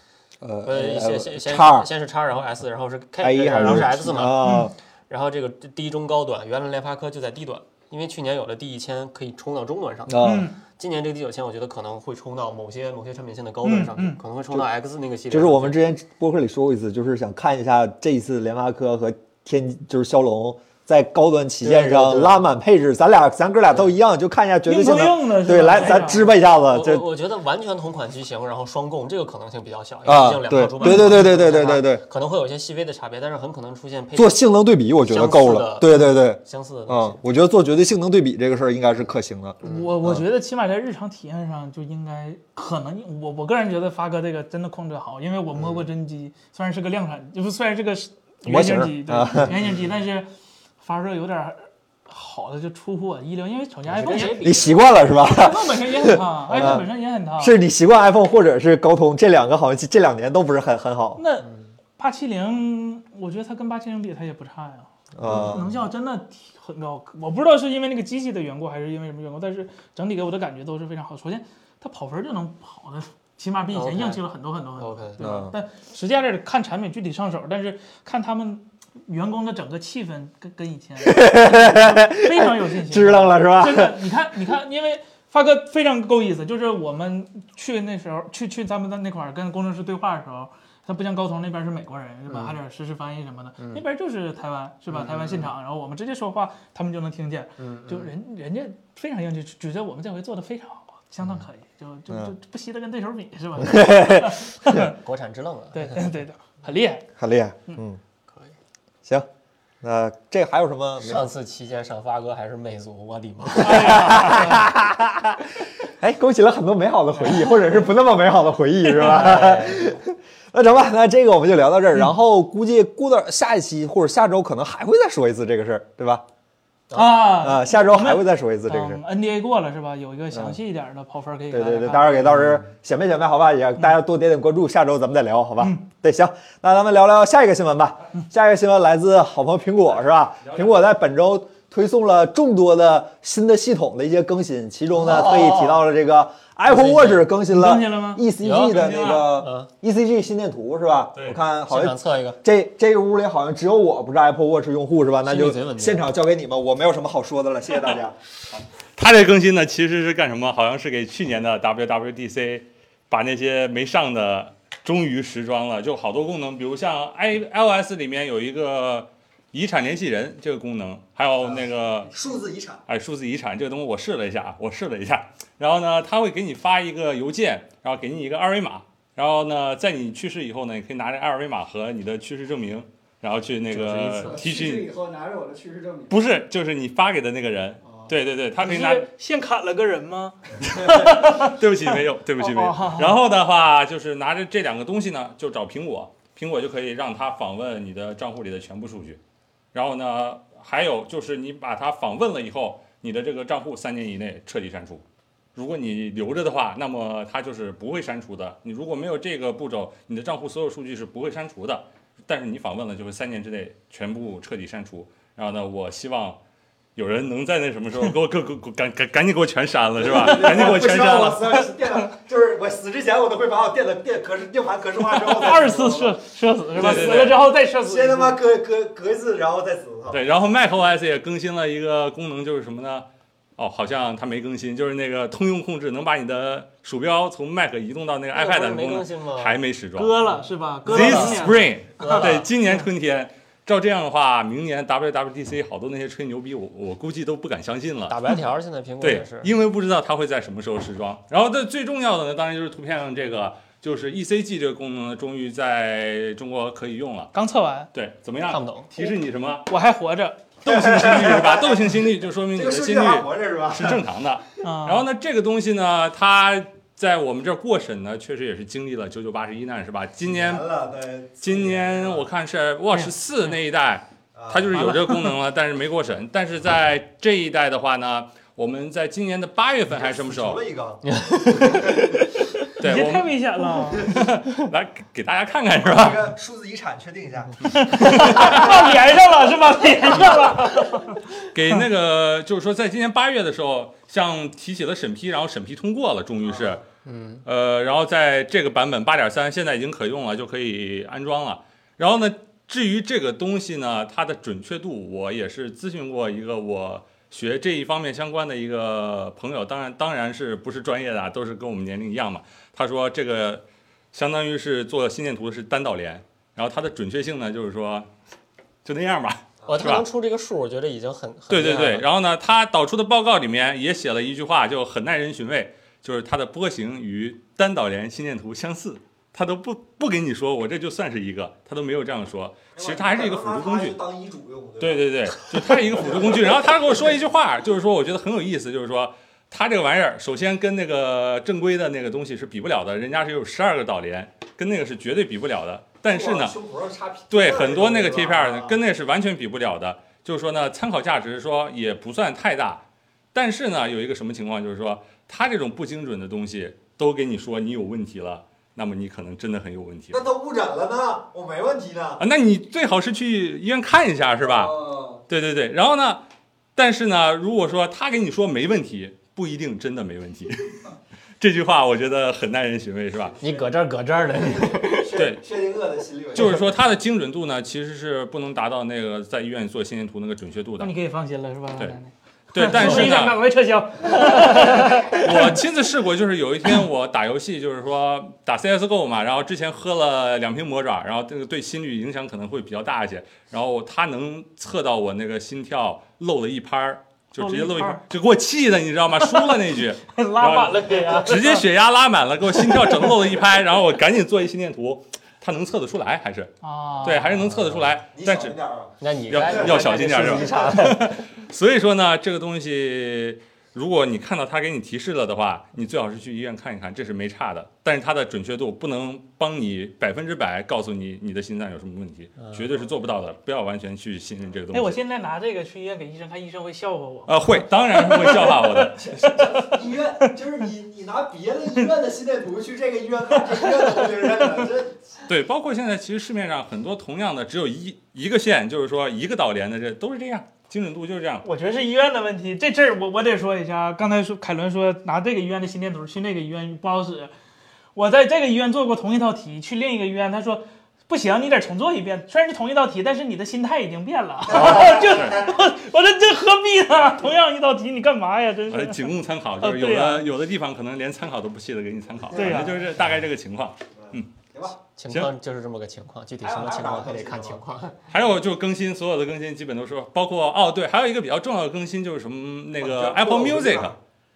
呃呃先先先叉先是 X，然后 S，然后是 I K，呃一还然是后是 X 嘛，啊，然后这个低中高端，原来联发科就在低端，因为去年有了 D 一千可以冲到中端上，啊，嗯今年这个 D 九千我觉得可能会冲到某些某些产品线的高端上去，可能会冲到 X 那个系列上去，就是我们之前播客里说过一次，就是想看一下这一次联发科和天就是骁龙在高端旗舰对对上对拉满配置，咱俩咱哥俩都一样，就看一下绝对性硬碰硬的能，是吧哎对，来咱支吧一下子，我这我我觉得完全同款机型，然后双供这个可能性比较小，因为啊毕竟两对套主板对对对对对对对，可能会有一些细微的差别，但是很可能出现配置做性能对比，我觉得够了，相对对对，相似的东嗯西。，我觉得做绝对性能对比这个事儿应该是可行的，我嗯我觉得起码在日常体验上就应该可能，我我个人觉得发哥这个真的控制得好，因为我摸过真机，虽然是个量产，就是虽然是个 模原嗯型型儿啊机，对原型机，但是发热有点儿好的就出乎我意料，因为首先 iPhone 跟谁也比你习惯了是吧？ iPhone 本身也很 烫，iPhone 本身也很烫。嗯是你习惯 iPhone 或者是高通这两个，好像这两年都不是很很好那八七零，我觉得它跟八七零比，它也不差呀。啊。能效真的挺很高，我不知道是因为那个机器的缘故还是因为什么缘故，但是整体给我的感觉都是非常好。首先，它跑分就能跑的，起码比以前 OK 哦硬气了很多很多很多 OK 对吧嗯？但实际上这看产品具体上手，但是看他们员工的整个气氛跟跟以前非常有信心，支棱了是 吧？真的，你看，你看，因为发哥非常够意思，就是我们去那时候去去咱们的那块儿跟工程师对话的时候，他不像高通那边是美国人是嗯吧，还点实时翻译什么的，那边就是台湾是吧？台湾现场，然后我们直接说话，他们就能听见，嗯就人人家非常硬气，觉得我们这回做的非常好，相当可以，就嗯就就就不惜的跟对手比 是吧？国产啊之愣了，对对对的，很厉害。很厉害，嗯，可以。行，那这还有什么？上次期间上发哥还是魅族，我 的妈！哎，勾起了很多美好的回忆，或者是不那么美好的回忆，是吧？ 那成吧，那这个我们就聊到这儿，然后估计估到下一期或者下周可能还会再说一次这个事儿，对吧？ 啊啊，下周还会再说一次这个事儿嗯。，NBA 嗯过了是吧？有一个详细一点的跑分可以嗯对对对，大家待会儿看给到时候显摆显摆，好吧？也嗯大家多点点关注，下周咱们再聊，好吧？对，行，那咱们聊聊下一个新闻吧。嗯下一个新闻来自好朋友苹果，是吧？苹果在本周推送了众多的新的系统的一些更新，其中呢哦特意提到了这个 Apple 更新 Watch 更新了 E 更新了吗 ECG 的那个嗯 ECG 心电图是吧？对我看好现像场测一 个，这这屋里好像只有我不是 Apple Watch 用户是吧？那心就率贼稳定现场交给你们，我没有什么好说的了，谢谢大家。它这更新呢，其实是干什么？好像是给去年的 WWDC 把那些没上的终于时装了，就好多功能，比如像 i iOS 里面有一个遗产联系人这个功能，还有那个数字遗产。哎，数字遗产这个东西我试了一下啊，我试了一下，然后呢，他会给你发一个邮件，然后给你一个二维码，然后呢，在你去世以后呢，你可以拿着二维码和你的去世证明，然后去那个呃提取，以后拿着我的趋势证明。不是，就是你发给的那个人，对对对，他可以你拿，是现砍了个人吗？ 对不起 没有，对不起没哦有哦好，好然后的话就是拿着这两个东西呢，就找苹果，苹果就可以让他访问你的账户里的全部数据，然后呢，还有就是你把它访问了以后，你的这个账户三年以内彻底删除。如果你留着的话，那么它就是不会删除的。你如果没有这个步骤，你的账户所有数据是不会删除的。但是你访问了，就会三年之内全部彻底删除。然后呢，我希望有人能在那什么时候给我给我给我给我赶赶赶紧给我全删了，是吧？ 赶紧给我全删了。死电脑，就是我死之前，我都会把我电脑电格式硬盘格式化之后二次射射死是吧？对对死对了之后再射死。嗯先他妈隔隔隔一次，然后再死。对，然后 macOS 也更新了一个功能，就是什么呢？哦，好像它没更新，就是那个通用控制能把你的鼠标从 Mac 移动到那个那个 iPad 不是的没功更能，新吗？还没时装。割了是吧？割了 This 两年。 spring，了对，今年春天。照这样的话，明年 WWDC 好多那些吹牛逼，我我估计都不敢相信了。打白条儿，现在苹果对也是，。因为不知道它会在什么时候时装。然后这最重要的呢，当然就是图片上这个，就是 ECG 这个功能呢，终于在中国可以用了。刚测完，对，怎么看样？不懂，提示你什么？我还活着窦性心率是吧？窦性心率就说明你这的个数心据率还活着是吧？是正常的。啊。然后呢，这个东西呢，它在我们这儿过审呢，确实也是经历了九哎九八十一难，是吧？今年完了，对，今年我看是 Watch 四那一代，啊它就是有这个功能了，但是没过审。但是在这一代的话呢，我们在今年的八月份还是什么时死候了？一个，你对，这我太们危险了，来给给大家看看是吧这？ 个数字遗产确定一下， 放连上了是 吧？连上了，给那个就是说，在今年八月的时候，像提起了审批，然后审批通过了，终于是，嗯，呃，然后在这个版本八点三现在已经可用了，就可以安装了。然后呢，至于这个东西呢，它的准确度，我也是咨询过一个我学这一方面相关的一个朋友，当然当然是不是专业的，啊，都是跟我们年龄一样嘛。他说这个相当于是做心电图是单导联，然后它的准确性呢，就是说就那样吧。我是他吧能出这个数，我觉得已经很很对厉对害了对，然后呢，他导出的报告里面也写了一句话，就很耐人寻味，就是它的波形与单导联心电图相似，他都不不跟你说我这就算是一个，他都没有这样说，其实哎它还是一个辅助工具拿它。当医嘱用。对吧对对，就它是一个辅助工具。然后他跟我说一句话，就是说我觉得很有意思，就是说它这个玩意儿，首先跟那个正规的那个东西是比不了的，人家是有十二个导联，跟那个是绝对比不了的。但是呢，胸脯上插皮对，很多那个贴片对儿吧跟那是完全比不了的。就是说呢，参考价值说也不算太大，但是呢，有一个什么情况就是说，它这种不精准的东西都给你说你有问题了，那么你可能真的很有问题那都误诊了呢，我没问题呢，啊。那你最好是去医院看一下，是吧？哦对对对。然后呢，但是呢，如果说他给你说没问题，不一定真的没问题。 这句话我觉得很耐人寻味，是吧？你搁这儿搁这儿的， 对薛薛定谔的心理，就是说它的精准度呢，其实是不能达到那个在医院做心电图那个准确度那的你。可以放心了是吧？对对，但我 是一呢想，买回撤销， 我亲自试过，就是有一天我打游戏，就是说打 CSGO 嘛，然后之前喝了两瓶魔爪，然后这个对心率影响可能会比较大一些，然后它能测到我那个心跳漏了一拍儿，就直接漏一漏拍了一拍儿，就给我气的，你知道吗？输了那局，拉满了啊血压， 直接血压拉满了，给我心跳整漏了一拍，然后我赶紧做一心电图，它能测得出来，还是啊，对，还是能测得出来你，小但是心点儿啊，那你要该 要小心点儿该是这吧数字遗产了所以说呢，这个东西，如果你看到它给你提示了的话，你最好是去医院看一看，这是没差的。但是它的准确度不能帮你百分之百告诉你你的心脏有什么问题，绝对是做不到的。不要完全去信任这个嗯东哎，西。 我现在拿这个去医院给医生看，医生会笑话我。啊、会，当然是会笑话我的。医院就是你你拿别的医院的心电图去这个医院看，这医院都不认了，这 对，包括现在其实市面上很多同样的只有一一个线，就是说一个导联的，这都是这样，精准度就是这 样。我觉得是医院的问题，这事儿我我得说一下。啊刚才说凯伦说拿这个医院的心电图去那个医院不好使，我在这个医院做过同一道题，去另一个医院，他说不行，你得重做一遍。虽然是同一道题，但是你的心态已经变了。 就我我说这何必呢？同样一道题，你干嘛呀？真呃，是。啊仅供参考，就是有对的、呀有的地方可能连参考都不屑的给你参考，对呀啊反正就是大概这个情况。行吧，情况就是这么个情况，具体什么情况还得看情况。还有就是更新，所有的更新基本都是，包括哦对，还有一个比较重要的更新就是什么那个哦 Apple 这个 Music。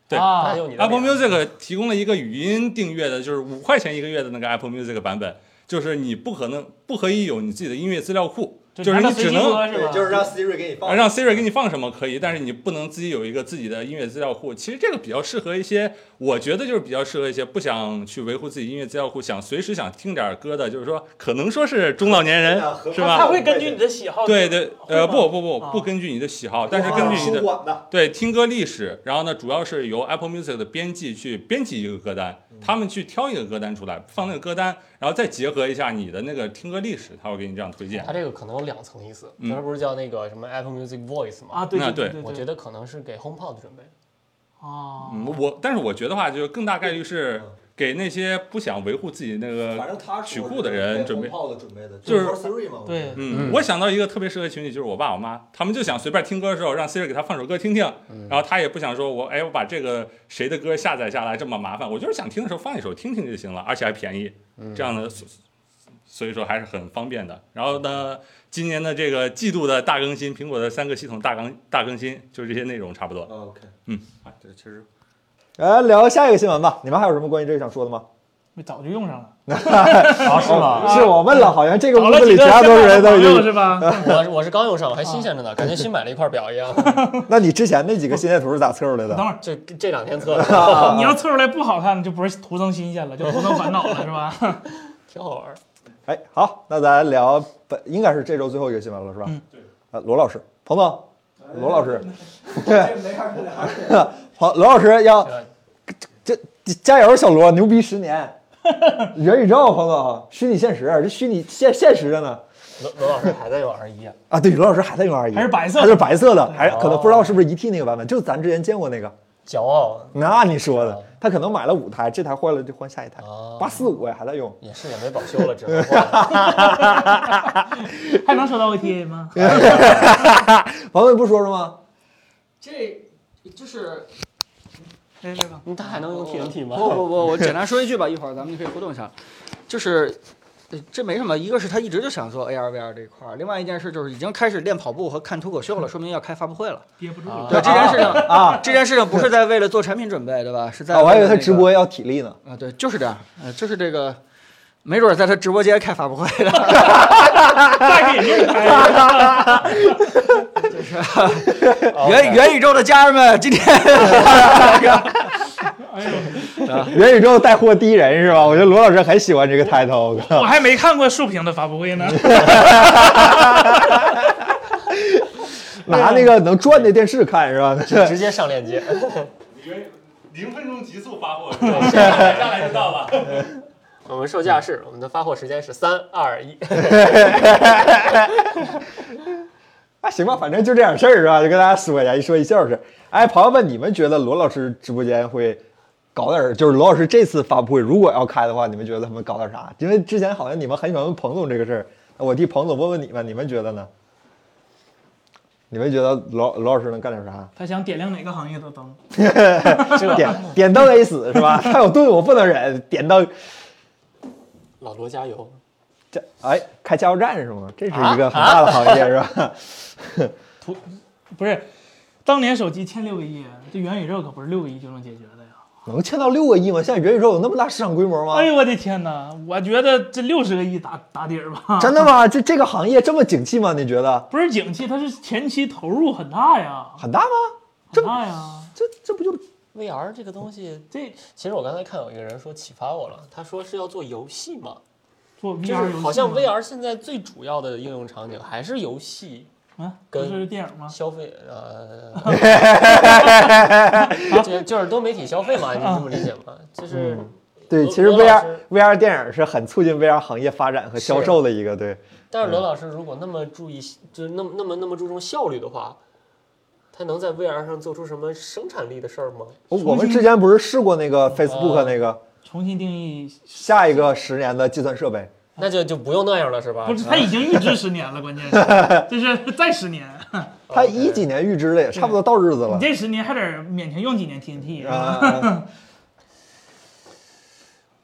对那啊，用你的 Apple 脸 Music 提供了一个语音订阅的，就是五块钱一个月的那个 Apple Music 版本，就是你不可能不可以有你自己的音乐资料库，就是拿你个随只机能播是对，吧？就是让 Siri 给你放，让 Siri 给你放什么可以，但是你不能自己有一个自己的音乐资料库。其实这个比较适合一些，我觉得就是比较适合一些不想去维护自己音乐资料库，想随时想听点歌的，就是说可能说是中老年人对是他吧他？会根据你的喜好。对对，呃，哦会吗不不不啊，不根据你的喜好，但是根据你收的管的，对听歌历史，然后呢，主要是由 Apple Music 的编辑去编辑一个歌单，他们去挑一个歌单出来，放那个歌单，然后再结合一下你的那个听歌历史，他会给你这样推荐它。这个可能有两层意思，嗯它不是叫那个什么 Apple Music Voice 吗？啊，对那对对对，我觉得得可能是给 HomePod 准备的。啊，嗯，我但是我觉得话，就更大概率是给那些不想维护自己那反个，正他曲库的人准备泡的准备的，就是 for Siri 嘛，我觉得对，嗯，嗯我想到一个特别适合群体，就是我爸我妈，他们就想随便听歌的时候让 Siri 给他放首歌听听，嗯然后他也不想说我哎我把这个谁的歌下载下来这么麻烦，我就是想听的时候放一首听听就行了，而且还便宜。嗯这样的，所所以说还是很方便的。然后呢，今年的这个季度的大更新，苹果的三个系统大更大更新，就是这些内容差不多。哦，OK，嗯，啊，对，其实来哎聊下一个新闻吧。你们还有什么关于这个想说的吗？早就用上了。啊，是吗是我问了，好像这个找屋了子几里个其他都是人都已朋经。友 是吧？我是我是刚用上，我还新鲜着啊呢，感觉新买了一块表一 样。那你之前那几个心电图是咋测出来的等？会儿。这这两天测的， 你要测出来不好看，就不是徒增新鲜了，就徒增烦恼了，是吧？挺好玩儿。哎，好，那咱聊本应该是这周最后一个新闻了，是吧？嗯对。呃，罗老师，彭总，哎罗老师，这没法聊。 好，罗老师要这这加油，小罗，牛逼十年， 元宇宙，彭总，虚拟现实，这虚拟现现实的呢？罗罗老师还在用 R 一啊？啊，对，罗老师还在用 R 一，还是白色它的就是白色的，还可能不知道是不是 ET 那个版本，就咱之前见过那个。骄傲啊那你说的，他可能买了五台，这台坏了就换下一台哦，八四五呀还在用。也是也没保修了，只能换了。还能收到 OTA 吗？王总不说说吗？这就是哎没事吧？嗯 他还能用 TNT 吗？不不不，我简单说一句吧，一会儿咱们就可以互动一下。就是，呃这没什么，一个是他一直就想做 AR VR 这一块儿，另外一件事就是已经开始练跑步和看脱口秀了，说明要开发布会了。憋不住了。 对这件事情啊，这件事情不是在为了做产品准备，对吧？ 是在、啊，我还以为他直播要体力呢。啊，对，就是这样，呃，就是这个，没准儿在他直播间开发布会的。大眼睛开了。元元宇宙的家人们，今天哎呦，啊 元宇宙带货第一人是吧？我觉得罗老师很喜欢这个 title，我靠我还没看过竖屏的发布会呢。 拿那个能转的电视看是吧？ 就直接上链接。 零零分钟急速发货， 对，上来就到了。我们售价是，我们的发货时间是三二一。啊，行吧，反正就这点事儿是吧？就跟大家说一下，一说一笑是。哎，朋友们，你们觉得罗老师直播间会搞点儿？就是罗老师这次发布会如果要开的话，你们觉得他们搞点啥？因为之前好像你们很喜欢问彭总这个事儿，那我替彭总问问你们，你们觉得呢？你们觉得罗罗老师能干点啥？他想点亮哪个行业的灯？点点灯 A 死是吧？ 他有盾我不能忍，点灯老罗加油！这哎开加油站是吗？这是一个很大的行业、是吧？ 不是，当年手机欠六个亿，这元宇宙可不是六个亿就能解决的呀。能欠到六个亿吗？现在元宇宙有那么大市场规模吗？哎呦我的天哪！我觉得这六十个亿打打底儿吧，真的吗？这这个行业这么景气吗？你觉得不是景气，它是前期投入很大呀，很大吗？这很大呀。这这不就 VR 这个东西，这其实我刚才看有一个人说启发我了，他说是要做游戏嘛，做 VR 就游是戏好像吗 VR 现在最主要的应用场景还是游戏啊，不跟是电影吗？消费，呃， 就就是多媒体消费嘛，你这么理解吗？就是嗯对？罗其实罗老 VR 师 VR 电影是很促进 VR 行业发展和销售的一个对。但是罗老师如果那么注意，就是那么那么那么注重效率的话，他能在 VR 上做出什么生产力的事儿吗？我我们之前不是试过那个 Facebook 那个重新定义，下一个十年的计算设备？那就就不用那样了，是吧？不是他已经预知十年了，关键是就是再十年，它一几年预知的，也差不多到日子你了。这十年还得勉强用几年 TNT 啊。啊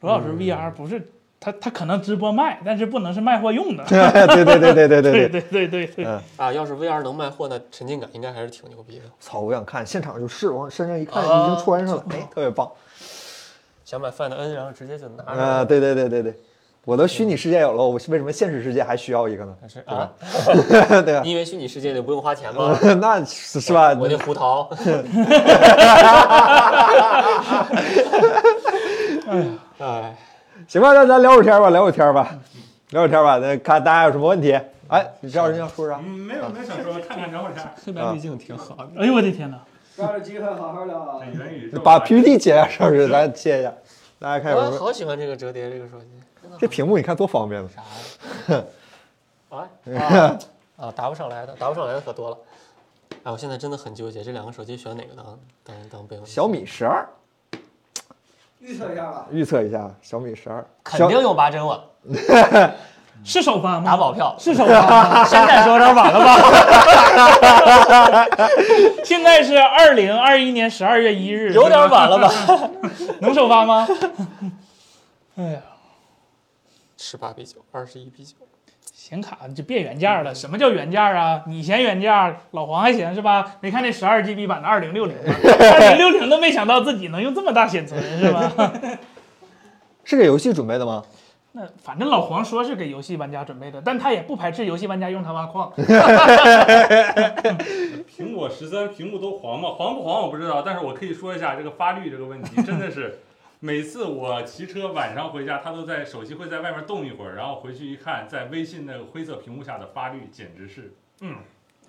罗老师 VR 不是他他可能直播卖，但是不能是卖货用的。啊对对对对对对对对。对 对对对，嗯，啊，要是 VR 能卖货，那沉浸感应该还是挺牛逼的。操！我想看现场就试，往身上一看，啊已经穿上了，哎，特别棒。想买 Find N，然后直接就拿着。啊，对对对对对，我的虚拟世界有了，我为什么现实世界还需要一个呢？ 但是对吧啊，对吧？你以为虚拟世界就不用花钱吗？那是是吧？我那胡桃，哎，行吧，那咱聊会儿天儿吧，聊会儿天儿吧，聊会儿天儿吧。那看大家有什么问题？哎，你知道人要说啥？嗯没有没有想说，看看聊会儿天。黑白滤镜挺好的。哎呦我的天哪！抓着机会好好聊啊！元宇把 PPT 截一下，是不是？咱切一下，大家看有什我么？好喜欢这个折叠这个手机，真的这屏幕你看多方便呢。啥 呀？啊啊，答不上来的，答不上来的可多了。哎，我现在真的很纠结，这两个手机选哪个当当当备用？小米十二，预测一下吧。预测一下，小米十二，肯定用八针网，是首发吗？打保票。是首发吗？现在说有点晚了吧？ 现在是二零二一年十二月一 日，有点晚了吧？能首发吗？哎呀，十八比九，二十一比九。显卡你就别原价了，什么叫原价啊？你嫌原价，老黄还嫌是吧？没看那十二 GB 版的二零六零吗？二零六零都没想到自己能用这么大显存是吧？ 是给游戏准备的吗？那反正老黄说是给游戏玩家准备的，但他也不排斥游戏玩家用它挖矿。苹果十三屏幕都黄吗？黄不黄我不知道，但是我可以说一下这个发绿这个问 题，真的是每次我骑车晚上回家，它都在手机会在外面动一会儿，然后回去一看，在微信那个灰色屏幕下的发绿简直是，嗯，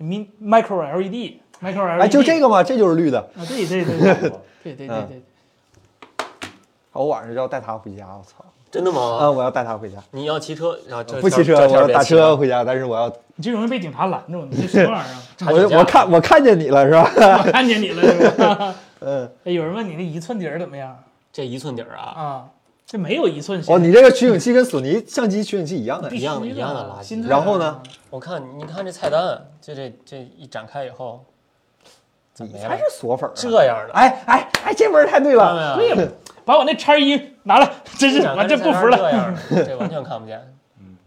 mini micro E LED micro LED，哎，就这个嘛，这就是绿的。啊，对对对对对对对对，我晚上就要带它回家，我操！真的啊，吗？我要带它回家，你要骑车，然后这不骑车，这我这要别打骑了车回家。但是我要，你这容易被警察拦住，你这什么玩意儿查酒我驾我看我看见你了是吧？啊？ 我看见你了是吧？嗯，哎有人问你那一寸底儿怎么样这一寸底儿啊，啊？这没有一寸哦，深，你这个取景器跟索尼相机取景器一样的必，须一样的一样的啊垃圾心态然后呢啊？我看你看这菜单，就这这一展开以后，怎么你样才？是锁粉儿啊。这啊样的，哎哎哎，这门儿太对看到了。嗯没有对呀，把我那叉一拿来，真是展我开这这不菜服单了。这样的，这完全看不见。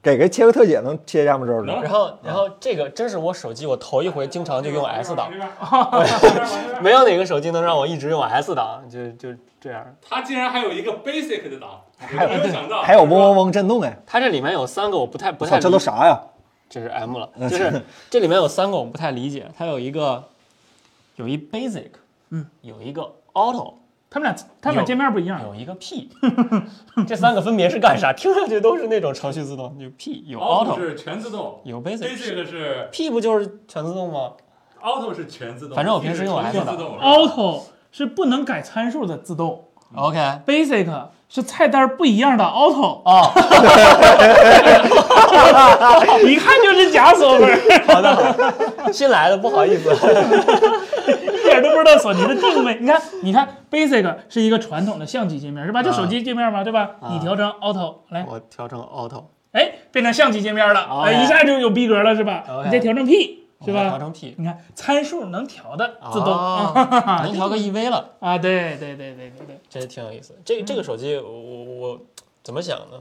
给个切个特写能切下面周的能然后，然后这个真是我手机，我头一回经常就用 S 档， 没有哪个手机能让我一直用 S 档，就就这样。 它竟然还有一个 basic 的档，我没有想到。还有嗡嗡嗡震动哎，它这里面有三个我不太啊不我太操，理这都啥呀？这是 M 了，就是 这里面有三个我不太理解，它有一个有一 basic，嗯，有一个 auto，他们俩他们俩界面不一样，有一个 P，这三个分别是干啥？ 听上去都是那种程序自动，有 P 有哦 Auto auto 是全自动有 basic。 ，basic 是 P 不就是全自动吗？ Auto 是全自动。反正我平时用 P 是全 iPhone 的自动。 Auto 是不能改参数的自动 OK， ，Basic 是菜单不一样的 Auto，哦， 一看就是假锁门，好的，好的 新来的不好意思，一点都不知道索尼的定位。你看，你看，Basic 是一个传统的相机界面是吧？就手机界面嘛，对吧？啊你调成 Auto 来，我调成 auto，哎，变成相机界面了， OK 哎，一下就有逼格了是吧？哦 OK 你再调成 P 是我调吧？成 P，你看参数能调的自动 哦能调个 EV 了。啊，对对对对对对， 这挺有意思。这嗯这个手机我，我我怎么想呢？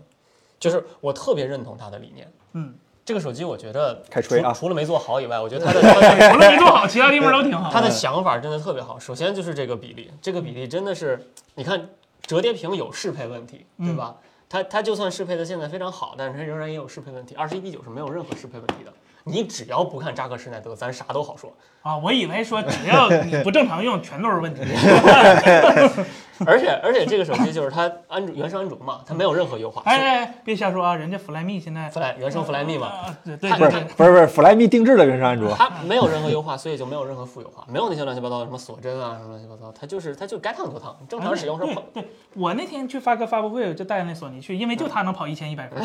就是我特别认同它的理念。嗯，这个手机我觉得开吹啊除除了没做好以外，我 觉得它的它的除了没做好，其他地方都挺好。它的想法真的特别好。首先就是这个比例，这个比例真的是，你看折叠屏有适配问题，嗯对吧？它它就算适配的现在非常好，但是它仍然也有适配问题。二十一比九是没有任何适配问题的。你只要不看扎克施耐德，咱啥都 好说。啊，我以为说只要你不正常用，全都是问题。哎而且而且这个手机就是它安卓原生安卓嘛，它没有任何优化。哎哎，哎别瞎说啊，人家 Flyme 现在弗莱原生弗莱密嘛，啊，对对它不对是对，不是不是，Flyme 定制的原生安卓。它没有任何优化，所以就没有任何负优化，没有那些乱七八糟的什么锁针啊，什么乱七八糟，它就是它就该烫就烫，正常使用是对跑。对，我哎那天去发哥发布会，我就带那索尼去，因为就它能跑一千一百分，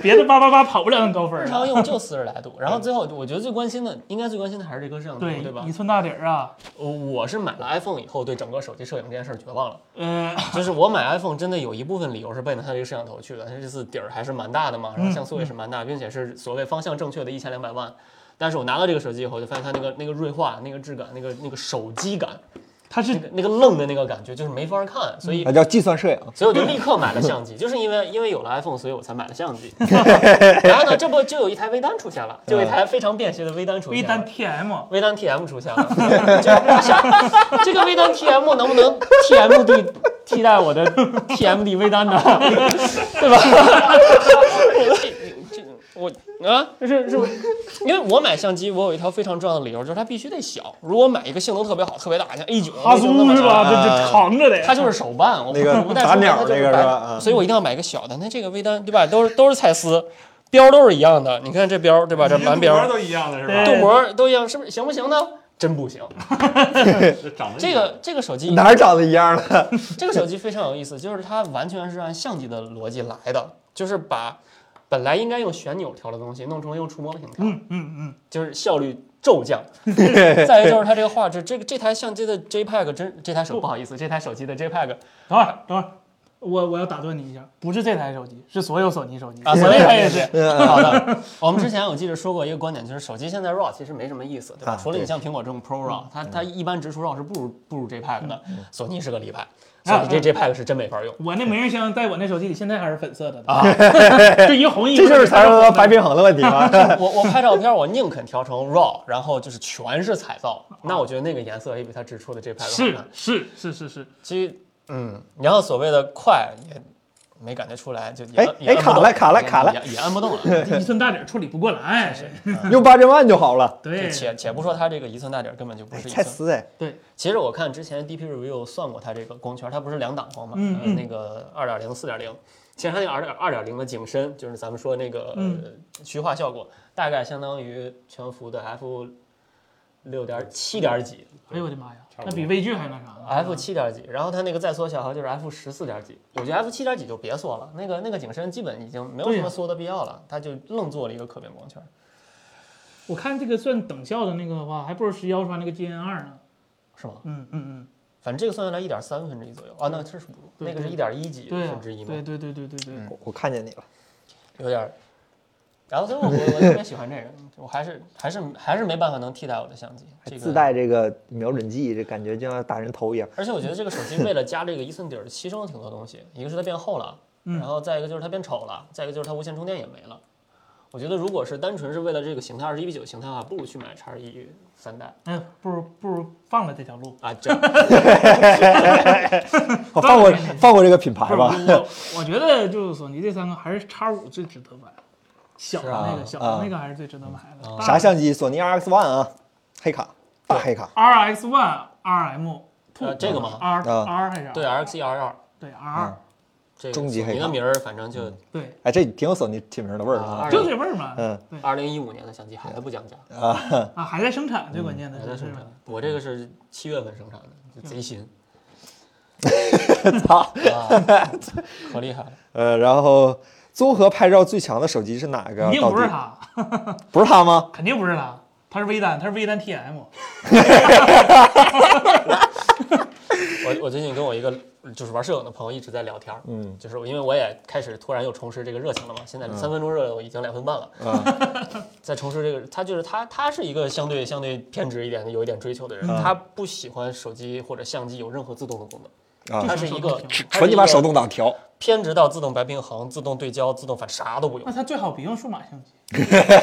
别的八八八跑不了那么高分日儿。常用就四十来度，然后最后我觉得最关心的，应该最关心的还是这颗摄像头，对对吧一？寸大底儿啊，我我是买了 iPhone 以后，对整个手机摄影这件事儿绝望了。呃，就是我买 iPhone 真的有一部分理由是奔着它这个摄像头去的，它这次底儿还是蛮大的嘛，嗯然后像素也是蛮大，并且是所谓方向正确的一千两百万。但是我拿到这个手机以后，就发现它那个那个锐化、那个质感、那个那个手机感、它是那个那个愣的那个感觉，就是没法看。所以那叫计算摄影，所以我就立刻买 了相机，就是因为因为有了 iPhone，所以我才买了相机。然后呢，这不就有一台微单出现嗯了，就有一台非常便携的微单出微现了。单 TM，微单 TM 出现了， 就是这个微单 TM 能不能 TMD 替代我的 TMD 微单呢？对吧？我这这我啊，是是，因为我买相机，我有一条非常重要的理由，就是它必须得小。如果买一个性能特别好、特别大，像 A 九、哈苏是吧？啊这这扛着的，它就是手办，我那个我 不带打手办鸟它就那个白是吧啊所以我一定要买一个小的。那这个微单对吧？都是都是蔡司，标都是一样的。你看这标对吧？这蓝蓝标标、都一样的是对吧？镀膜都一样，是不是行不行呢？真不行。这长得这个这个手机啊哪儿长得一样了？这个手机非常有意思，就是它完全是按相机的逻辑来的，就是把本来应该用旋钮调的东西弄成用触摸屏调，嗯嗯嗯，就是效率骤降。再一个就是它这个画质，这个这台相机的 JPEG 真这台手不好意思，这台手机的 JPEG 等会儿等会儿，我我要打断你一下，不是这台手机，是所有索尼手机啊，所以它也是。嗯好的，我们之前我记得说过一个观点，就是手机现在 RAW 其实没什么意思，对吧？啊除了你对像苹果这种 Pro RAW，它它一般直出 RAW 是不如不如 JPEG 的，嗯索尼是个例外，啊索尼这 JPEG 是真没法用。我那模型箱在我那手机里现在还是粉色的 啊，就一红一这红，就是才说说白平衡的问题吗？我我拍照片，我宁肯调成 RAW，然后就是全是彩照，那我觉得那个颜色也比它直出的 JPEG 是好看。是是是是，其实，嗯，然后所谓的快也没感觉出来，就也哎也哎摁不卡动了卡了也卡了也也按不动 了。一寸大底儿处理不 过来，用八千万就好了。对，就且且不说它这个一寸大底儿根本就不哎是一蔡寸，司哎，其实我看之前 DP Review 算过它这个光圈，它不是两档光嘛，嗯呃嗯那个二点零、四点零，其实它那个二点二点零的景深，就是咱们说那个、嗯呃虚化效果，大概相当于全幅的 f 六点七点几哎呦我的妈呀，差不多那比微距还那啥呢，f 七点几，然后它那个再缩小好像就是 f 十四点几。我觉得 f 七点几就别缩了，那个那个景深基本已经没有对什呀么缩的必要了，它就愣做了一个可变光圈。我看这个算等效的那个的话，还不如十幺刷那个 GN 二呢。是吗？嗯嗯反正这个算下来一点三分之一左右啊，那这是不住，对那个是一点一几嗯，对啊分之一嘛，对对对对对对，嗯我我看见你了，有点儿。然后所以我我我特别喜欢这个，我还是还是还是没办法能替代我的相机，这个自带这个瞄准镜，这感觉就像打人头一样。而且我觉得这个手机为了加这个一寸底儿，牺牲了挺多东西。一个是它变厚了，然后再一个就是它变丑了，再一个就是它无线充电也没了。我觉得如果是单纯是为了这个形态二十一比九形态的话，不如去买叉一三代哎，不如不如放了这条路。啊。这我放过当然放过这个品牌不是吧，我我觉得就是索尼这三个还是叉五最值得买，小的那个小的那个还是最值得买的。啊嗯啥相机？索尼 RX One 啊，黑卡，大黑卡。 ？RX One RM 呃 Two 这个吗？ R 啊嗯 R 还是对 R X 一 R 二，对 R 这个终极黑索尼的卡名儿反正就对，哎，这挺有索尼起名的味儿的啊啊。就这味儿嘛。嗯对二零一五年的相机还不降价，啊，还在生产，最关键的嗯还这在是生产。我这个是七月份生产的，就贼新。操，啊，可厉害了！呃，然后综合拍照最强的手机是哪个？一定不是到底，它，不是它吗？肯定不是它，它是微单，它是微单 TM。我我最近跟我一个就是玩摄影的朋友一直在聊天儿，嗯就是我因为我也开始突然又重拾这个热情了嘛，现在三分钟热我已经两分半了，啊，再重拾这个，他就是他他是一个相对相对偏执一点的，有一点追求的人，嗯他不喜欢手机或者相机有任何自动的功能，啊他是一个他纯是你一把个手动挡调。偏执到自动白平衡、自动对焦、自动反啥都不用 那，它最好别用数码相机，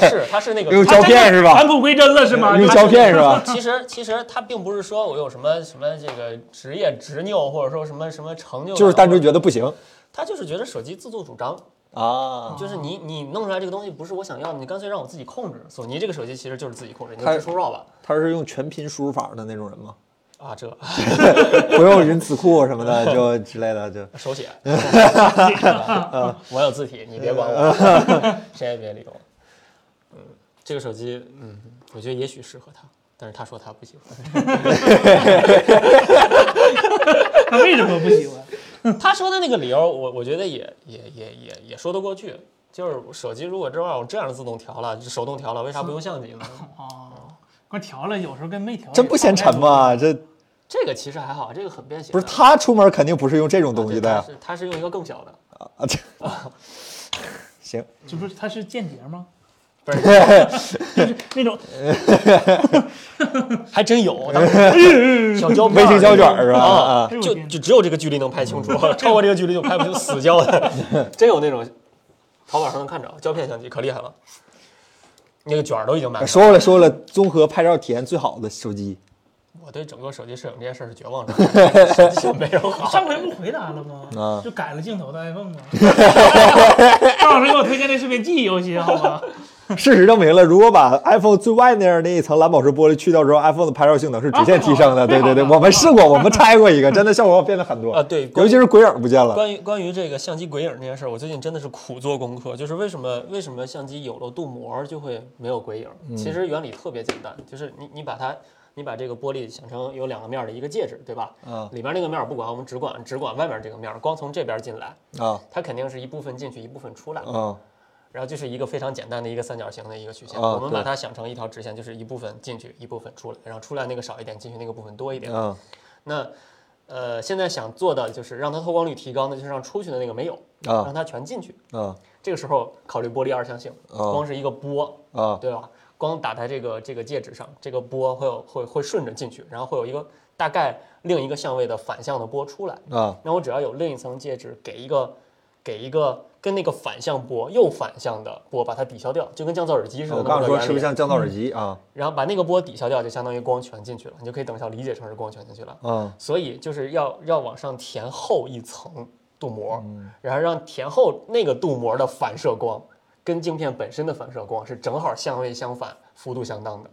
是他是那个用胶片是吧返？璞归真了是吗？ 用它胶片是吧？其实其实他并不是说我有什么什么这个职业执拗，或者说什么什么成就感，就是单纯觉得不行他就是觉得手机自作主张，啊。就是你你弄出来这个东西不是我想要的，你干脆让我自己控制。索尼这个手机其实就是自己控制，你就它直出 RAW 吧。他是用全拼输入法的那种人吗？ 啊，这 不用人词库什么的，就之类的，就手 写， 我有字体，你别管我， 谁也别理我。嗯，这个手机，嗯，我觉得也许适合他，但是他说他不喜欢。它为什么不喜欢？他说的那个理由，我我觉得也也也也也说得过去。就是手机如果这玩意儿我这样自动调了，手动调了，为啥不用相机 呢？哦，光调了，有时候跟没调真不嫌沉吗？吗？这这个其实还好，这个很便携的。不是他出门肯定不是用这种东西的啊呀对它。是它是用一个更小的，啊，这行，这不是它是间谍吗？不是就是那种还 真有，当时小胶片 儿微型胶卷儿是吧？啊，啊，哎呦就我天就只有这个距离能拍清 楚，超过这个距离就拍不清，死胶 的，真有那种，淘宝上能看着胶片相机可厉害了，那个卷儿都已经买了。啊说回来说回来，综合拍照体验最好的手机，我对整个手机摄影这件事儿是绝 望的，就没有好。 上回不回答了吗？啊就改了镜头的 iPhone 吗？ 赵老师给我推荐这视频记忆犹新，好吗？事实证明了，如果把 iPhone 最外面那一层蓝宝石玻璃去掉之后，iPhone 的拍照性能是直线提升的。哦啊对 对对，好的我们试过，我们拆过一个，真的效果变得很多啊对尤其是鬼影不见了。关于关于这个相机鬼影这件事儿，我最近真的是苦做功课，就是为什么为什么相机有了镀膜就会没有鬼影？嗯其实原理特别简单，就是你你把它你把这个玻璃想成有两个面儿的一个戒指，对吧？啊里边那个面儿不管，我们只管只管外面这个面儿，光从这边进来，啊它肯定是一部分进去，一部分出来，啊然后就是一个非常简单的一个三角形的一个曲线。啊我们对把它想成一条直线，就是一部分进去，一部分出来，然后出来那个少一点，进去那个部分多一点。啊那呃，现在想做的就是让它透光率提高，那就是让出去的那个没有，让啊它全进去。啊这个时候考虑玻璃二象性，啊光是一个波，啊！对吧？光打在这个这个戒指上，这个波会有会会顺着进去，然后会有一个大概另一个相位的反向的波出来。啊那我只要有另一层介质，给一个给一个跟那个反向波右反向的波把它抵消掉，就跟降噪耳机似的。我刚刚说是不是像？像降噪耳机啊？然后把那个波抵消掉，就相当于光全进去了，你就可以等效理解成是光全进去了。啊所以就是要要往上填厚一层镀膜，然后让填厚那个镀膜的反射光跟镜片本身的反射光是正好相位相反，幅度相当的。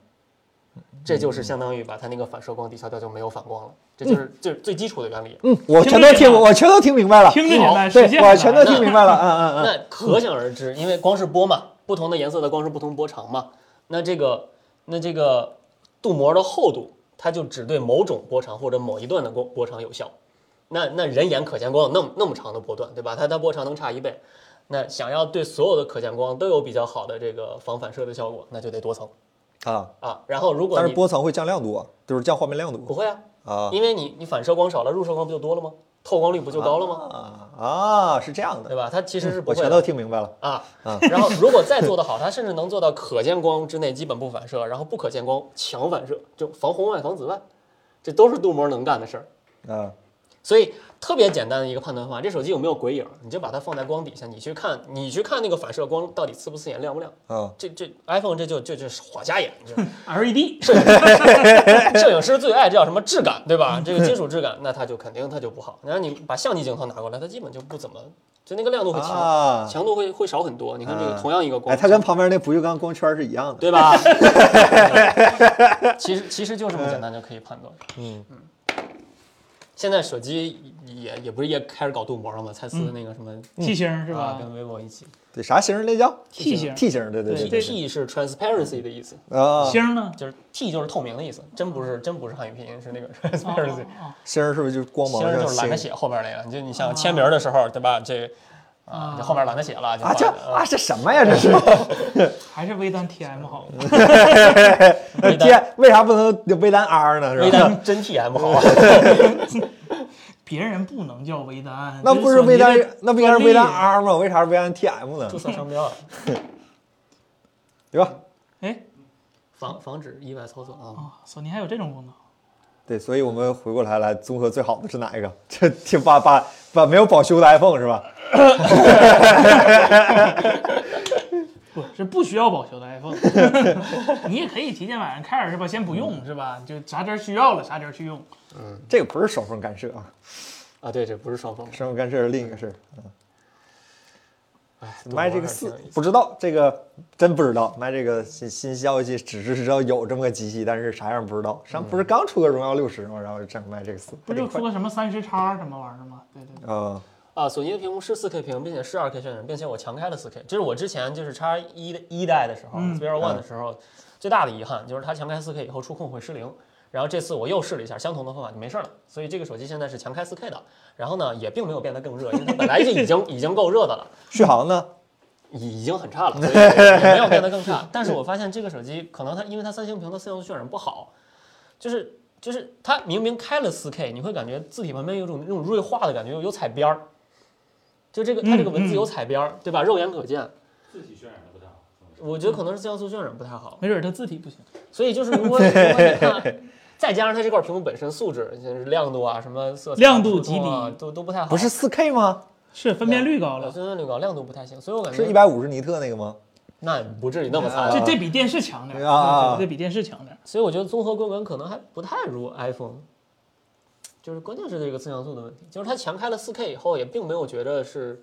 这就是相当于把它那个反射光抵消掉，就没有反光了。这就是最最基础的原理。嗯，我全都听，我全都听明白了，听着简单，对实践我很全难都听明白了，嗯嗯嗯，那可想而知，因为光是波嘛，不同的颜色的光是不同波长嘛。那这个，那这个镀膜的厚度，它就只对某种波长或者某一段的光波长有效。那那人眼可见光有那么那么长的波段，对吧？它它波长能差一倍。那想要对所有的可见光都有比较好的这个防反射的效果，那就得多层 啊，啊。然后如果但你是波长会降亮度啊，就是降画面亮不度会啊， 啊因为你你反射光少了，入射光不就多了吗？透光率不就高了吗？啊啊，是这样的对，吧？它其实是不我会的。全都听明白了，啊啊，然后如果再做得好，它甚至能做到可见光之内基本不反射，然后不可见光强反射，就防红外、防紫外，这都是镀膜能干的事儿。啊所以特别简单的一个判断方法，这手机有没有鬼影，你就把它放在光底下，你去看，你去看那个反射光到底刺不刺眼、亮不亮。啊，这这 iPhone 这就就就是晃瞎眼，你知道 吗 LED 摄影师最爱这叫什么质感，对吧？这个金属质感，那它就肯定它就不好。然后你把相机镜头拿过来，它基本就不怎么，就那个亮度会强，啊强度会会少很多。你看这个啊同样一个光，哎，它跟旁边那不锈钢光圈是一样的，对吧？其实其实就这么简单就可以判断。嗯现在手机也也不是也开始搞镀膜了吗？蔡司那个什么嗯器嗯型是啊，吧？跟 vivo 一起对，啥型儿那叫 T 型 T 型儿，对对对对对，T 是 transparency 的意思，啊，星呢？就是 T 就是透明的意思，真不是真不是汉语拼音，是那个 transparency。啊星儿是不是就是光芒星儿上就是懒得星写后边那个，你就你像签名的时候，对吧？这啊，这后面懒得写了，就啊？这换啊这什么呀？这是还是微单 TM 好。 微单天，为啥不能微单 R 呢？嗯微是吧？单真 TM 好啊，别人不能叫微单， 那这不是微索单尼的，那不应该是微单专利 R 吗？为啥是微单 TM 呢注？册商标啊，对吧？哎 防防止意外操作啊。啊，索尼还有这种功能，对，所以我们回过来来综合最好的是哪一个？这挺把把把没有保修的 iPhone 是吧？不是不需要保修 的 iPhone，你也可以提前买完开始是吧？先不嗯用是吧？就啥时候需要了啥时候去用。这个不是双缝干涉啊，啊，对，这不是双峰。双缝干涉是另一个事儿。嗯哎，卖这个四不知道，这个真不知道。卖这个新新消息只是知道有这么个机器，但是啥样不知道。嗯上不是刚出个荣耀六十吗？然后正卖这个四，不还就挺快出个什么三十叉什么玩意儿吗？对对对，啊啊，索尼的屏幕是 4K 屏，并且是 2K 渲染，并且我强开了 4K。这是我之前就是叉一的一代的时候嗯，Xperia One 的时候最大的遗憾，就是它强开 4K 以后触控会失灵。然后这次我又试了一下相同的方法，就没事儿了。所以这个手机现在是强开 4K 的，然后呢也并没有变得更热，因为它本来就已经 已经够热的了，续航呢？已已经很差了，所以也没有变得更差。但是我发现这个手机可能它因为它三星屏的四像素渲染不好，就是就是它明明开了 4K，你会感觉字体旁边有种那种锐化的感觉，有有彩边儿，就这个它这个文字有彩边儿，对吧？肉眼可见。字体渲染的不太好。可能是我觉得可能是四像素渲染不太好，没准儿它字体不行。所以就是如果如果你看，再加上它这块屏幕本身素质，就是亮度啊什么色彩啊、亮度触控啊极低都都不太好，不是四 K 吗？是分辨率高呃了，分辨率高，亮度不太行，所啊以我感是一觉百五十尼特那个吗？那不至于那么惨。这这比电视强点儿啊啊啊这比电视强点儿。所以我觉得综合规格可能还不太如 iPhone，就是关键是这个次像素的问题，就是它强开了 4K 以后，也并没有觉得是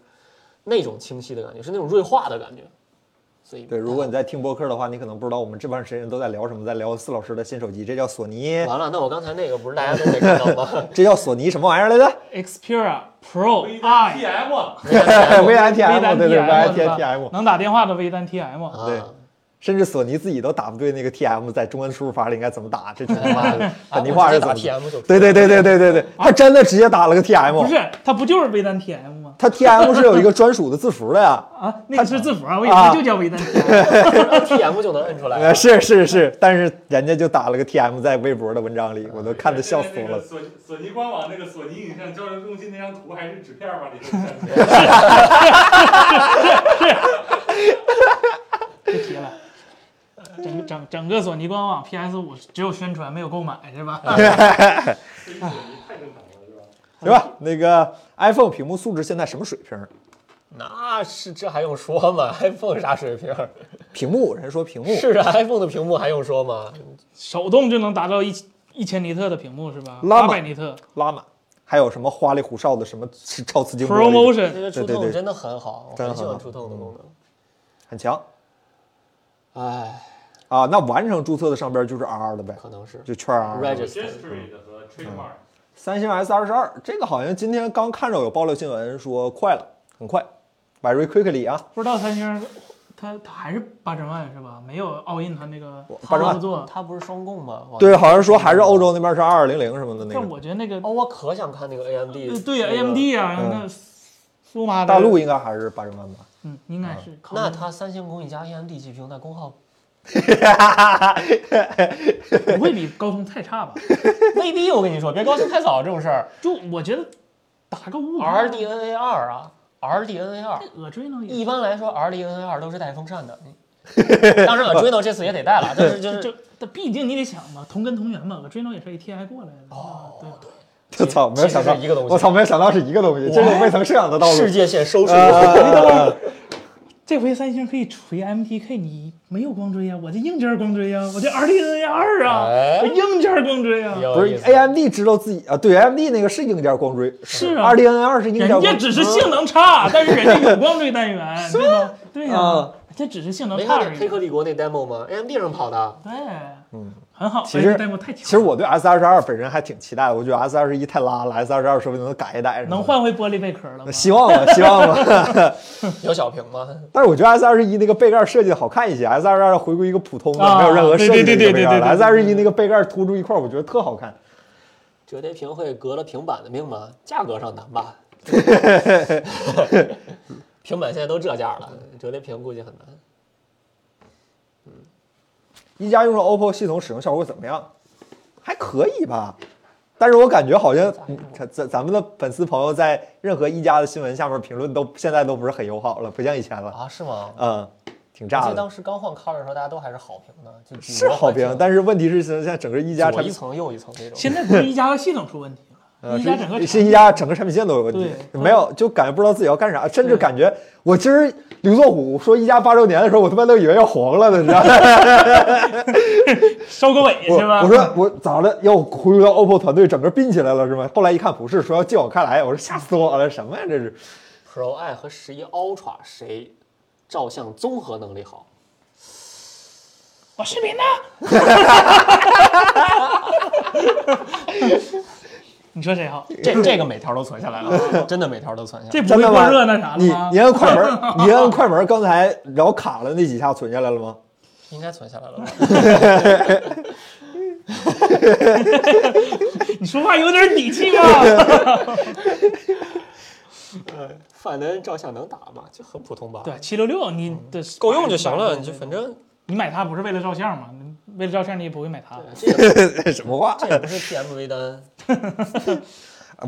那种清晰的感觉，是那种锐化的感觉。所以对，如果你在听播客的话，你可能不知道我们这段时间都在聊什么，在聊四老师的新手机，这叫索尼，啊完了，那我刚才那个不是大家都没看到 吗？这叫索尼什么玩意儿来 着 Xperia Pro 哎 I TM，微单微单 TM，对对，微单哦 TM 是吧 TM，能打电话的微单 TM，啊对甚至索尼自己都打不对那个 TM 在中文输入法里应该怎么打，这挺他妈的啊本地话是怎么我直接打 TM 就出对对对对对对对， 他真的直接打了个 TM，不是，它不就是微单 TM 吗？它 TM 是有一个专属的字符的 呀。啊，那个是字符啊，我以啊为就叫微单 TM。 TM 就能摁出呃，来。是是是，但是人家就打了个 TM 在微博的文章里，我都看得笑死我了。索索尼官网那个索尼影像交流中心那张图还是纸片往里头 别提了。呃整整整个索尼官网 PS 五只有宣传没有购买是嗯吧？太正常了，是吧？行吧，那个 iPhone 屏幕素质现在什么水平？那是这还用说吗？iPhone 啥水平？屏幕，人说屏幕是啊，iPhone 的屏幕还用说吗？ 手动就能达到一一千尼特的屏幕是吧？拉八满百尼特拉满，还有什么花里胡哨的什么超磁晶玻璃 Promotion 这个触对对痛对真的很好，我真很喜很欢好触痛的功能。很强。唉，啊，那完成注册的上边就是 R 了呗，可能是就圈 R。 register。 Registry 的和 trademark，三星 S 二十二这个好像今天刚看着有爆料新闻说快了，很快，very quickly 啊，不知道三星，他他还是八千万是吧？没有奥运他那个八十万合作，他不是双供吗？我对，好像说还是欧洲那边是二二零零什么的那但个，我觉得那个哦，我可想看那个 AMD 呃那对个 AMD 啊，嗯那苏妈的大陆应该还是八十万吧。嗯应该是考虑那它三星工艺加 AMD 技平，那功耗不会比高通太差吧？未必。我跟你说，别高兴太早，这种事儿。就我觉得打个五五 RDNA 二啊，RDNA 二， Adreno 也一般来说 RDNA 二都是带风扇 的。当然 Adreno 这次也得带了，但是就是这，但毕竟你得想嘛，同根同源嘛，Adreno 也是 ATI 过来的，哦，对吧？我 操，没有想到其实是一个东西我操，没有想到是一个东西，这是我未曾设想得到的道世路。啊界线收束。这回三星可以锤 MTK，你没有光追呀、我这硬件光追呀、我这 RDNA 二啊，哎我硬件光追呀、不是 AMD 知道自己啊，对 AMD 那个是硬件光追，是啊 RDNA 二是硬件人光家追，嗯只是性能差，但是人家有光追单元，对吧？对呀、啊人家只是性能没差看而《已。黑客帝国》那 demo 吗？AMD 上跑的，对，嗯，很好。其实哎这 demo 太强了，其实我对 S 二十二本人还挺期待的，我觉得 S 二十一太拉了，S 二十二说不定能改一代什么的。能换回玻璃贝壳了吗？希望吧，希望吧。 有小屏吗？但是我觉得 S 二十一那个背盖设计的好看一些，S 二十二回归一个普通的，啊没有任何设计的对一个对对背盖了。对对对 S 二十一那个背盖突出一块儿，我觉得特好看。折叠屏会革了平板的命吗？价格上难 吧。平板现在都这价了，折叠屏估计很难。一加用上 OPPO 系统使用效果怎么样？还可以吧，但是我感觉好像嗯咱咱咱们的粉丝朋友在任何一加的新闻下面评论都现在都不是很友好了，不像以前了。啊，是哦吗？嗯，挺我炸记得的当，时刚换 Color 的时候，大家都还是好评的，就举是国好欢评庆，但是问题是现在整个一加左产一品，层右一层那种。现在不是一加的系统出问题了，呃，一加整个是产是一加整个产品线都有问题，对没有就感觉不知道自己要干啥，甚至感觉我今儿刘作虎说一加八周年的时候，我他妈都以为要黄了呢，你知道吗？收个尾我是吧？我说我咋了？要忽悠到 OPPO 团队整个并起来了是吗？后来一看不是，说要借我开来，我说吓死我了，什么呀这是？ Pro I 和十一 Ultra 谁照相综合能力好？我视频呢？ 你说谁好？ 这这个每条都存下来 了，真的每条都存下来。这不真会的过吗？热那啥了你吗？你按快门儿， 你按快门儿，刚才然后卡了那几下存下来了吗？应该存下来了 吧？你说话有点底气啊 嘛？范恩照相能打吗？就很普通吧。，对，七六六，你的够用就行了，你就反正你买它不是为了照相嘛？你为了照相你也不会买它。这也什么话这？也不是 TMV 单。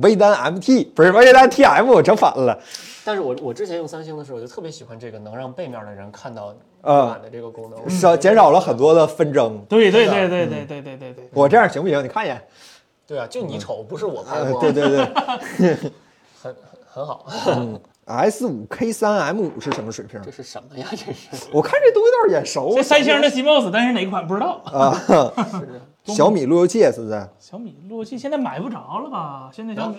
微单 MT 不是微单 TM，我整反了。但是我我之前用三星的时候，我就特别喜欢这个能让背面的人看到嗯版的这个功能，少减少了很多的纷争。对对是对的对对对对对对，我这样行不行？你看一眼。对啊，就你丑，不是我哎拍呃光，对对对。很很很好。 S 五 K 三 M 五是什么水平这？是什么呀？这是我看这东西倒是眼熟啊这。三星的 CMOS，但是哪款不知道。小米路由器也是在。小米路由器现在买不着了吧？现在小米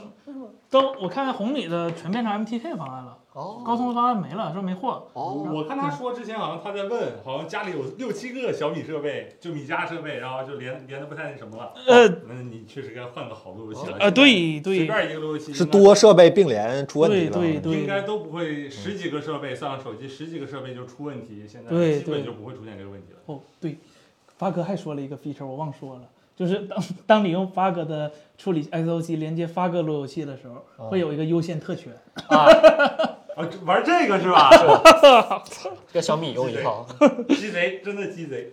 都我看红米的全变成 MTK 方案了，哦高通的方案没了，说没货。 哦，我看他说之前好像他在问，好像家里有六七个小米设备，就米家设备，然后就连连的不太那什么了。呃那嗯你确实该换个好路由器了。呃，对随对便一个路由器是应该多设备并联出问题对了。对对应，该都不会十几个设备，算上手机十几个设备就出问题，现在对基本对就不会出现这个问题了。哦，对，发哥还说了一个 feature，我忘说了，就是当当你用发哥的处理 SOC 连接发哥路由器的时候，会有一个优先特权。啊，这玩这个是吧？ 跟小米用一套，鸡贼，真的鸡贼。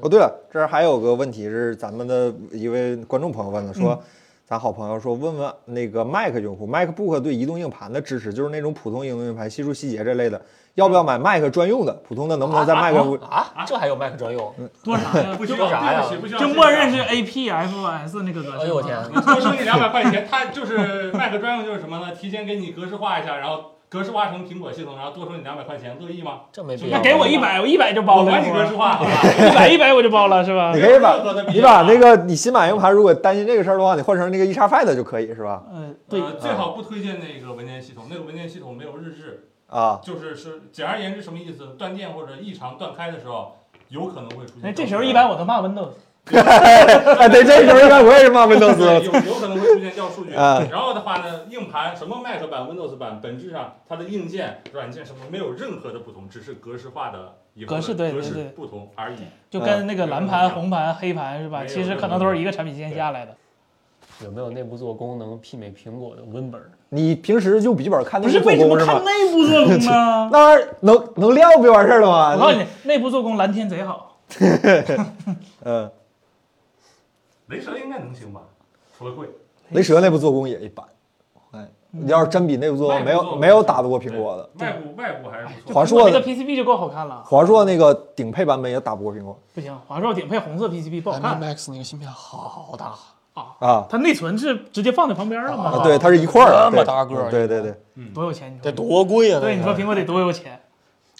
哦，对了，这儿还有个问题是咱们的一位观众朋友问了，说咱好朋友说问问那个 Mac 用户，MacBook 对移动硬盘的支持，就是那种普通移动硬盘，系数细节这类的，要不要买 Mac 专用的？普通的能不能在 Mac 用户？啊，这还有 Mac 专用？多啥呀？不需这要，个啥呀对不起，不需要。就默认是 AP FOS 那个格式吗。哎呦我天！ 你多收你两百块钱，它就是 Mac 专用，就是什么呢？提前给你格式化一下，然后格式化成苹果系统，然后多收你两百块钱，乐意吗？这没必要。那给我一，百，我一百就包我了。管你格 式化，好吧？一百一百我就包了，是吧你？可以把任何的必你要把啊那个你新买硬盘，如果担心这个事儿的话，你换成那个 E 叉 Five 的就可以，是吧？嗯，对，呃，最好不推荐那个文件系统，那个文件系统没有日志，啊，就是是简而言之什么意思？断电或者异常断开的时候，有可能会嗯出现。那这时候一般我都骂 Windows，哎，对，这时候应该我也是骂 Windows 对，了。有有可能会出现掉数据。啊然后的话呢，硬盘什么 Mac 版、Windows 版，本质上它的硬件、软件什么没有任何的不同，只是格式化的以后格式的对格对式对不同而已。就跟那个蓝盘、嗯红盘、黑盘是吧？没有其实可能都是一个产品线下来的。有没有内部做工能媲美苹果的 Win 你平时用笔记本看不那是个做为什工么是吗看？内部做工 呢？那玩意儿能能亮不就完事儿了吗？我告诉你，内部做工蓝天贼好，嗯，雷蛇应该能行吧？除了贵，雷蛇内部做工也一般。哎，嗯要是真比内部做工，没有没有打得过苹果的。外部外部还是不错。华我硕这个的 PCB 就够好看了。华硕那个顶配版本也打不过苹果不行，华硕顶配红色 PCB 不好1看 Max 那个芯片好大，啊，啊它内存是直接放在旁边了啊，嘛？对，它是一块儿的，这么大个对儿对对对，多有钱你得说？多贵啊！对，你说苹果得多有钱？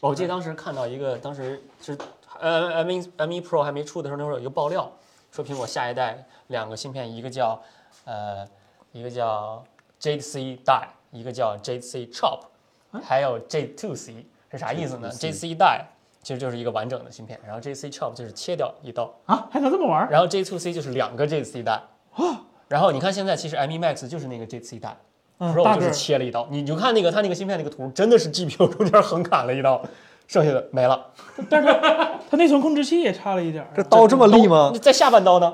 我记得当时看到一个，当时是呃 M 1 M 1 Pro 还没出的时候，那会儿有一个爆料，说苹果下一代两个芯片，一个叫呃一个叫 Jade C Die，一个叫 Jade C Chop，还有 Jade Two C 是啥意思呢？Jade C Die 其实就是一个完整的芯片，然后 Jade C Chop 就是切掉一刀，啊，还能这么玩儿？然后 Jade Two C 就是两个 Jade C 带。然后你看现在其实 M 1 Max 就是那个 Jade C 带。嗯，大 Pro 就个是儿切了一刀，你你就看那个它那个芯片那个图，真的是 GPU 中间横砍了一刀，剩下的没了。它内存控制器也差了一点儿啊。这刀这么利吗？在下半刀呢？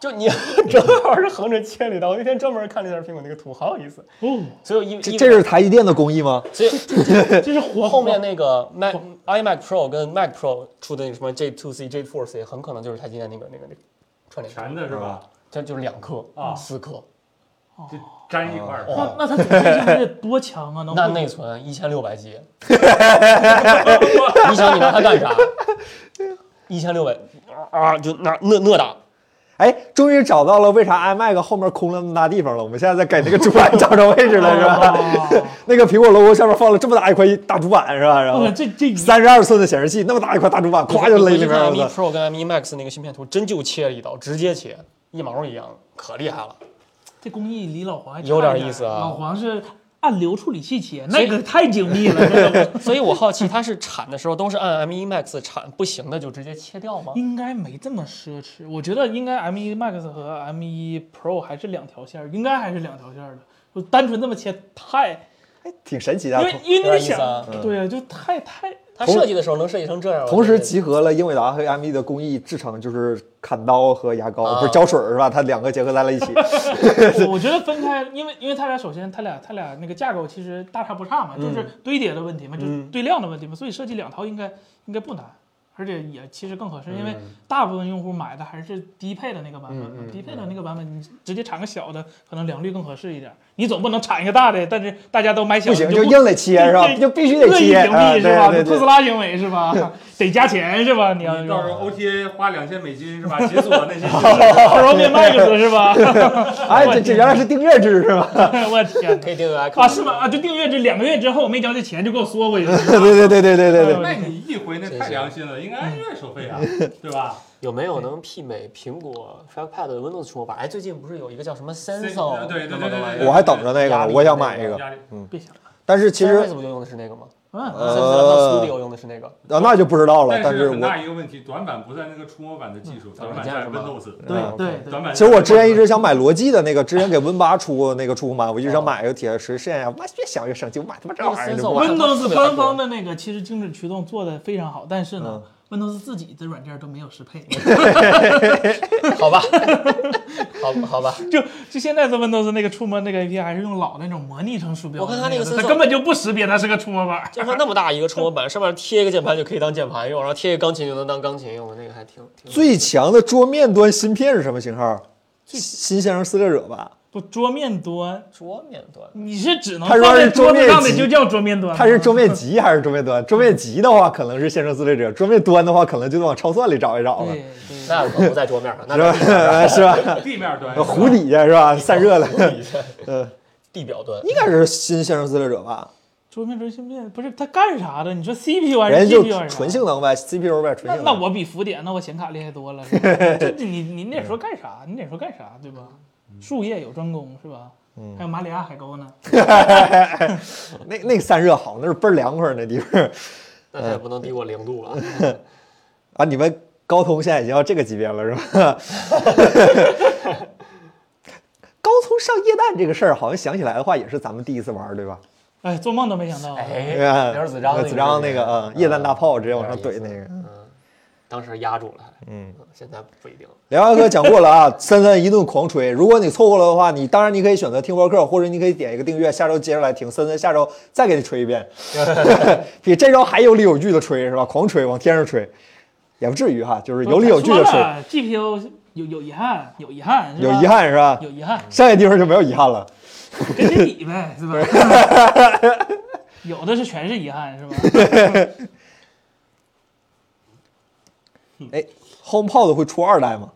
就你 正好是横着切了一刀。我那天专门看了一下苹果那个图，好有意思。哦，所以因这这是台积电的工艺吗？所以这是活后面那个 Mac iMac Pro 跟 Mac Pro 出的那个什么 J Two C J Four C，很可能就是台积电那个那个那个串联，全的是吧？这就是两颗啊四颗，哦就粘一块儿。哦那那它主机性得多强啊？能那内存一千六百 G，你想你拿它干啥？一千六百啊，就那那那打。哎，终于找到了为啥 iMac 后面空了那么大地方了。我们现在在给那个主板找找位置了，是吧？哦啊 那个苹果 logo 下面放了这么大一块大主板，是吧？然后哦，这这三十二寸的显示器，那么大一块大主板，咵就勒里面了。了。 M 1我操 Pro 跟 M 1 Max 那个芯片图真就切了一刀，直接切，一毛一样，可厉害了。 这工艺离老黄还差有点一意思啊老黄是按流处理器切，所以那个太精 密了，真的所以我好奇，它是产的时候都是按 M 1 Max 产，不行的就直接切掉吗？应该没这么奢侈。我觉得应该 M 1 Max 和 M 1 Pro 还是两条线儿，应该还是两条线儿的。就单纯这么切太，挺神奇的因啊。嗯为因有为点你意思想啊，对呀，就 太太它设计的时候能设计成这样，同我时觉得集合了英伟达和 AMD 的工艺制成，就是砍刀和牙膏，啊不是胶水儿是吧？它两个结合在了一起。我觉得分开，因为因为它俩首先它俩它俩那个架构其实大差不差嘛，嗯就是堆叠的问题嘛，就是堆量的问题嘛，所以设计两套应该应该不难，而且也其实更合适，因为大部分用户买的还是低配的那个版嗯本嘛，低配的那个版本你直接产个小的，可能良率更合适一点。你总不能产一个大的，但是大家都买小不的，行，你就就硬得切是吧？对就必须得恶意切屏啊！蔽对是吧？对特斯对，拉行为 是吧？得加钱是吧？你要你到时用候 OTA 花两千美金是吧？解 锁那些就是，Pro 变 Max 是吧？ 哎，这这原来是订阅制是吧？我天哪！可以定个 icon 啊，是吗？啊，就订阅这两个月之后没交这钱就给我缩回 去。对对对对对对对。那你一回那太良心了，应该嗯按月收 费啊，对吧？有没有能媲美苹果 Trackpad 的 Windows 触摸板？哎，最近不是有一个叫什么 Sensor 啊对对什对么的玩意对对儿？我还等着那个压呢，力我想买一个。压力别想了，但是其实 Sensor 不就用的是那个吗？嗯，呃 Sensor Studio 用的是那个。啊，那就不知道了。但但是我很大一个问题，短板不在那个触摸板的技嗯术，短板在 Windows。啊对对对短。板。其实我之前一直想买罗技的那个，之前给 Win 八出过那个触控板，我一直想买一个铁实试验一下。妈，越想越生气，我买他妈这玩意儿就不买我还看过 Windows 特别官方的那个其实精准驱动做的非常好，但是嗯呢，Windows 自己的软件都没有适配。 好吧，好好吧， 就就现在的 Windows 那个触摸那个 API 还是用老那种模拟成鼠标我的看样子，它那个它 sensor- 根本就不识别它是个触摸板。 就它那么大一个触摸板，上面贴一个键盘就可以当键盘用，然后贴一个钢琴就能当钢琴用，那个还挺挺。最强的桌面端芯片是什么型号？新先生撕裂者吧，不，桌面端，桌面端你是只能它放说在是桌桌子面上的机就叫桌面端吗，它是桌面级还是桌面端？桌面级的话可能是先生撕裂者，桌面端的话可能就得往超算里找一找了对，对那可不在桌面上，那是吧？ 是吧？地面端湖底下是吧？散热了，地表端。应该是新先生撕裂者吧？桌面端芯片不是它干啥的？你说 CPU 还人是家 GPU 就还是啥纯性能呗，CPU 呗，纯那性那能。我比浮点，那我显卡厉害多了。是吧这你你那时候干啥？你那时候干啥？对吧？术业有专攻是吧？嗯还有马里亚海沟呢。那那个散热好，那是倍儿凉快儿那地方。嗯那它也不能低过零度了。把啊你们高通现在已经到这个级别了，是吧？ 高通上液氮这个事儿，好像想起来的话，也是咱们第一次玩儿，对吧？哎，做梦都没想到。哎哎，刘子章那个子章那个，嗯，液氮大炮直接往上有点怼意思那个。当时压住了，还嗯，现在不一定了。梁安哥讲过了啊， 三三一顿狂吹。如果你错过了的话，你当然你可以选择听播客，或者你可以点一个订阅，下周接着来听。三三下周再给你吹一遍， 比这周还有理有据的吹是吧？狂吹，往天上吹，也不至于哈，就是有理有据的说吹。了，GPU 有有遗憾，有遗憾，是有吧遗，憾是 吧？有遗憾，剩下地方就没有遗憾了。跟你比呗，是吧？ 有的是全是遗憾，是 吧？ HomePod 会出二代吗？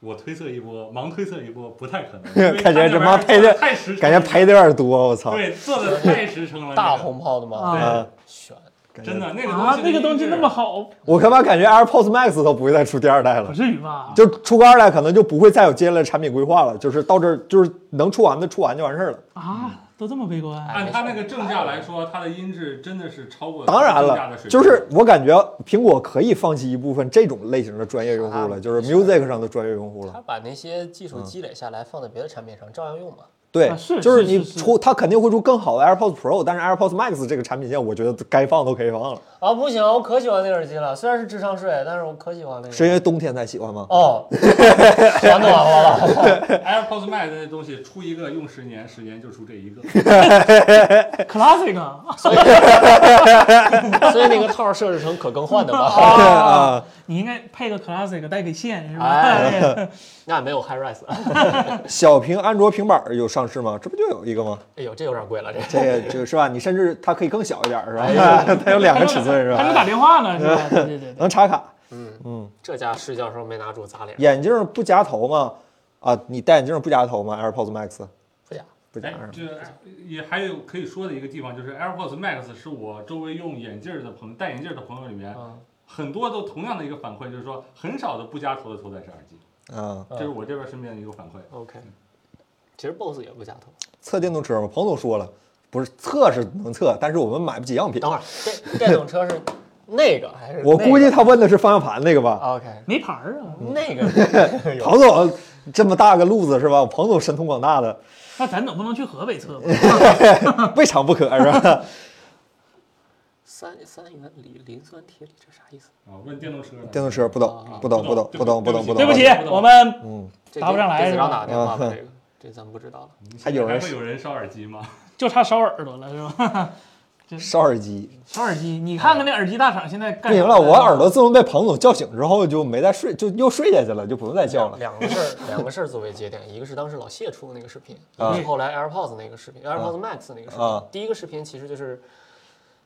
我推测一波，盲推测一波，不太可 因为感觉他这帮那玩意儿配的做得太实感觉赔的有点多，我操！对做的太实诚了，嗯大红炮的嘛，啊，啊，选感觉真的那个啊，那个东西那么好，我他妈感觉 AirPods Max 都不会再出第二代了不。至于吧？就出个二代，可能就不会再有接下来的产品规划了，就是到这儿，就是能出完的出完就完事儿了。啊，都这么悲观，按它那个正价来说，它的音质真的是超过当然正价的了水，平就是我感觉苹果可以放弃一部分这种类型的专业用户了，啊就是 music 上的专业用户了他。把那些技嗯术积累下来放在别的产品上照样用嘛。对啊，是就是是你是出，它肯定会出更好的 AirPods Pro，但是 AirPods Max 这个产品线，我觉得该放都可以放了。啊，不行，我可喜欢那耳机了，虽然是智商税，但是我可喜欢那个。是因为冬天才喜欢吗？哦， 全暖和了。 AirPods Max 那东西出一个用十年，十年就出这 一个。 ，classic 啊， 所以那个套儿设置成可更换的哦嘛， 啊， 你应该配个 classic 带给线是吧？ 哎那没有 High Rise。小屏安卓平板儿有上市吗？这不就有一个吗？哎呦，这有点贵了，这这个就是吧，你甚至它可以更小一点儿，是吧？ 它有两个尺寸，是还能吧？打电话呢，是 吧？对对对对，能插卡。这家试教授没拿住砸脸，眼镜不夹头吗？啊，你戴眼镜不夹头吗？AirPods Max 不假。不夹哎是吧，这也还有可以说的一个地方，就是 AirPods Max 是我周围用眼镜儿的朋友、戴眼镜儿的朋友里面，嗯很多都同样的一个反馈，就是说很少的不加头的头戴式耳机，啊，这是我这边身边的一个反馈。 ，OK。其实 BOSS 也不假头。测电动车吗？彭总说了，不是测是能测，但是我们买不起样品。等会儿，这 电动车是那个还是那个？我估计他问的是方向盘那个吧。 OK 没牌儿啊。那个有彭总这么大个路子是吧？彭总神通广大 的，那咱总不能去河北测吧？啊未尝不可是吧？ 三三元锂磷酸铁锂，这啥意思？啊，问电动车呢，电动车不啊懂，不懂，不懂，不懂，不懂，不懂。嗯啊对不起，我们这答不上来给是子吧章打电话吧，这个这咱不知道了。还有人还会有人烧耳机吗？就差烧耳朵了，是 吧？烧耳机烧耳机，你看看那耳机大厂现在不干啥行了，我耳朵自从被彭总叫醒之后就没再睡，就又睡下去了，就不用再叫了。嗯两个事儿，两个事儿作为节点，一个是当时老谢出的那个视频，一啊个是后来 AirPods 那个视频，AirPods Max 那个视啊频。第一个视频其实就是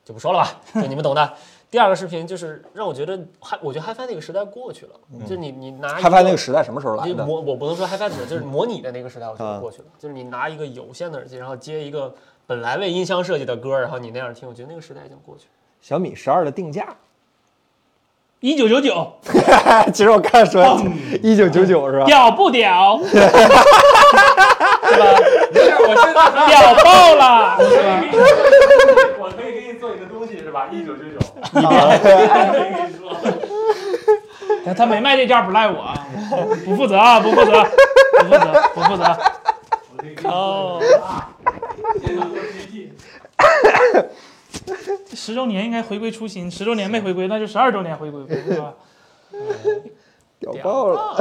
就不说了吧，就你们懂的。第二个视频就是让我觉得嗨，我觉得 HiFi 那个时代过去了，就你你拿一嗨翻嗯那个时代什么时候来就嗯的？模我不能说 HiFi 指就是模拟的那个时代，我觉啊得过去了。就是你拿一个有线的耳机，然后接一个本来为音箱设计的歌，然后你那样听，我觉得那个时代已经过去了。小米十二的定价 一九九九其实我刚才说哦一 九九九 是吧？屌不屌？不是，我现在屌爆了！我可以给你做一 个我可以给你做一个东西是吧？一九九九，他 他没卖这价不赖我，啊，不负责啊，不负责，不负责，啊不负责。哦靠！啊十周年应该回归初心，十周年没回归，那就十二周年回归呗，是吧？ 屌爆了！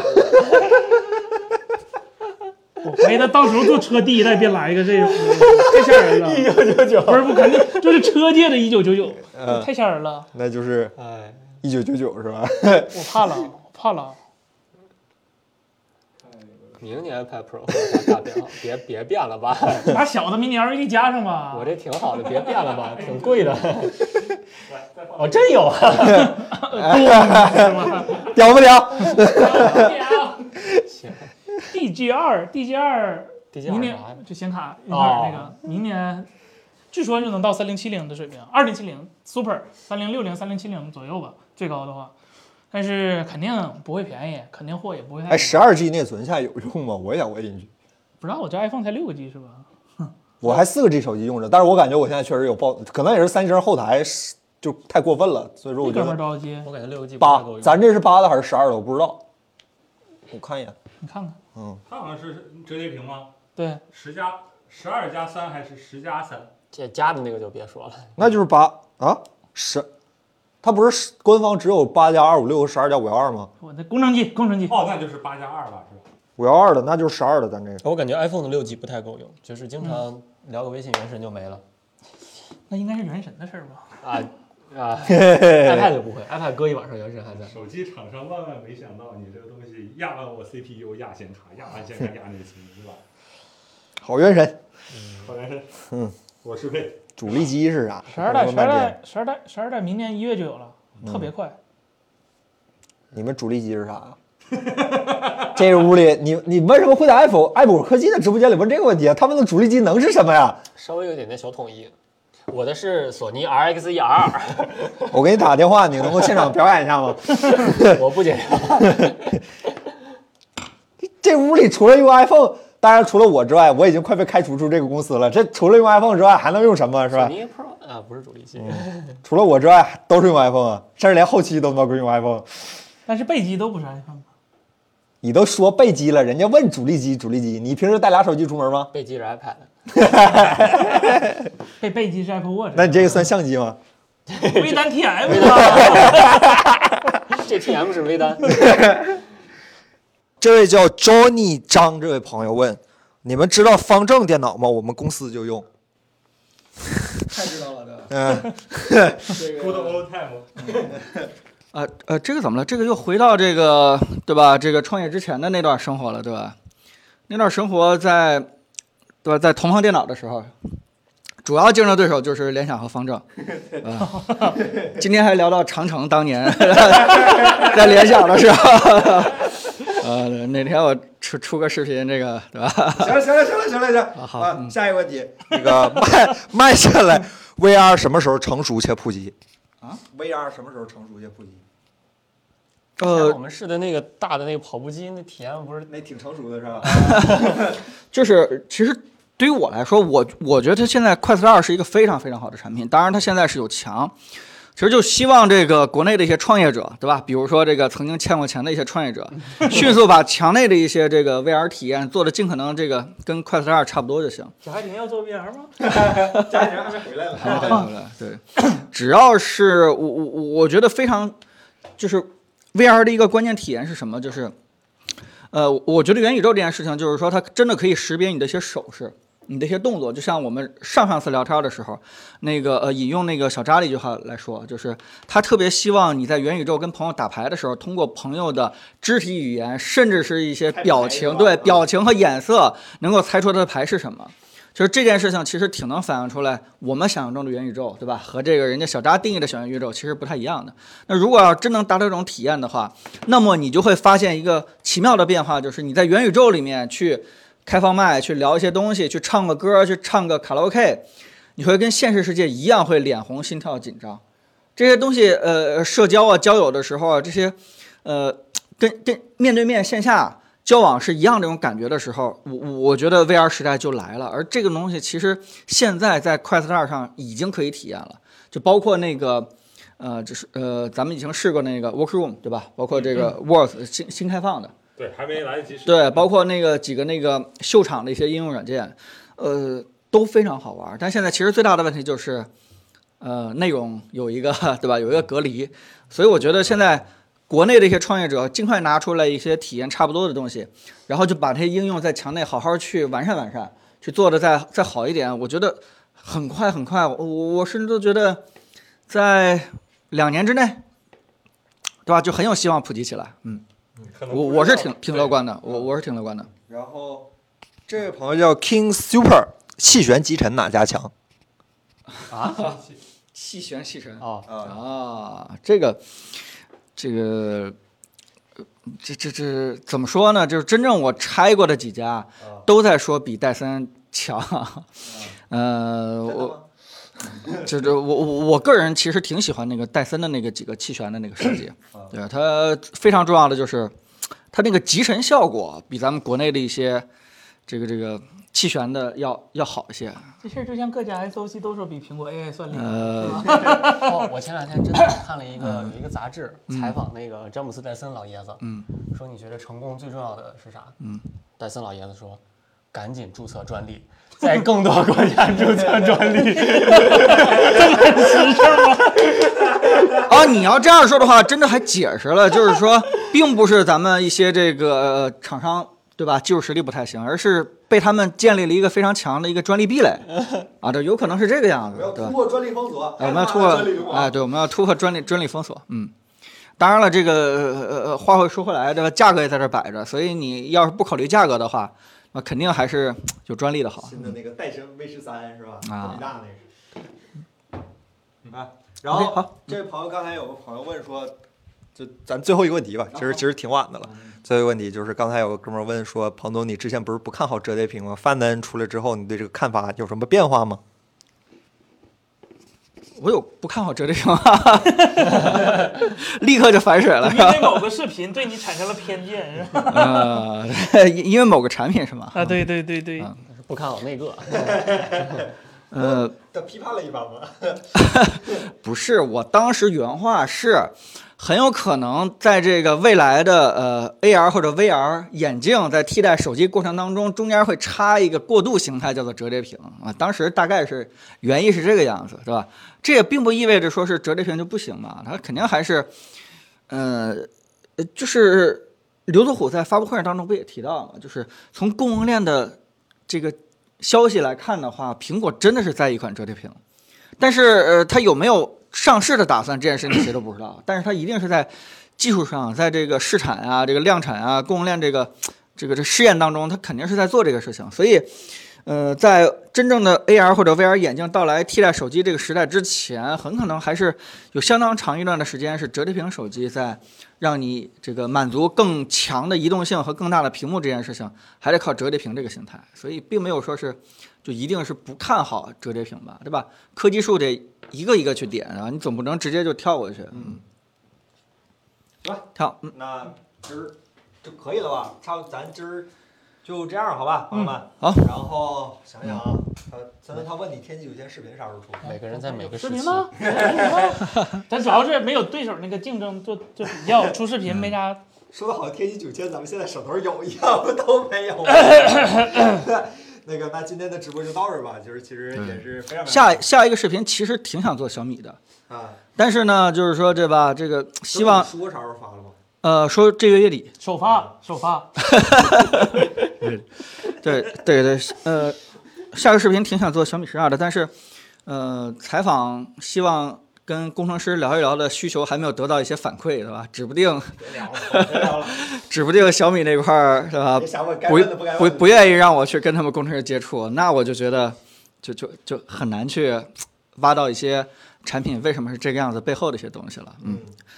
我怀疑他到时候坐车第一代别来一个这种，太吓人 了。一九九嗯九不是不肯定就是车界的一九九九，太吓人了，那就是哎，一九九九是吧？我怕了，我怕了。明年 iPad Pro 会大变好，别别变了吧，把小的 mini LED 加上吧。我这挺好的， 别变了吧，挺贵 的。哦，真有啊！屌不屌？ DG 二 DG 二，第几明年啥呀？就显卡哦云卡那个，明年据说就能到三零七零的水平，二零七零 Super 三零六零三零七零左右吧，最高的话。但是肯定不会便宜，肯定货也不会太哎，十二 G 内存现在有用吗？我也想问一句。不知道我这 iPhone 才六个 G 是吧？我还四个 G 手机用着，但是我感觉我现在确实有爆，可能也是三星后台就太过分了，所以说我这觉哥们儿得多少 G？我感觉六个 G 不太八够，用。咱这是八的还是十二的，我不知道，我看一眼，你看看，它好像是折叠屏吗？对，十加十二加三还是十加三？这加的那个就别说了，那就是八啊十，它不是官方只有八加二五六和十二加五幺二吗？我那工程机，工程机，哦，那就是八加二吧，是吧？五幺二的那就是十二的，咱这个。我感觉 iPhone 的六 G 不太够用，就是经常聊个微信原神就没了那应该是原神的事儿吧？啊 啊！iPad 就不会，iPad 搁一晚上原神还在。手机厂商万万没想到，你这个东西压完我 CPU，压显卡，压完显卡，压内存，是吧？好元神好男生，嗯，我适配。主力机是啥？十二代，十二代，十二代，十二代，明年一月就有了，嗯特别快。你们主力机是啥 呀？这个屋里，你你为什么会在 Apple Apple 科技的直播间里问这个问题啊？他们的主力机能是什么呀？ 稍微有点点小统一。我的是索尼 RX 1 r 我给你打个电话，你能够现场表演一下吗？ 我不解释。这屋里除了用 iPhone，当然除了我之外，我已经快被开除出这个公司了。这除了用 iPhone 之外，还能用什么是索吧？尼 Pro 啊，不是主力机，除了我之外，都是用 iPhone 啊，甚至连后期都他妈归用 iPhone。但是背机都不是 iPhone，你都说备机了，人家问主力机，主力机，你平时带俩手机出门吗？背机是 iPad，背背机是 Apple Watch，那你这个算相机吗？ 微单 TM 啊，这 TM 是微单。这位叫 Johnny 张这位朋友问：你们知道方正电脑吗？我们公司就用。太知道了，这嗯， 这 Good old time。呃呃，这个怎么了？这个又回到这个对吧？这个创业之前的那段生活了，对吧？那段生活在对吧？在同行电脑的时候，主要竞争对手就是联想和方正。啊，今天还聊到长城当年 在联想的时候， 呃，哪天我出出个视频，这个对吧？行了，行了，行了，行了，行了。好啊，下一个问题，那个卖卖下来，VR 什么时候成熟且普及？啊，VR 什么时候成熟且普及？呃 我，们试的那个大的那个跑步机，那 TM 不是那挺成熟的是 吧？就是其实对于我来说，我我觉得它现在快四二是一个非常非常好的产品，当然它现在是有墙。其实就希望这个国内的一些创业者，对吧？比如说这个曾经欠过钱的一些创业者，迅速把墙内的一些这个 VR 体验做的尽可能这个跟快四二差不多就行。贾海婷要做 VR 吗？家庭还没回来了。啊对对，嗯 只要是我我我我觉得非常，就是 VR 的一个关键体验是什么？就是，呃，我觉得元宇宙这件事情，就是说它真的可以识别你的一些手势。你的一些动作，就像我们上上次聊天的时候，那个呃引用那个小扎的一句话来说，就是他特别希望你在元宇宙跟朋友打牌的时候，通过朋友的肢体语言，甚至是一些表情，对表情和眼色，能够猜出他的牌是什么。就是这件事情其实挺能反映出来我们想象中的元宇宙，对吧？和这个人家小扎定义的小元宇宙其实不太一样的。那如果要真能达到这种体验的话，那么你就会发现一个奇妙的变化，就是你在元宇宙里面去开放麦，去聊一些东西，去唱个歌，去唱个卡拉 OK，你会跟现实世界一样会脸红、心跳、紧张。这些东西，呃，社交啊、交友的时候啊，这些，呃，跟跟面对面线下交往是一样这种感觉的时候，我我我觉得 VR 时代就来了。而这个东西其实现在在快四二上已经可以体验了，就包括那个。呃，就是呃，咱们已经试过那个 Workroom，对吧？包括这个 Worth 新新开放的，对，还没来得及试。对，包括那个几个那个秀场的一些应用软件，呃，都非常好玩儿。但现在其实最大的问题就是，呃，内容有一个 对吧，有一个隔离，所以我觉得现在国内的一些创业者尽快拿出来一些体验差不多的东西，然后就把这些应用在墙内好好去完善完善，去做的再再好一点。我觉得很快很快，我我甚至都觉得在两年之内，对吧，就很有希望普及起来。嗯。可能我不我是知道挺挺乐观的，我我是挺乐观的。然后这位朋友叫 King Super，气旋集尘哪家强？气旋气沉哦，啊，啊，这个这个呃这这这怎么说呢？就是真正我拆过的几家啊都在说比戴森强。呃，我就是我我我个人其实挺喜欢那个戴森的那个几个气旋的那个设计啊，对它非常重要的就是它那个集尘效果比咱们国内的一些这个这个弃权的要要好一些。这事儿之前各家 SOC 都说比苹果 AI 算力好，呃，哦，我前两天真 的看了一个有一个杂志采访那个詹姆斯戴森老爷子，嗯，说你觉得成功最重要的是啥？嗯，戴森老爷子说，赶紧注册专利，在更多国家注册专利。哦，你要这样说的话，真的还解释了，就是说， 并不是咱们一些这个、呃厂商对吧，技术实力不太行，而是被他们建立了一个非常强的一个专利壁 垒啊，这有可能是这个样子我要，对吧突？破专利封锁，哎，我们要突专利破，封哎，锁。对，我们要突破专利专利封锁，嗯。当然了，这个呃呃，话又说回来，对吧？价格也在这摆着，所以你要是不考虑价格的话，那肯定还是有专利的好。新的那个戴森 V 十三是吧？啊特别大那个。啊，然后 OK，好嗯这位朋友刚才有个朋友问说，就咱最后一个问嗯题吧，其实其实挺晚的了。最后一个问题就是，刚才有个哥们儿问说，庞总，你之前不是不看好折叠屏吗？范丹出来之后，你对这个看法有什么变化吗？我有不看好折叠屏吗， 立刻就反水了，是因吧？为某个视频对你产生了偏见，是吧？呃， 因因为某个产品是吗？ 啊，对对对对， 不看好那个，呃，他批判了一把吗？不是，我当时原话是，很有可能在这个未来的呃 AR 或者 VR 眼镜在替代手机过程当中，中间会插一个过渡形态，叫做折叠屏啊。当时大概是原意是这个样子，是吧？这也并不意味着说是折叠屏就不行嘛，它肯定还是，呃，呃就是刘作虎在发布会上当中不也提到了嘛，就是从供应链的这个消息来看的话，苹果真的是在一款折叠屏。但是呃，它有没有上市的打算这件事情谁都不知道，但是它一定是在技术上，在这个试产啊、这个量产啊、供应链这个这个这试验当中，它肯定是在做这个事情。所以，呃，在真正的 AR 或者 VR 眼镜到来替代手机这个时代之前，很可能还是有相当长一段的时间是折叠屏手机在让你这个满足更强的移动性和更大的屏幕这件事情，还得靠折叠屏这个形态。所以，并没有说是就一定是不看好折叠屏吧，对吧？科技树得一个一个去点啊，你总不能直接就跳过去。嗯，行吧跳，嗯，那今儿就可以了吧？差不多，咱今儿就这样，好吧，朋友们。嗯好然后想想啊，他咱他问你天气有天视频啥时候出？每个人在每个视时频期。吗？咱主要是没有对手那个竞争做做比较，出视频没啥。说的好像天玑九千咱们现在手头有一样， 都没有。那个，那今天的直播就到这儿吧。就是其实也是非常下下一个视频其实挺想做小米的，啊，但是呢，就是说对吧？这个希望说啥时候发了吗？呃，说这个月底，首发，首发，对 对对，呃，下个视频挺想做小米十二的，但是呃，采访希望跟工程师聊一聊的需求还没有得到一些反馈，对吧？指不定 别聊了，别聊 了，指不定小米那块儿，对吧啊别？想问该不问的不该不问不的。愿意让我去跟他们工程师接触，那我就觉得就就就很难去挖到一些产品为什么是这个样子背后的一些东西了。嗯，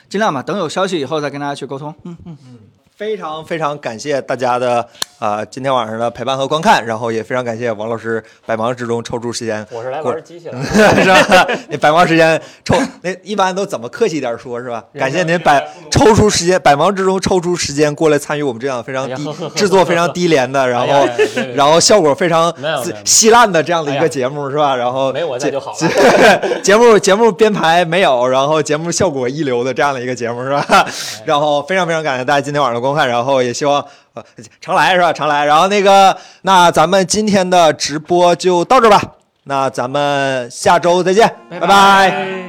尽量吧，等有消息以后再跟大家去沟通。嗯，非常非常感谢大家的呃今天晚上的陪伴和观看，然后也非常感谢王老师百忙之中抽出时间我是来玩机器的， 是 吧？你百忙时间抽，那一般都怎么客气点说，是吧？感谢您百抽出时间，百忙之中抽出时间过来参与我们这样非常哎呀低呵呵呵制作非常低廉的，然哎呀后哎呀对对然后效果非常没有没有稀烂的这样的一哎个呀节目，是吧？然后没我在就好了。节 目节目编排没有，然后节目效果一流的这样的一个节目是哎吧？然后非常非常感谢大家今天晚上的观看，然后也希望呃常来是吧？常来，然后那个那咱们今天的直播就到这儿吧，那咱们下周再见，拜拜拜。